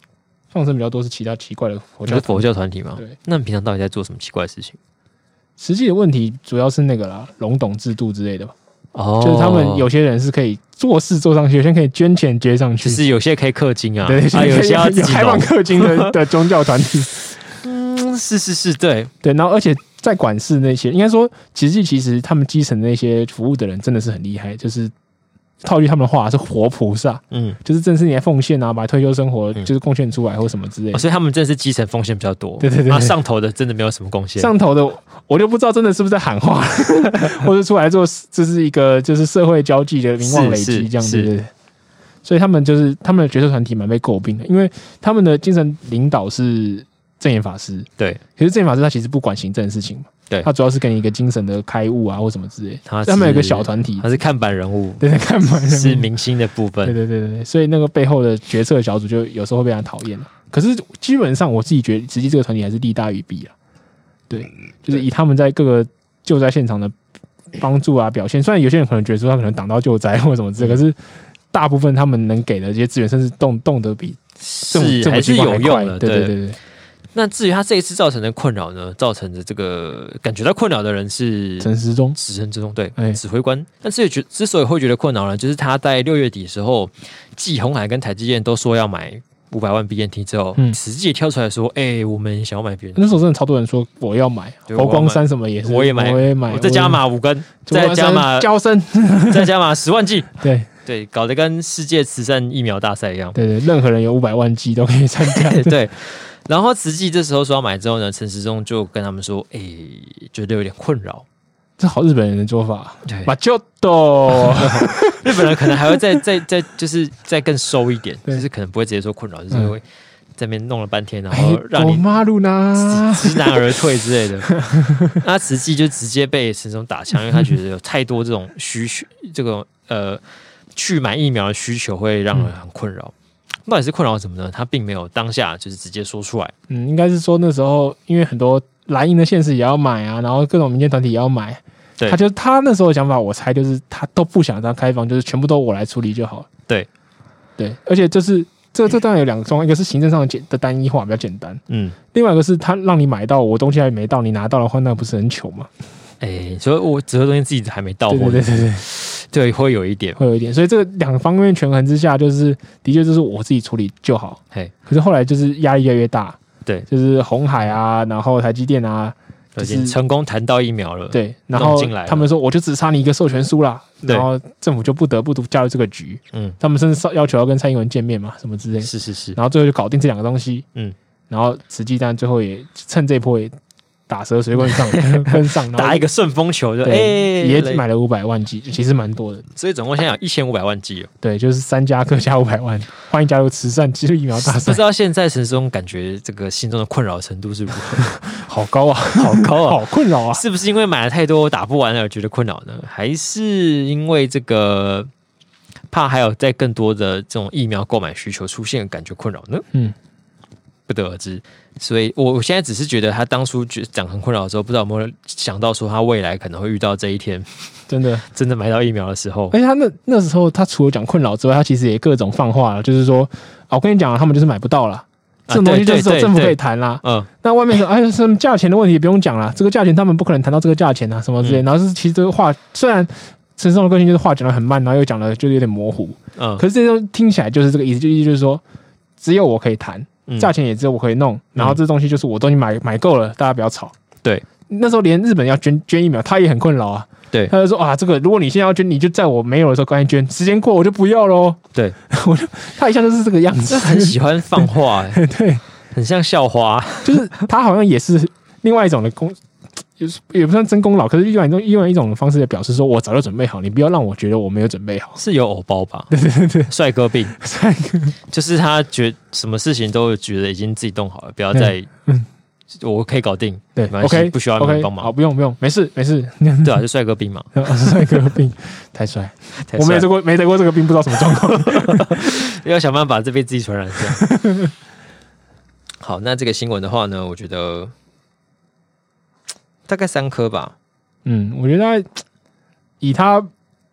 放生比较多是其他奇怪的佛
我
教
是。佛教团体嘛
对，
那你平常到底在做什么奇怪的事情？
慈济的问题主要是那个啦，笼统制度之类的吧，
哦
就是他们有些人是可以做事做上去，有些人可以捐钱捐上去
就。是有些可以氪金啊，
对，
啊有些要自
有
己
开放
弄
氪金 的的宗教团体，
嗯，是是是，对，
对，然后而且在管事那些，应该说，其实其实他们基层那些服务的人真的是很厉害，就是套句他们的话是活菩萨，
嗯，
就是正是你来奉献啊，把退休生活
嗯
就是贡献出来或什么之类
哦
的。
所以他们真的是基层风险比较多，
对对对
啊，
对
上头的真的没有什么贡献。
上头的我就不知道真的是不是在 喊话，或者出来做这是一个就是社会交际的名望累
是
积
是
这样
是
子。对所以他们就是他们的角色团体蛮被诟病的，因为他们的精神领导是正言法师，
对，
可是正言法师他其实不管行政的事情嘛，
对
他主要是给你一个精神的开悟啊或什么之类的。
他是
他们有一个小团体
他，是看板人物，
对对，看门
是明星的部
对
分。
对对对对，所以那个背后的决策小组就有时候会被他讨厌了。可是基本上我自己觉得，实际这个团体还是利大于弊啊。对，
嗯
就是以他们在各个救灾现场的帮助啊表现，虽然有些人可能觉得说他可能挡到救灾或什么
嗯
之类，可是大部分他们能给的这些资源，甚至动动得比政府
是
政
还
府
是
机关
有
还快
用的，
对对对对，
那至于他这一次造成的困扰呢，造成的这个感觉到困扰的人是
陈时中
指称之中对
哎
指挥官，但是觉之所以会觉得困扰呢，就是他在六月底的时候，季红海跟台积电都说要买五百万 BNT 之后，
嗯
实际也跳出来说，哎、我们想要买 BNT，
那时候真的超多人说我要买
对
佛
我要
光
买
山什么也是，
我也买
我也买，
我再加码五根，
佛
再
光
加
山
码
交生，
再加码十万剂，
对
对，搞得跟世界慈善疫苗大赛一样。
对对，任何人有五百万 G 都可以参加，对
对，然后慈济这时候说要买之后呢，陈时中就跟他们说，哎、觉得有点困扰。
这好日本人的做法，
对，
马就 斗，
日本人可能还会再再再就是再更收一点，
对
就是可能不会直接说困扰，就是
嗯
会在那边弄了半天，然
哎
后让，
我
你
马路呢？
知难而退之类的。 那慈济就直接被陈时中打枪，因为他觉得有太多这种需求，这个呃去买疫苗的需求会让人很困扰。到底是困扰什么呢？他并没有当下就是直接说出来。
嗯，应该是说那时候因为很多蓝营的县市也要买啊，然后各种民间团体也要买，
对
他就他那时候的想法，我猜就是他都不想让开放，就是全部都我来处理就好了。
对，
对，而且就是这这当然有两个状况，一个是行政上的简的单一化比较简单，
嗯，
另外一个是他让你买到，我东西还没到，你拿到的话，那不是很糗吗？
哎、所以我折的东西自己还没到
对
货，
对对对对。
对会有一点。
会有一点。所以这个两方面权衡之下，就是的确就是我自己处理就好。
嘿，
可是后来就是压力越来越大，
对
就是红海啊，然后台积电啊，
已
就是
经成功谈到疫苗了。，
对，
呃
然
弄
后
进来了
他们说我就只差你一个授权书啦，
对
然后政府就不得不加入这个局，
嗯，
他们甚至要求要跟蔡英文见面嘛，什么之类的，
是是是，
然后最后就搞定这两个东西，
嗯，
然后实际但最后也趁这一波也打蛇随棍 上跟上，然后
打一个顺风球就哎、
对，也
来
买了五百万 G，其实蛮多的，
所以总共现在有一千五百万剂哦。
对，就是三家各加五百万，欢迎加入慈善技术疫苗大
不
赛
知，道现在陈时中感觉这个心中的困扰程度是如 何？
好高啊，
好高啊！
好困扰啊！
是不是因为买了太多打不完而觉得困扰呢？还是因为这个怕还有在更多的这种疫苗购买需求出现感觉困扰呢？
嗯，
不得而知。所以我我现在只是觉得他当初觉讲很困扰的时候，不知道有没有想到说他未来可能会遇到这一天，
真的，
真的买到疫苗的时候。
而且他那那时候他除了讲困扰之外，他其实也各种放话了，就是说啊，我跟你讲啊，他们就是买不到啦，这种东西就是只
啊
有
对对
政府可
对
以谈啦。
嗯，
那外面说哎，什么价钱的问题不用讲啦，这个价钱他们不可能谈到这个价钱啊，什么之类。
嗯
然后是其实这个话虽然。陈松的个性就是话讲的很慢，然后又讲的就是有点模糊，
嗯，
可是这都听起来就是这个意思，就意思就是说，只有我可以谈，
嗯
价钱也只有我可以弄，然后这东西就是我都已经买买够了，大家不要吵。
对
那时候连日本要捐捐疫苗，他也很困扰啊。
对
他就说啊，这个如果你现在要捐，你就在我没有的时候赶紧捐，时间过我就不要喽。
对，
我就他一向就是这个样 子
这，很喜欢放话、欸，
对，
很像校花。
就是他好像也是另外一种的功，也是也不算真功劳，可是另外一种另外一种方式的表示说，我早就准备好，你不要让我觉得我没有准 备好。
是有偶包吧？对对对，帅哥病，
帅
哥就是他觉什么事情都觉得已经自己弄好了，不要再，
嗯
我可以搞定，
对
没关系
，OK，
不需要你
OK，
帮忙
好，不用不用，没事没事，
对啊，就帅哥病嘛。
帅哥病太帅，
太
我没
帅
得过没得过这个病，不知道什么状况。
要想办法这被自己传染上。 好，那这个新闻的话呢，我觉得大概三颗吧。
嗯，我觉得他以他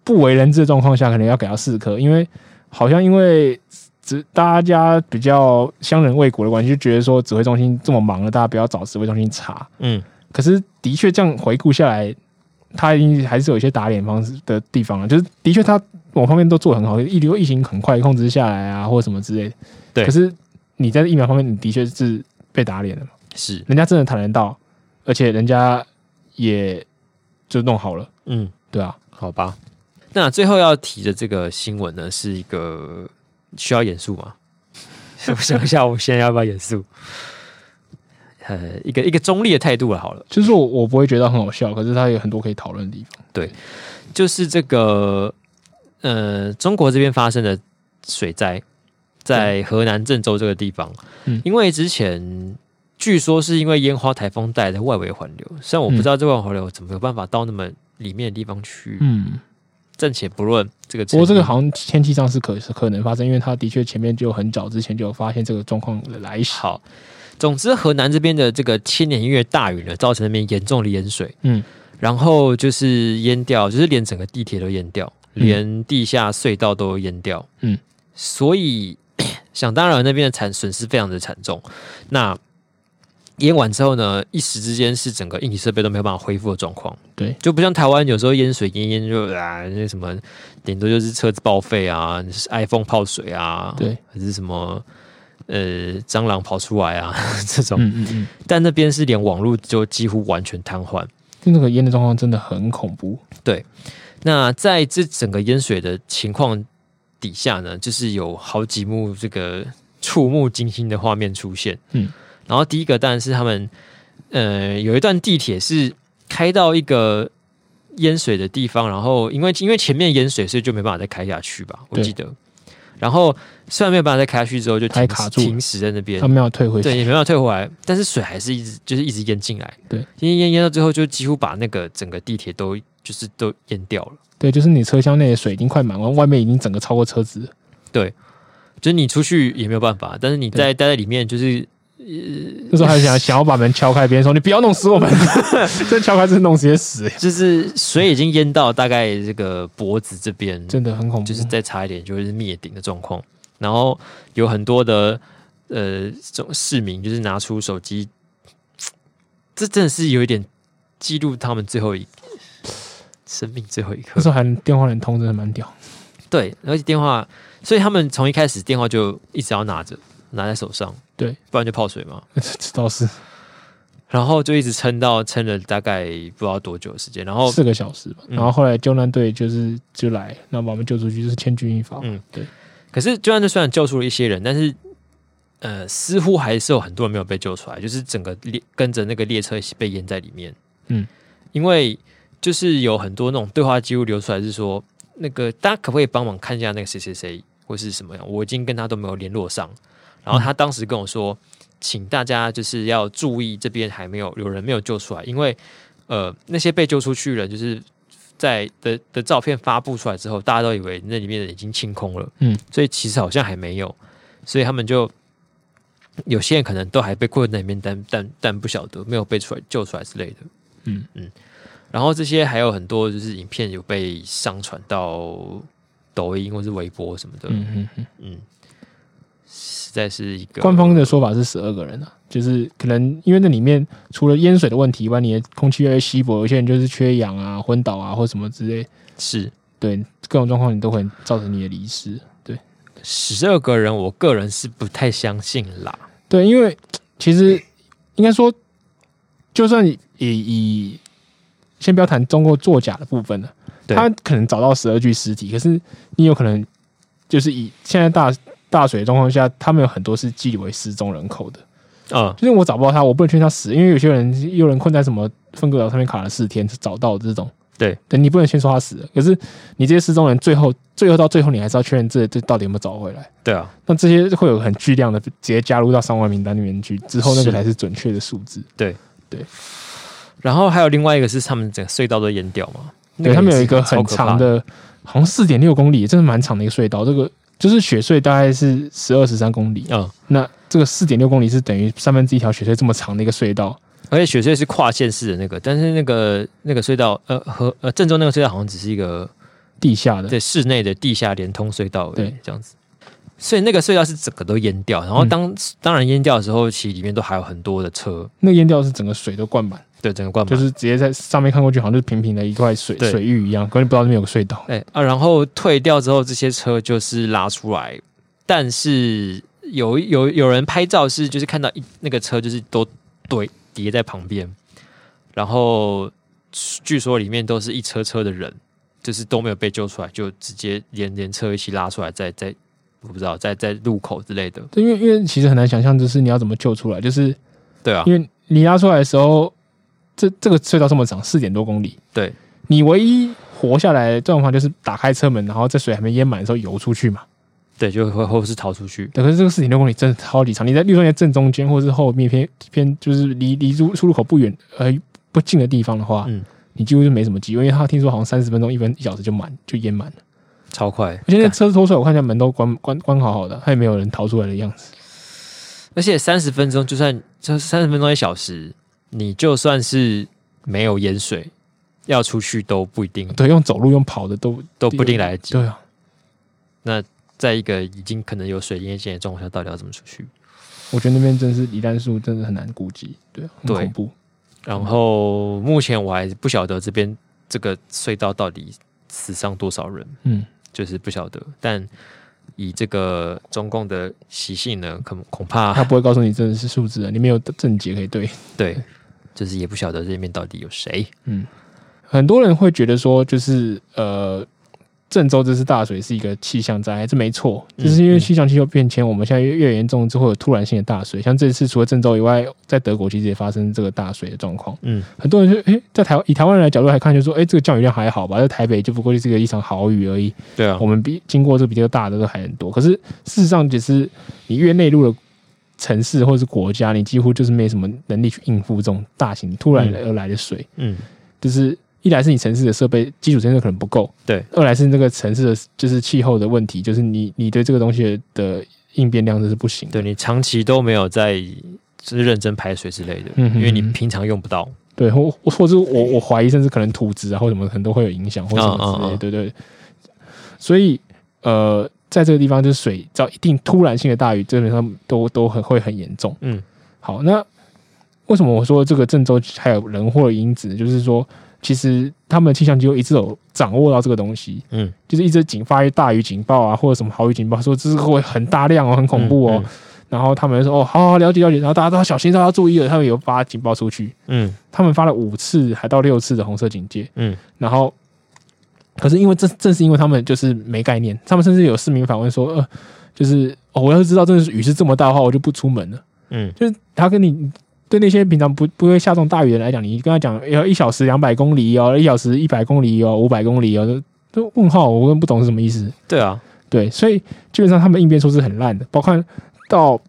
不为人知的状况下，可能要给他四颗，因为好像因为只大家比较相人未果的关系，就觉得说指挥中心这么忙了，大家不要找指挥中心查。
嗯，
可是的确这样回顾下来，他已经还是有一些打脸方式的地方了，就是的确他某方面都做得很好，疫流疫情很快控制下来啊，或者什么之类的。
对
可是你在疫苗方面，你的确是被打脸了嘛？
是，
人家真的谈得到，而且人家也就弄好了，
嗯，
对啊，
好吧。那最后要提的这个新闻呢，是一个需要严肃吗？ 我想一下，我现在要不要严肃？呃，一个一个中立的态度了，好了。
就是我我不会觉得很好笑，可是他有很多可以讨论的地方。
就是这个呃，中国这边发生的水灾，在河南郑州这个地方，
嗯
因为之前据说是因为烟花台风带来的外围环流，虽
嗯
然我不知道这外围环流怎么有办法到那么里面的地方去，
嗯，
暂且不论这个成
不
因，
过这个好像天气上是可是可能发生，因为他的确前面就很早之前就有发现这个状况的来袭。
好。总之，河南这边的这个千年一遇的大雨呢，造成那边严重的淹水，
嗯，
然后就是淹掉，就是连整个地铁都淹掉，连地下隧道都淹掉。
嗯，
所以想当然那边的产损失非常的惨重。那淹完之后呢，一时之间是整个硬体设备都没有办法恢复的状况。
对，
就不像台湾有时候淹水淹淹就啊那什么，顶多就是车子报废啊，iPhone 泡水啊，
对，
还是什么呃蟑螂跑出来啊 这种。
嗯嗯嗯，
但那边是连网络就几乎完全瘫痪。
那个烟的状况真的很恐怖。
那在这整个淹水的情况底下呢，就是有好几幕这个触目惊心的画面出现。
嗯，
然后第一个当然是他们，呃，有一段地铁是开到一个淹水的地方，然后因为因为前面淹水，所以就没办法再开下去吧，我
对
记得。然后虽然没有办法再开下去之后，就
它
停
也卡住了
停驶在那边
他，们要退回去，
对，也没办法退回来，但是水还是一直就是一直淹进来，
对，
淹淹淹到最后就几乎把那个整个地铁都就是都淹掉了。
对，就是你车厢内的水已经快满完，外面已经整个超过车子了。
就是你出去也没有办法，但是你在待在里面，就是
那时候还想想要把门敲开，别人说你不要弄死我们， 这敲开真的弄直接死，
就是水已经淹到大概这个脖子这边，
真的很恐怖。
就是再差一点就是灭顶的状况。然后有很多的呃这种市民就是拿出手机，这真的是有一点记录他们最后一生命最后一刻
那时。候还电话连通，真的蛮屌。
对，而且电话，所以他们从一开始电话就一直要拿着，拿在手上，
对，
不然就泡水嘛。
这这倒是
然后就一直撑到撑了大概不知道多久的时间，然后
四个小时吧。
嗯
然后后来救难队就是就来，然后把我们救出去，就是千钧一发。
嗯
对，
可是就算这虽然救出了一些人，但是呃，似乎还是有很多人没有被救出来，就是整个列跟着那个列车一起被淹在里面。
嗯，
因为就是有很多那种对话记录流出来，是说那个大家可不可以帮忙看一下那个谁谁谁或是什么样？我已经跟他都没有联络上。然
嗯
后他当时跟我说，请大家就是要注意这边还没有有人没有救出来，因为呃那些被救出去的人就是在的的照片发布出来之后，大家都以为那里面的人已经清空了，
嗯，
所以其实好像还没有，所以他们就有些人可能都还被困在里面，但但但不晓得没有被出来救出来之类的，
嗯
嗯，然后这些还有很多就是影片有被上传到抖音或是微博什么的，
嗯嗯嗯。
嗯，实在是一个
官方的说法是十二个人啊，就是可能因为那里面除了淹水的问题以外，你的空气越来越稀薄，有些人就是缺氧啊、昏倒啊或什么之类，
是
对各种状况你都会造成你的离啊失。
十二个人，我个人是不太相信啦。
对，因为其实应该说，就算以以先不要谈中国作假的部分了，
对
他可能找到十二具尸体，可是你有可能就是以现在大大水的状况下，他们有很多是记为失踪人口的，
嗯，
就是我找不到他，我不能确定他死，因为有些人有人困在什么分隔岛上面卡了四天是找到的这种，
对，
对你不能先说他死了，可是你这些失踪人最后最后到最后你还是要确认这这到底有没有找回来。
对啊，
那这些会有很巨量的直接加入到伤亡名单里面去，之后那
是
个才是准确的数字。
然后还有另外一个是他们整个隧道都淹掉嘛，那
对，他们
也
有
是
一个很
超可怕
长，的，好像四点六公里，真的蛮长的一个隧道。这个就是雪隧大概是十二十三公里，啊
嗯，
那这个四点六公里是等于三分之一条雪隧这么长的一个隧道。
而且雪隧是跨县市的那个，但是那个那个隧道，呃，和呃郑州那个隧道好像只是一个
地下的，
在室内的地下连通隧道而已
嗯对，嗯
这样子。所以那个隧道是整个都淹掉，然后当、当然淹掉的时候，其实里面都还有很多的车，
那个淹掉是整个水都灌满，
对，整个灌满。
就是直接在上面看过去，好像就是平平的一块水
对
水域一样，根本不知道那边有个隧道。
哎啊，然后退掉之后，这些车就是拉出来，但是有有有人拍照是就是看到一那个车就是都堆叠在旁边，然后据说里面都是一车车的人，就是都没有被救出来，就直接连连车一起拉出来，在在我不知道在在路口之类的，
对，因为因为其实很难想象，就是你要怎么救出来，就是
对啊，
因为你拉出来的时候，这这个隧道这么长，四点多公里，
对
你唯一活下来的状况就是打开车门，然后在水还没淹满的时候游出去嘛。
对，就会后是逃出去，
对，可是这个四点六公里真的超级长，你在例如说你在正中间，或是后面偏偏就是离离出出入口不远呃不近的地方的话，
嗯
你几乎就没什么机会，因为他听说好像三十分钟一分一小时就满就 淹满了，
超快，
而且那
干
车子拖出来，我看一下门都关关关好好的，他也没有人逃出来的样子。
而且三十分钟，就算就三十分钟一小时，你就算是没有盐水，要出去都不一定
对，用走路用跑的都
都不一定来得及。
对啊，
在一个已经可能有水淹陷的状况下，到底要怎么出去？
我觉得那边真是离单数真的很难估计，对啊，很
对
恐怖。
然后目前我还不晓得这边这个隧道到底死伤多少人，
嗯，
就是不晓得。但以这个中共的习性呢，恐恐怕
他不会告诉你真的是数字的，你没有正解可以对。
对，就是也不晓得这边到底有谁。
很多人会觉得说，就是呃，郑州这次大水是一个气象灾害，这没错，
嗯
就是因为气象气候变迁，我们现在越越严重，就会有突然性的大水。像这次除了郑州以外，在德国其实也发生这个大水的状况。
嗯，
很多人就诶、在台湾以台湾人的角度来看，就说诶、这个降雨量还好吧，在台北就不过就是个一场豪雨而已。
对啊
我，们比经过这比较大的都还很多。可是事实上，只是你越内陆的城市或者是国家，你几乎就是没什么能力去应付这种大型突然
嗯
而来的水。
嗯，
就是一来是你城市的设备基础设备可能不够，
对；
二来是这个城市的就是气候的问题，就是你你对这个东西的应变量这是不行的。
对你长期都没有在就是认真排水之类的，
嗯哼
因为你
嗯哼
平常用不到。
对，或或或者我我怀疑，甚至可能土质啊或什么很多会有影响，或什么之
嗯嗯
类的，
嗯
对对。所以呃，在这个地方就是水，只要一定突然性的大雨，基本上都都很会很严重。
嗯，
好，那为什么我说这个郑州还有人祸因子呢？就是说，其实他们的气象机构一直有掌握到这个东西，
嗯，
就是一直警发大雨警报啊，或者什么豪雨警报，说这是会很大量哦，很恐怖哦。
嗯
然后他们就说哦，好好了解了解，然后大家都要小心，大家要注意了。他们有发警报出去，
嗯
他们发了五次还到六次的红色警戒，
嗯，
然后。可是因为正正是因为他们就是没概念，他们甚至有市民反问说，呃，就是、哦、我要是知道真的是雨是这么大的话，我就不出门了。
嗯
就是他跟你对那些平常不不会下这种大雨的人来讲，你跟他讲要一小时两百公里哦，一小时一百公里哦，五百公里哦，都都问号，我根本不懂是什么意思。
对啊，
对，所以基本上他们应变措施很烂的，包括到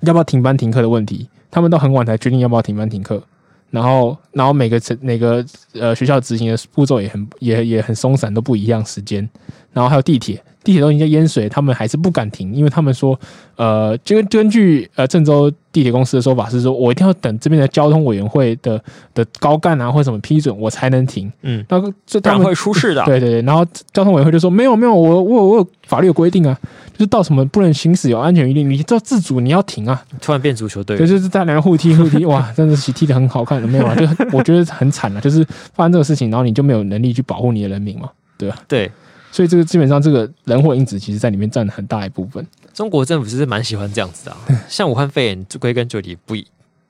要不要停班停课的问题，他们到很晚才决定要不要停班停课，然后然后每个城每个呃学校执行的步骤也很也也很松散，都不一样时间，然后还有地铁，地铁都已经在淹水，他们还是不敢停，因为他们说呃，就根根据呃郑州地铁公司的说法是说，我一定要等这边的交通委员会的的高干啊或者什么批准，我才能停。
嗯，
那
不
这他
然
们
会出事的。
对对对，然后交通委员会就说没有没有，我我有我有法律有规定啊，就是到什么不能行驶有安全疑虑，你要自主你要停啊。
突然变足球队
对，
了，
就是在两个互踢互 踢，哇，真的是踢的很好看，没有啊？就很我觉得很惨了、就是发生这个事情，然后你就没有能力去保护你的人民嘛。
对
所以这个基本上这个人祸因子其实在里面占了很大一部分。
中国政府是蛮喜欢这样子的啊。像武汉肺炎，就归根究底不也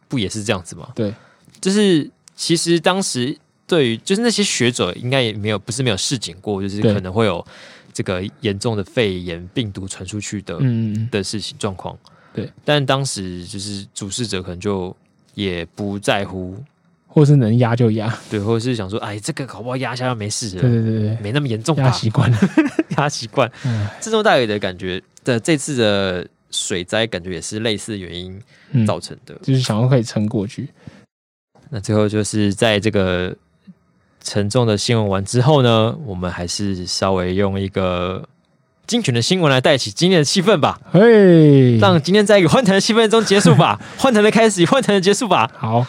不也是这样子嘛？
对，
就是其实当时对于就是那些学者应该也没有不是没有示警过，就是
对
可能会有这个严重的肺炎病毒传出去的、
嗯，
的事情状况。
对，
但当时就是主事者可能就也不在乎，
或是啊能压就压，
对，或者是想说，哎，这个搞不好压下来没事了，
对对对对，
没那么严重
压
吧，
习惯了，
压习惯。
嗯
郑州大雨的感觉的这次的水灾，感觉也是类似原因
嗯，
造成的。
就是想要可以撑过去，
那最后就是在这个沉重的新闻完之后呢，我们还是稍微用一个精选的新闻来带起今天的气氛吧，
嘿，
让今天在一个欢腾的气氛中结束吧， 欢腾的开始，欢腾的结束吧。
好，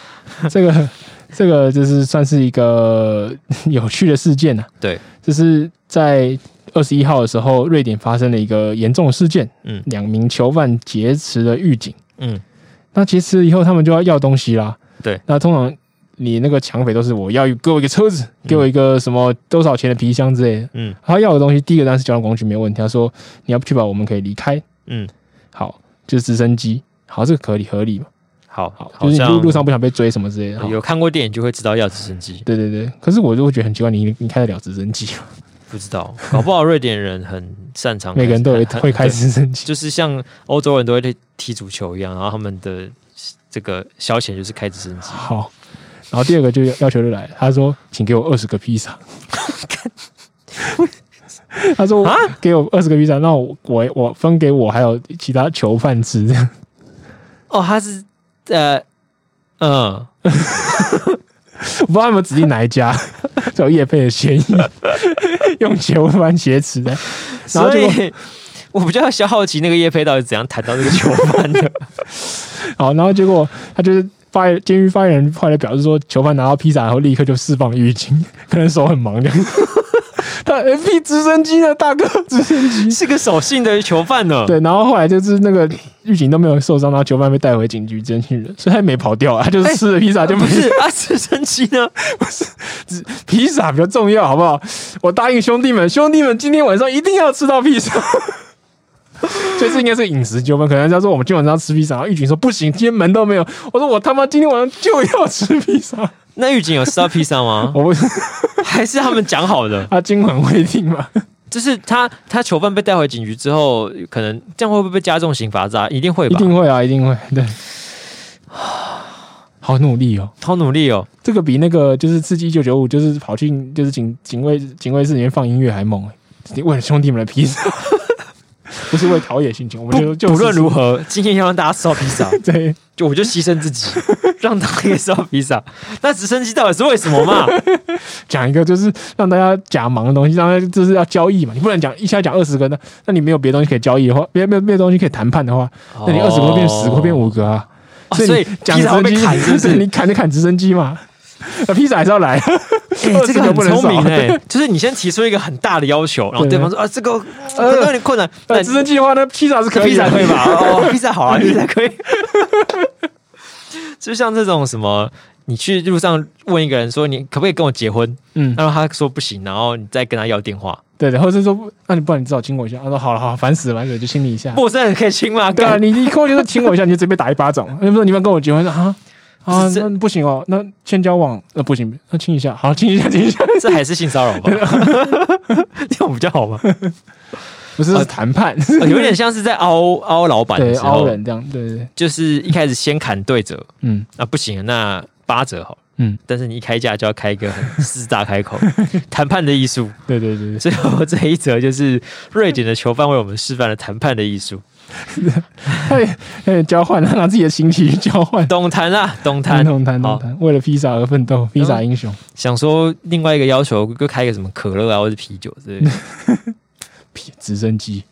这个 这个就是算是一个 有趣的事件呢、啊。
对，
就是在二十一号的时候，瑞典发生了一个严重的事件，
嗯
两名囚犯劫持了狱警。
嗯，
那劫持以后，他们就要要东西啦。
对，
那通常你那个抢匪都是我要给我一个车子，给我一个什么多少钱的皮箱之类的。
嗯
他要的东西，第一个当然是交通工具没有问题。他说你要确保我们可以离开，
嗯，
好，就是直升机。好，这个合理合理嘛？
好，
好，
好
就是你
像
路路上不想被追什么之类的。好
有看过电影就会知道要直升 机，
对对对，可是我就会觉得很奇怪，你你开得了直升机吗？
不知道，搞不好瑞典人很擅长，
每个人 都有一会开
始。
直升机，
就是像欧洲人都会踢踢足球一样，然后他们的这个消遣就是开直升机。
好。然后第二个就要求就来了，他说：“请给我二十个披萨。” 他说：“给我二十个披萨，那我我我分给我还有其他囚犯吃。” 这样
哦，他是呃嗯，
我不知道他们指定哪一家， 就有叶配的嫌疑， 用囚犯挟持的。然
所
后结果
以我比较小好奇那个叶飞到底怎样谈到这个球犯的。
好，然后结果他就是发言监狱发言人后来表示说，囚犯拿到披萨然后立刻就释放狱警，可能手很忙这样。 他 F P 直升机呢， 大哥直升 机。
是个守信的囚犯呢。
对，然后后来就是那个狱警都没有受伤，然后囚犯被带回警局侦讯了，所以他也没跑掉啊，他就是吃了披萨
啊，
就没
不是啊，直升机呢？
披萨比较重要，好不好？我答应兄弟们，兄弟们今天晚上一定要吃到披萨。 所以这应该是饮食纠纷，可能他说我们今晚上要吃披萨，然后狱警说不行，今天门都没有。我说我他妈今天晚上就要吃披萨，
那狱警有吃到披萨 吗？
我不
还是他们讲好的？
他惊魂未定嘛？
就是他他囚犯被带回警局之后，可能这样会不会被加重刑罚之啊？一定会
一
吧？
定会啊，一定会。对， 好努力哦，
好努力哦！
这个比那个就是《刺激一九九五》，就是跑去就是警警卫警卫室里面放音乐还猛哎、你为了兄弟们的披萨， 不是为了陶冶心情，我们就
不
就
不论如何，今天要让大家吃到披萨。
何，对，
就我就牺牲自己，让他可以吃到披萨。那直升机到底是为什么 嘛？
讲一个就是让大家假忙的东西，让大家就是要交易嘛，你不能讲一下讲二十个，那那你没有别的东西可以交易的话，别没有别的东西可以谈判的话，那你二十个会变十个，会变五个啊。
哦
所
所以
以你讲
披
直
萨会
升
被
机，
砍是不是
对你砍就砍直升机嘛，那披萨还是要来 啊。
哎、
20
这个
个
很
不能
聪
少
明哎、就是你先提出一个很大的要求，然后
对
对方说啊，这个
呃
可能有点困难，
那
那
直升机的话，那披萨是可以啊
披萨
的
可以 吧？哦，披萨好啊，披萨可以。 就像这种什么，你去路上问一个人说你可不可以跟我结婚，
嗯，
然后他说不行，然后你再跟他要电话，
对的。或者是说，那你不然你至少亲我一下。他说好了好了，烦死了，烦死了，就亲你一下。
陌生人可以亲吗？
对啊，
干
你你跟我就说亲我一下，你就直接被打一巴掌。你说你们跟我结婚啊啊，
这
那不行哦，那先交往，那不行，那亲一下，好亲一下，亲 一下。
这还是性骚扰 吧？这样比较好 吗？
不是
呃
是谈判，
呃有点像是在凹凹老板的
对
时
凹
候，
人这样，对对对，
就是一开始先砍对折，
嗯
啊不行，那八折好了，
嗯，
但是你一开价就要开一个很狮子大开口， 谈判的艺术。
对对对 对，
最后这一则就是瑞典的囚犯为我们示范了谈判的艺术，
他也他也交换，他拿自己的心情去交换。
懂谈啊，懂谈。
谈谈谈
好嗯
谈谈，为了披萨而奋斗，披萨英雄，
想说另外一个要求，就开个什么可乐啊，或者啤酒之 类的
披直升机。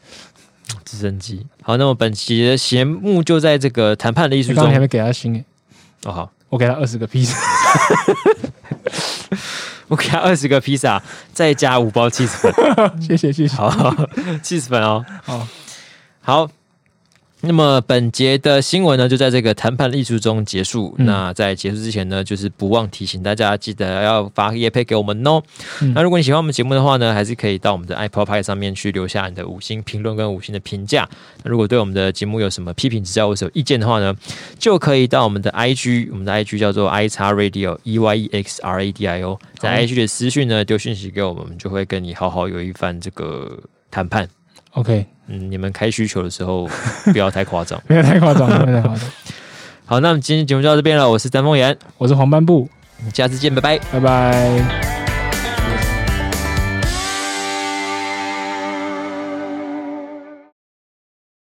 直升机。好，那么本期的节目就在这个谈判的艺术
刚刚你还
中。
没给他心诶，
哦，好，
我给他二十个披萨，
我给他二十个披萨，再加五包 嗯 cheese 粉。
谢谢谢谢。
好，cheese 粉哦。
好，
好，那么本节的新闻呢，就在这个谈判的艺术中结束。
嗯
那在结束之前呢，就是不忘提醒大家，记得要发叶配给我们哦。
嗯
那如果你喜欢我们节目的话呢，还是可以到我们的 Apple Pie 上面去留下你的五星评论跟五星的评价。那如果对我们的节目有什么批评指教或者有意见的话呢，就可以到我们的 IG，我们的 IG 叫做 i x radio e y e x r a d i o，在 IG 的私讯呢丢讯息给我们，我们就会跟你好好有一番这个谈判。
OK，
嗯，你们开需求的时候不要太夸张。
没有太夸张，没有太 夸张。
好，那我们今天节目就到这边了。我是詹梦岩，
我是黄斑布，
下次见，拜拜。
拜拜。